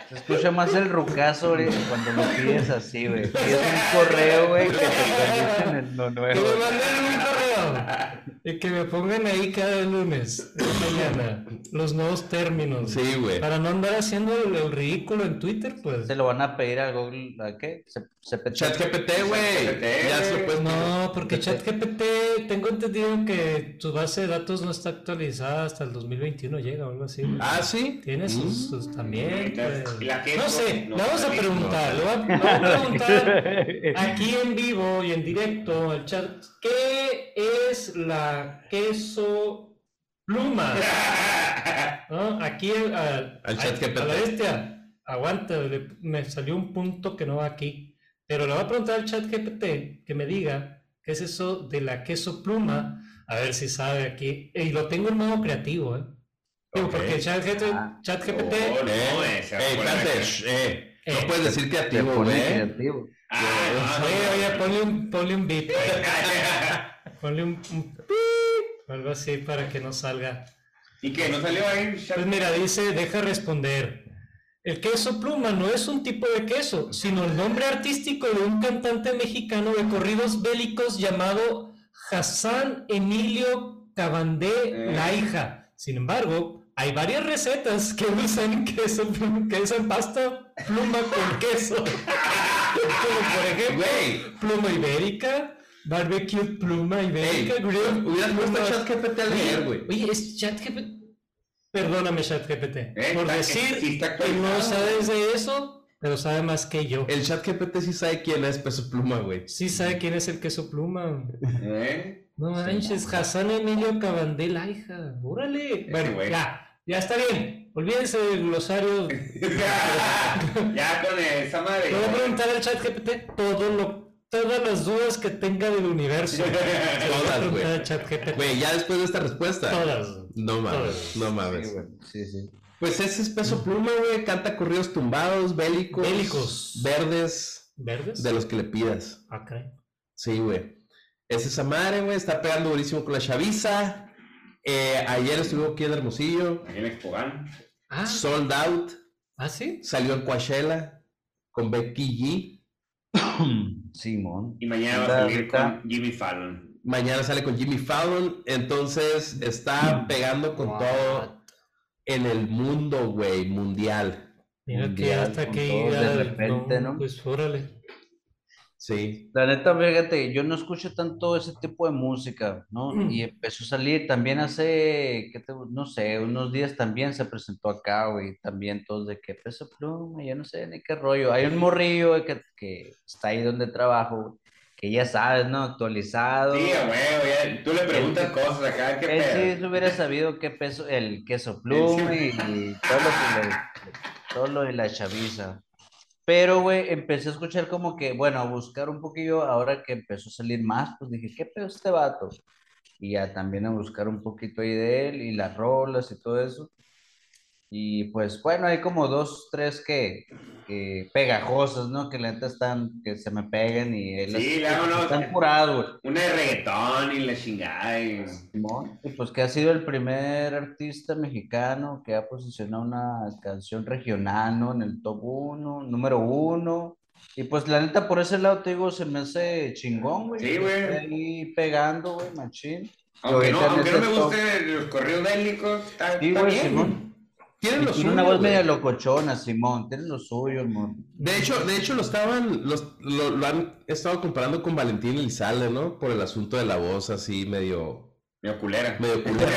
S7: Se escucha más el rucazo güey, cuando lo pides así, güey. Es un correo, güey, que te permiten el lo
S2: Que
S7: nuevo.
S2: me manden un correo. Y que me pongan ahí cada lunes, de mañana, los nuevos términos.
S5: Sí, güey.
S2: Para no andar haciendo el, el ridículo en Twitter, pues.
S7: Se lo van a pedir a Google, ¿a qué? Se, se pete-
S5: Chat GPT, güey.
S6: ChatGPT,
S5: Ya se lo
S6: güey.
S2: pues
S5: puedes
S2: No, porque ChatGPT, tengo entendido que su base de datos no está actualizada hasta el 2021 llega o algo así. güey.
S5: Ah, sí.
S2: Tiene sus, sus también.
S6: Entonces,
S2: pues.
S6: la que
S2: No
S6: es-
S2: sé,
S6: no,
S2: le vamos a
S6: la que-
S2: preguntar, le voy a, le voy a preguntar aquí en vivo y en directo al chat, ¿qué es la queso pluma? ¿No? Aquí al,
S5: Al chat GPT.
S2: a la bestia, aguanta, le- me salió un punto que no va aquí, pero le voy a preguntar al chat GPT que me diga qué es eso de la queso pluma, a ver si sabe aquí, y lo tengo en modo creativo, ¿eh? Digo,
S5: Ok.
S2: porque el chat,
S7: Ah.
S2: GPT
S6: Oh, no,
S5: Eh,
S6: güey, se va
S5: Ey,
S6: a poner-
S5: espérate. sh, eh.
S2: Eh.
S5: No puedes decir
S7: te
S5: creativo,
S7: pone
S5: güey.
S7: creativo.
S6: Ah, no,
S2: Oye, oye, pues, ponle un, ponle un beat. Ponle un, un beep, o algo así para que no salga.
S6: ¿Y qué? ¿No salió ahí? Chat-
S2: Pues mira, dice, deja responder. El queso pluma no es un tipo de queso, sino el nombre artístico de un cantante mexicano de corridos bélicos llamado Hassan Emilio Cabandé
S6: Eh.
S2: Laija. Sin embargo, hay varias recetas que usan queso pluma, que usan pasta pluma con queso. Como
S6: Ah,
S2: por ejemplo,
S5: Güey.
S2: pluma ibérica, barbecue pluma ibérica,
S5: Ey,
S2: grill
S5: Hubieras puesto
S2: pluma-
S5: ChatGPT al leer, güey.
S2: Oye, es ChatGPT. Perdóname, ChatGPT.
S6: Eh,
S2: por
S6: está-
S2: decir
S6: sí está
S2: que no
S6: actualizado.
S2: sabes de eso, pero sabe más que yo.
S5: El ChatGPT sí sabe quién es Peso Pluma, güey.
S2: Sí sabe quién es el queso pluma.
S6: ¿Eh?
S2: No manches, Hassan Emilio Cabandel, ay, hija. Órale. Bueno,
S6: güey.
S2: ya, ya está bien. Olvídense del glosario. Le
S6: ya con esa madre.
S2: voy a preguntar al ChatGPT todo lo, todas las dudas que tenga del universo. Le voy a
S5: Todas,
S2: preguntar
S5: güey.
S2: al ChatGPT.
S5: Güey, ya después de esta respuesta.
S2: Todas.
S5: No mames, no mames.
S7: Sí, sí.
S5: Pues ese es peso pluma, güey. Canta corridos tumbados, bélicos.
S2: Bélicos.
S5: Verdes,
S2: ¿Verdes?
S5: de los que le pidas.
S2: Ah, caray.
S5: Sí, güey. Es esa madre, güey. Está pegando durísimo con la chaviza. Eh, ayer estuvo aquí en Hermosillo.
S6: Aquí en Expogan.
S2: Ah,
S5: Sold out.
S2: ¿ah, sí?
S5: Salió en Coachella con Becky G.
S7: Simón.
S6: Y mañana va a salir con Jimmy Fallon.
S5: Mañana sale con Jimmy Fallon. Entonces está pegando con
S2: What?
S5: todo en el mundo, güey. Mundial.
S2: Mira que
S7: Mundial
S2: hasta
S7: con
S2: que
S7: todo
S2: ya-
S7: de repente, ¿no?
S2: Pues órale.
S5: Sí.
S7: La neta, fíjate, yo no escucho tanto ese tipo de música, ¿no? Y empezó a salir también hace, ¿qué te- no sé, unos días también se presentó acá, güey, también todos de que peso pluma, yo no sé ni qué rollo. Hay un morrillo güey, que, que está ahí donde trabajo, que ya sabes, ¿no? Actualizado.
S6: Sí, a huevo, ya. Tú le preguntas cosas acá, qué
S7: Él sí
S6: pedo.
S7: se hubiera sabido qué peso, el queso pluma y, y todo lo que le- todo lo de la chaviza. Pero, güey, empecé a escuchar como que, bueno, a buscar un poquillo, ahora que empezó a salir más, pues dije, ¿qué pedo este vato? Y ya también a buscar un poquito ahí de él y las rolas y todo eso. Y pues, bueno, hay como dos, tres que, que pegajosas, ¿no? Que la neta están, que se me pegan y él
S6: Sí,
S7: las-
S6: luego, no,
S7: están
S6: se-
S7: curadas, güey.
S6: Una de reggaetón y la chingada. y-
S7: Simón, y pues que ha sido el primer artista mexicano que ha posicionado una canción regional, ¿no? En el top uno, número uno. Y pues la neta, por ese lado te digo, se me hace chingón, güey.
S6: Sí,
S7: que
S6: güey.
S7: esté Ahí pegando, güey, machín.
S6: Aunque
S7: Y
S6: no,
S7: ahorita en
S6: aunque no
S7: ese
S6: me
S7: top-
S6: gusten los corridos bélicos, está,
S7: Sí,
S6: está
S7: güey,
S6: bien.
S7: Simón.
S5: Tienen
S7: Y
S5: los
S7: tiene una voz media locochona, Simón. Tiene lo suyo, amor.
S5: De hecho, de hecho lo estaban, los- lo, lo han estado comparando con Valentín Elizalde, ¿no? Por el asunto de la voz así medio,
S6: Mi culera.
S5: medio culera.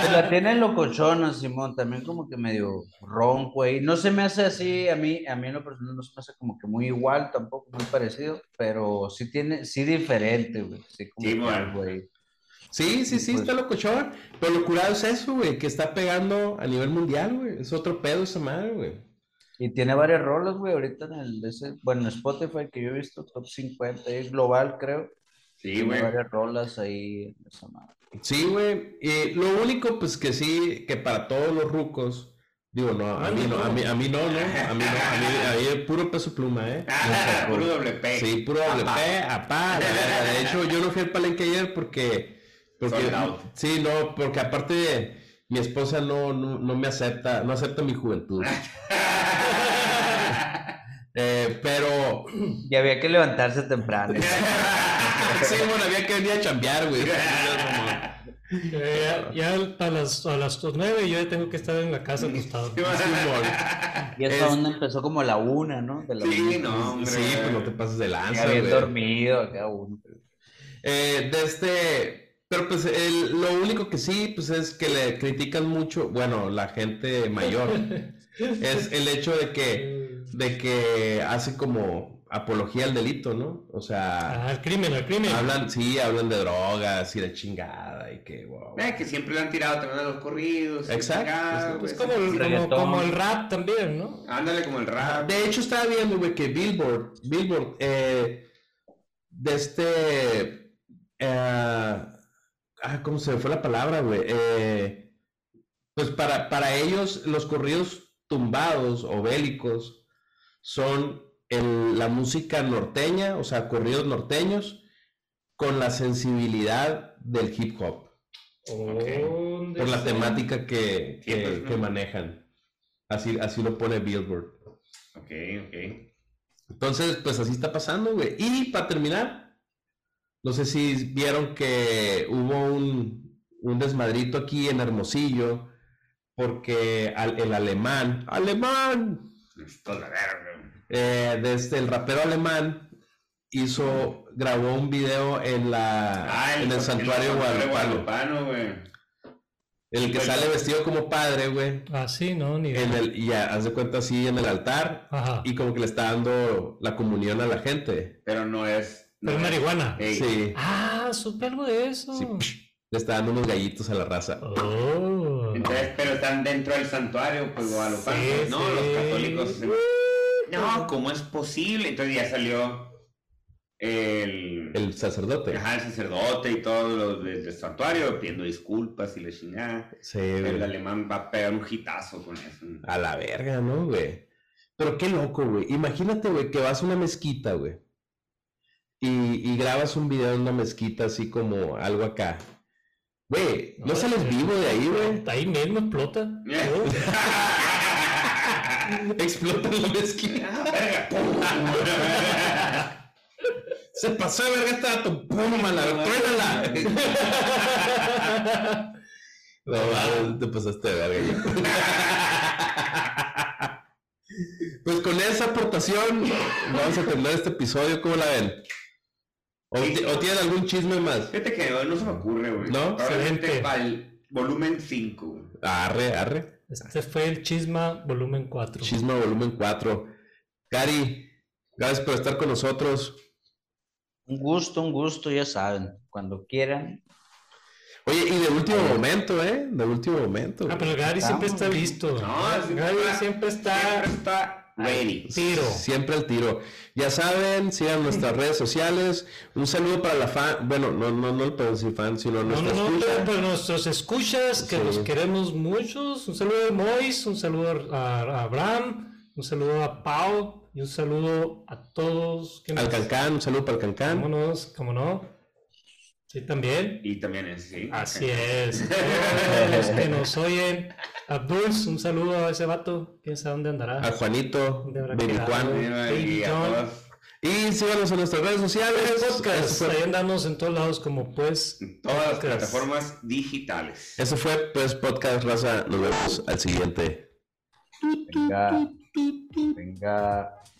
S7: Pues La tiene locochona, Simón, también como que medio ronco ahí. No se me hace así, a mí, a mí en lo personal no se me hace como que muy igual, tampoco muy parecido, pero sí tiene, sí diferente, güey. Sí, como
S6: Sí,
S7: que
S6: bueno.
S7: algo ahí.
S5: Sí, sí, sí,
S7: Pues-
S5: está locochón. Pero lo curado es eso, güey, que está pegando a nivel mundial, güey. Es otro pedo esa madre, güey.
S7: Y tiene varias rolas, güey, ahorita en el, ese, bueno, en Spotify que yo he visto, top 50, es global, creo.
S6: Sí,
S7: Tiene
S6: güey.
S7: varias rolas ahí, esa madre.
S5: Sí, güey. Y lo único, pues que sí, que para todos los rucos, digo, no, a mí no, a mí, a mí no, no, a mí no, a mí, a mí es puro peso pluma, ¿eh?
S6: Ah, puro doble P.
S5: Sí, puro WP, apá, la verga. De hecho, yo no fui al palenque ayer porque. porque
S6: Sold out.
S5: sí, no, porque aparte mi esposa no, no, no me acepta, no acepta mi juventud.
S6: Ah.
S5: Eh, pero.
S7: Y había que levantarse temprano.
S5: sí, bueno, había que venir a chambear, güey.
S2: Eh, ya ya a las, a las 9 yo ya tengo que estar en la casa acostado.
S7: Y esa onda empezó como a la una, ¿no? De la
S6: Sí,
S7: una.
S6: no, hombre.
S5: Sí, pues no te pases de
S7: Ya
S5: lanza,
S7: bien
S5: güey.
S7: dormido acá uno.
S5: Eh, de este. Pero pues el- lo único que sí, pues es que le critican mucho, bueno, la gente mayor, es el hecho de que de que hace como apología al delito, ¿no? O sea,
S2: Ah, el crimen, el crimen.
S5: hablan, sí, hablan de drogas y de chingada y que, wow.
S6: Eh, que siempre le han tirado también a los corridos. y
S5: Exacto.
S6: chingada,
S2: Es
S6: güey.
S2: como, el- como,
S7: reggaetón.
S2: como el rap también, ¿no?
S6: Ándale como el rap.
S5: De hecho, estaba viendo, güey, que Billboard, Billboard, eh, de este, eh, ah, ¿cómo se me fue la palabra, güey? Eh, pues para, para ellos, los corridos tumbados o bélicos son el- la música norteña, o sea, corridos norteños, con la sensibilidad del hip hop,
S2: ¿Dónde
S5: por la
S2: se-
S5: temática que,
S6: Sí, pues,
S5: que,
S6: ¿no?
S5: que manejan. Así, así lo pone Billboard.
S6: Ok, ok.
S5: Entonces, pues así está pasando, güey. Y para terminar, no sé si vieron que hubo un, un desmadrito aquí en Hermosillo, porque al- el alemán, alemán,
S6: Esto es la verga.
S5: eh, desde el rapero alemán, hizo, grabó un video en la,
S6: Ah,
S5: en el santuario guadalupano,
S6: guadalupano, güey.
S5: en el que
S6: Pues-
S5: sale vestido como padre, güey.
S2: Ah, sí, no, ni idea.
S5: En el, y ya, haz de cuenta así en el altar,
S2: Ajá.
S5: y como que le está dando la comunión a la gente.
S6: Pero no es. No
S2: Pero es marihuana.
S6: Ey,
S5: Sí.
S2: Ah, supe algo de eso.
S5: eh. Sí, pues, psh, le está dando unos gallitos a la raza.
S2: Oh.
S6: Entonces, pero están dentro del santuario, pues guadalupano.
S2: Sí,
S6: no,
S2: sí. Uh,
S6: los católicos. No, ¿cómo es posible? Entonces ya salió el,
S5: El sacerdote.
S6: ajá, el sacerdote y todos los del, del santuario pidiendo disculpas y la chingada.
S5: Sí,
S6: El
S5: güey.
S6: alemán va a pegar un hitazo con eso.
S5: A la verga, ¿no, güey? Pero qué loco, güey. Imagínate, güey, que vas a una mezquita, güey. Y, y grabas un video en una mezquita así como algo acá. Güey, no
S2: No,
S5: sales
S2: sí.
S5: vivo de ahí, güey.
S2: Ahí mismo explota. Uh, ¿no?
S5: Explota la mezquita.
S6: Verga, pum.
S5: Se pasó de verga este esta tu puma, la truénala. No, mames, te pasaste de verga. Pues con esa aportación vamos a terminar este episodio, ¿cómo la ven? ¿O, ti- o tienen algún chisme más?
S6: Fíjate que no, no se me ocurre, güey.
S5: No,
S6: Probablemente
S2: excelente.
S6: para el volumen 5.
S5: Arre, arre.
S2: Este fue el Chisma Volumen 4.
S5: Chisme volumen 4. Cari, gracias por estar con nosotros.
S7: Un gusto, un gusto, ya saben, cuando quieran.
S5: Oye, y de último momento, ¿eh? De último momento.
S2: Ah, pero el Gary siempre está listo.
S6: No,
S2: El
S6: siempre
S2: Gary
S6: está-
S2: siempre está
S6: Siempre está ready.
S2: tiro.
S5: Siempre al tiro. Ya saben, sigan nuestras redes sociales. Un saludo para la fan. Bueno, no, no, no le puedo decir fan, sino
S2: No, no,
S5: nuestra
S2: no,
S5: escucha.
S2: pero, pero nuestros escuchas, que
S5: Sí.
S2: los queremos muchos. Un saludo a Mois, un saludo a, a Abraham, un saludo a Pau y un saludo a todos. ¿Quién
S5: Al
S2: más?
S5: Cancán, un saludo para el Cancán.
S2: Vámonos, cómo no. Sí, también.
S6: Y también es sí.
S2: Así es. Todos los que nos oyen. Abdulz, un saludo a ese vato. Quién sabe dónde andará.
S5: A Juanito,
S2: De verdad
S5: Baby
S2: que
S5: Juan.
S2: amo.
S6: Y a
S2: John.
S6: todas-
S5: Y síganos en nuestras redes sociales.
S2: Pues, podcast.
S5: Eso fue,
S2: Ahí andamos en todos lados como pues.
S6: todas las
S2: Podcast.
S6: plataformas digitales.
S5: eso fue, pues, Podcast Raza. Nos vemos al siguiente.
S7: Venga, venga.